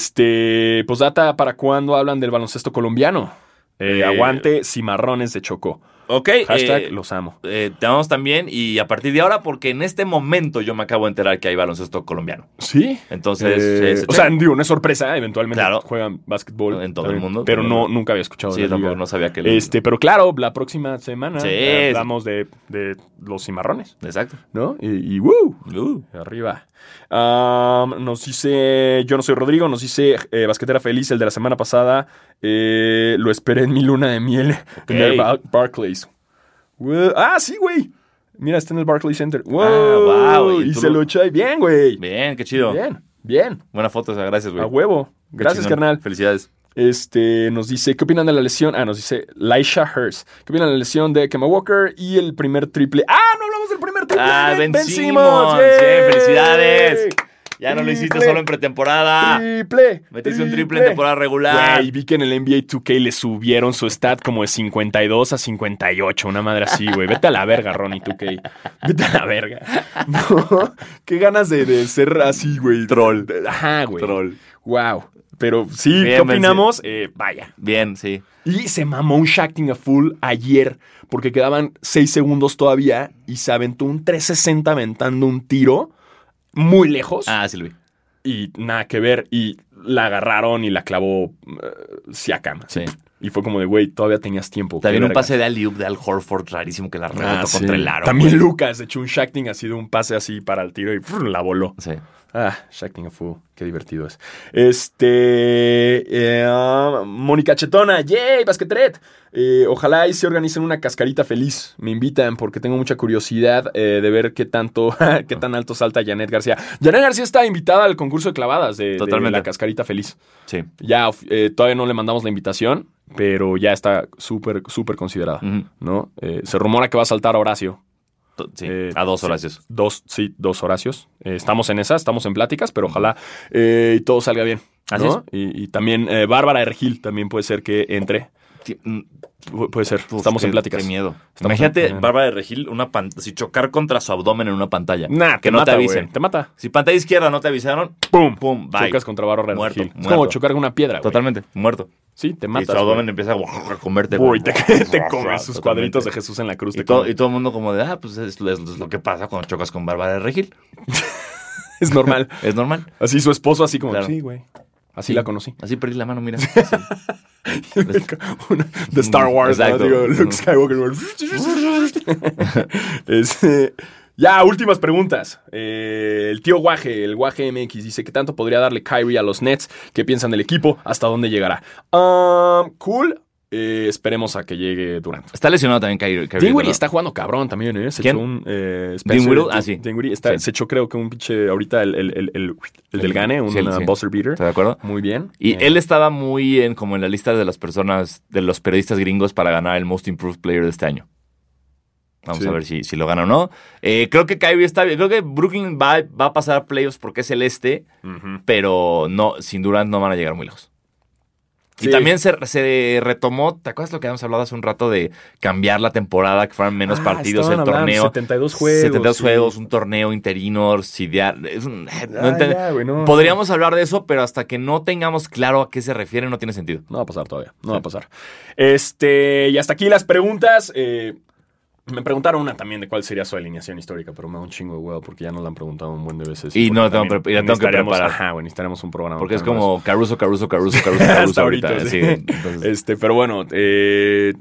Speaker 1: Este, pues data, ¿para cuándo hablan del baloncesto colombiano? Eh,
Speaker 2: Eh,
Speaker 1: aguante cimarrones de Chocó.
Speaker 2: Ok.
Speaker 1: Hashtag
Speaker 2: eh,
Speaker 1: los amo.
Speaker 2: eh, te amamos también y a partir de ahora, porque en este momento yo me acabo de enterar que hay baloncesto colombiano.
Speaker 1: ¿Sí?
Speaker 2: Entonces,
Speaker 1: Eh,
Speaker 2: sí, se
Speaker 1: o sea,
Speaker 2: checa.
Speaker 1: digo, no es sorpresa, eventualmente
Speaker 2: Claro.
Speaker 1: juegan básquetbol
Speaker 2: En todo el mundo,
Speaker 1: Pero
Speaker 2: pero
Speaker 1: no,
Speaker 2: no.
Speaker 1: nunca había escuchado
Speaker 2: sí,
Speaker 1: de
Speaker 2: yo
Speaker 1: la
Speaker 2: tampoco
Speaker 1: liga.
Speaker 2: no sabía que... el-
Speaker 1: Este, pero claro, la próxima semana
Speaker 2: Sí,
Speaker 1: eh,
Speaker 2: sí.
Speaker 1: hablamos de, de los cimarrones,
Speaker 2: Exacto.
Speaker 1: ¿no? Y, y ¡woo!
Speaker 2: Uh,
Speaker 1: Arriba. Am, nos dice, yo no soy Rodrigo, nos dice eh, Basquetera Feliz, el de la semana pasada. eh, lo esperé en mi luna de miel en el Bar- Barclays. Wow. Ah, sí, güey. Mira, está en el Barclays Center. Wow.
Speaker 2: Ah, wow, y
Speaker 1: Y
Speaker 2: tú
Speaker 1: se
Speaker 2: lo-
Speaker 1: lo echó ahí. Bien, güey.
Speaker 2: bien, qué chido.
Speaker 1: Bien, bien.
Speaker 2: Buena foto, o sea, gracias, güey.
Speaker 1: A huevo.
Speaker 2: Qué
Speaker 1: Gracias,
Speaker 2: chingón.
Speaker 1: carnal.
Speaker 2: Felicidades.
Speaker 1: Este, nos dice, ¿qué opinan de la lesión? Ah, nos dice Laisha Hurst. ¿Qué opinan de la lesión de Kemba Walker y el primer triple? ¡Ah, no hablamos del primer triple!
Speaker 2: Ah,
Speaker 1: de
Speaker 2: Ben
Speaker 1: Simmons!
Speaker 2: Simmons.
Speaker 1: ¡Yay!
Speaker 2: Bien, felicidades. Ya no lo hiciste
Speaker 1: Triple.
Speaker 2: solo en pretemporada.
Speaker 1: ¡Triple!
Speaker 2: Ah, Metiste un triple en temporada regular.
Speaker 1: Güey, vi que en el NBA 2K le subieron su stat como de 52 a 58. Una madre así, güey. Vete a la verga, Ronnie 2K. Vete a la verga. No, qué ganas de, de ser así, güey. Troll. Ajá, güey.
Speaker 2: Troll.
Speaker 1: Wow. Pero sí, ¿qué
Speaker 2: Bien, Ben
Speaker 1: opinamos? Eh, vaya.
Speaker 2: Bien, sí.
Speaker 1: Y se mamó un Shacking a Full ayer, porque quedaban 6 segundos todavía y se aventó un 360 aventando un tiro muy lejos
Speaker 2: Ah, sí lo vi.
Speaker 1: y nada que ver. Y la agarraron y la clavó eh, si Siakam.
Speaker 2: Sí.
Speaker 1: Y fue como de, güey, todavía tenías tiempo.
Speaker 2: También
Speaker 1: qué
Speaker 2: un
Speaker 1: verga".
Speaker 2: pase de Aliub de Al Horford rarísimo que la rebotó
Speaker 1: Ah, sí.
Speaker 2: contra el aro.
Speaker 1: También
Speaker 2: güey.
Speaker 1: Lucas echó un Shacking así de un pase así para el tiro y ¡frr! la voló.
Speaker 2: Sí.
Speaker 1: Ah, Shacking a Fool, qué divertido es. Este. eh, ah, Mónica Chetona, yay, basquetret. Eh, ojalá y se organicen una cascarita feliz. Me invitan porque tengo mucha curiosidad eh, de ver qué tanto, qué tan alto salta Janet García. Janet García está invitada al concurso de clavadas de, de
Speaker 2: Totalmente.
Speaker 1: la cascarita feliz.
Speaker 2: Sí.
Speaker 1: Ya, of- eh, todavía no le mandamos la invitación, pero ya está súper, súper considerada.
Speaker 2: Ujú.
Speaker 1: ¿No? Eh, se rumora que va a saltar Horacio.
Speaker 2: To- sí.
Speaker 1: Eh,
Speaker 2: A dos
Speaker 1: sí.
Speaker 2: horas.
Speaker 1: Dos, sí, dos Horacios. Eh, estamos en esas, estamos en pláticas, pero ojalá eh, todo salga bien.
Speaker 2: Así
Speaker 1: ¿no? Y, y también eh, Bárbara Ergil también puede ser que entre.
Speaker 2: mm,
Speaker 1: Pu- puede ser, estamos en pláticas.
Speaker 2: Qué pues, miedo.
Speaker 1: Estamos
Speaker 2: Imagínate,
Speaker 1: en-
Speaker 2: Bárbara de Regil, una pan- así chocar contra su abdomen en una pantalla.
Speaker 1: Nah,
Speaker 2: que no
Speaker 1: mata,
Speaker 2: te
Speaker 1: güey,
Speaker 2: avisen.
Speaker 1: Te mata.
Speaker 2: Si pantalla izquierda no te avisaron,
Speaker 1: ¡Pum!
Speaker 2: pum, bye.
Speaker 1: Chocas contra Bárbara
Speaker 2: Muerto,
Speaker 1: Ergil. Es
Speaker 2: muerto.
Speaker 1: como chocar con una piedra. güey.
Speaker 2: Totalmente, muerto.
Speaker 1: Sí, te
Speaker 2: y
Speaker 1: matas.
Speaker 2: su abdomen
Speaker 1: güey.
Speaker 2: empieza a a comerte.
Speaker 1: Uy, te, te
Speaker 2: Totalmente.
Speaker 1: comes sus cuadritos de Jesús en la cruz.
Speaker 2: Y
Speaker 1: te
Speaker 2: todo,
Speaker 1: comes.
Speaker 2: y todo el mundo como de, ah, pues es, es lo que pasa cuando chocas con Bárbara de Regil.
Speaker 1: Es normal.
Speaker 2: Es normal.
Speaker 1: Así su esposo, así como.
Speaker 2: Claro.
Speaker 1: Sí, güey. Así
Speaker 2: Sí.
Speaker 1: la conocí.
Speaker 2: Así perdí la mano, mira. Sí.
Speaker 1: Una- de Star Wars, ¿no?
Speaker 2: Exacto.
Speaker 1: Digo, Luke Skywalker. Es, eh, Ya, últimas preguntas. Eh, el tío Guaje, el Guaje MX, dice: ¿Qué tanto podría darle Kyrie a los Nets? ¿Qué piensan del equipo? ¿Hasta dónde llegará? Um, cool. Eh, esperemos a que llegue Durant.
Speaker 2: Está lesionado también Kyrie. Kyrie,
Speaker 1: Dinwiddie
Speaker 2: ¿no?
Speaker 1: está jugando cabrón también, ¿eh? Se
Speaker 2: ¿Quién?
Speaker 1: echó un. Eh, Spencer-
Speaker 2: Dinwiddie, ah, sí.
Speaker 1: Dinwiddie está-
Speaker 2: Sí.
Speaker 1: se echó, creo que un pinche. Ahorita el, el, el, el- el del Gane, un
Speaker 2: Sí, el- sí.
Speaker 1: buzzer beater.
Speaker 2: ¿Estás de acuerdo?
Speaker 1: Muy bien.
Speaker 2: Y
Speaker 1: Eh,
Speaker 2: él estaba muy en como en la lista de las personas, de los periodistas gringos para ganar el Most Improved Player de este año. Vamos
Speaker 1: Sí.
Speaker 2: a ver si, si lo gana o no. Eh, creo que Kyrie está bien. Creo que Brooklyn va, va a pasar a playoffs porque es el este,
Speaker 1: ujú.
Speaker 2: pero no, sin Durant no van a llegar muy lejos.
Speaker 1: Sí.
Speaker 2: Y también se, se retomó, ¿te acuerdas lo que habíamos hablado hace un rato de cambiar la temporada, que fueran menos
Speaker 1: Ah,
Speaker 2: partidos, el
Speaker 1: estaban hablando,
Speaker 2: torneo?
Speaker 1: 72 juegos.
Speaker 2: 72
Speaker 1: sí.
Speaker 2: juegos, un torneo interino, sidear. es un- no
Speaker 1: Ah,
Speaker 2: enten-
Speaker 1: ya, güey, no.
Speaker 2: Podríamos hablar de eso, pero hasta que no tengamos claro a qué se refiere, no tiene sentido.
Speaker 1: No va a pasar todavía. No va a pasar. Este, y hasta aquí las preguntas. Eh, me preguntaron una también de cuál sería su alineación histórica, pero me da un chingo de huevo porque ya nos la han preguntado un buen de veces.
Speaker 2: Y no la
Speaker 1: porque
Speaker 2: tengo
Speaker 1: también
Speaker 2: pre- y la tengo que
Speaker 1: necesitaríamos-
Speaker 2: preparar.
Speaker 1: Ajá, bueno, necesitaremos un programa.
Speaker 2: Porque es
Speaker 1: también
Speaker 2: como Caruso, Caruso, Caruso, Caruso, Caruso
Speaker 1: Hasta
Speaker 2: ahorita.
Speaker 1: ahorita, sí.
Speaker 2: sí. Entonces,
Speaker 1: para eso. Este, pero bueno, eh,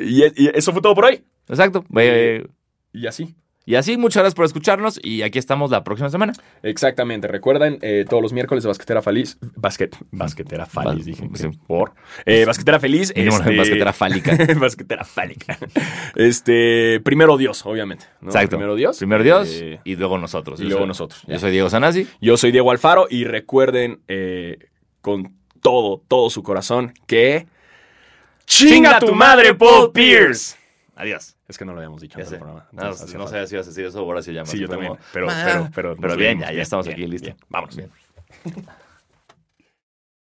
Speaker 1: y, y eso fue todo por hoy.
Speaker 2: Exacto. Eh,
Speaker 1: Y así.
Speaker 2: y así, muchas gracias por escucharnos y aquí estamos la próxima semana.
Speaker 1: Este, Exactamente. Recuerden, eh, todos los miércoles de Basquetera Feliz. Basquet, basquetera
Speaker 2: Bas-
Speaker 1: Feliz, dije.
Speaker 2: sí.
Speaker 1: Por. Eh, basquetera Feliz.
Speaker 2: Mínimo una
Speaker 1: este-
Speaker 2: basquetera fálica.
Speaker 1: basquetera fálica. Este, primero Dios, obviamente. ¿no?
Speaker 2: Exacto.
Speaker 1: Primero Dios.
Speaker 2: Primero Dios
Speaker 1: Eh,
Speaker 2: y luego nosotros.
Speaker 1: y
Speaker 2: Yo
Speaker 1: luego
Speaker 2: soy-
Speaker 1: nosotros,
Speaker 2: Yo
Speaker 1: ya.
Speaker 2: soy Diego Sanasi.
Speaker 1: yo soy Diego Alfaro y recuerden eh, con todo, todo su corazón que... ¡Chinga tu madre, Paul Pierce!
Speaker 2: Adiós.
Speaker 1: Es que no lo habíamos dicho
Speaker 2: Ya
Speaker 1: en el
Speaker 2: sé.
Speaker 1: programa.
Speaker 2: No,
Speaker 1: Entonces,
Speaker 2: no
Speaker 1: hacía
Speaker 2: sabía si ibas a decir eso o ahora se llama.
Speaker 1: Sí, yo
Speaker 2: Fue
Speaker 1: también.
Speaker 2: como,
Speaker 1: Pero,
Speaker 2: "Ah".
Speaker 1: pero, pero,
Speaker 2: Pero
Speaker 1: nos
Speaker 2: bien,
Speaker 1: vimos.
Speaker 2: ya, ya estamos
Speaker 1: Pues bien,
Speaker 2: aquí, listo.
Speaker 1: bien. Vámonos.
Speaker 2: Bien.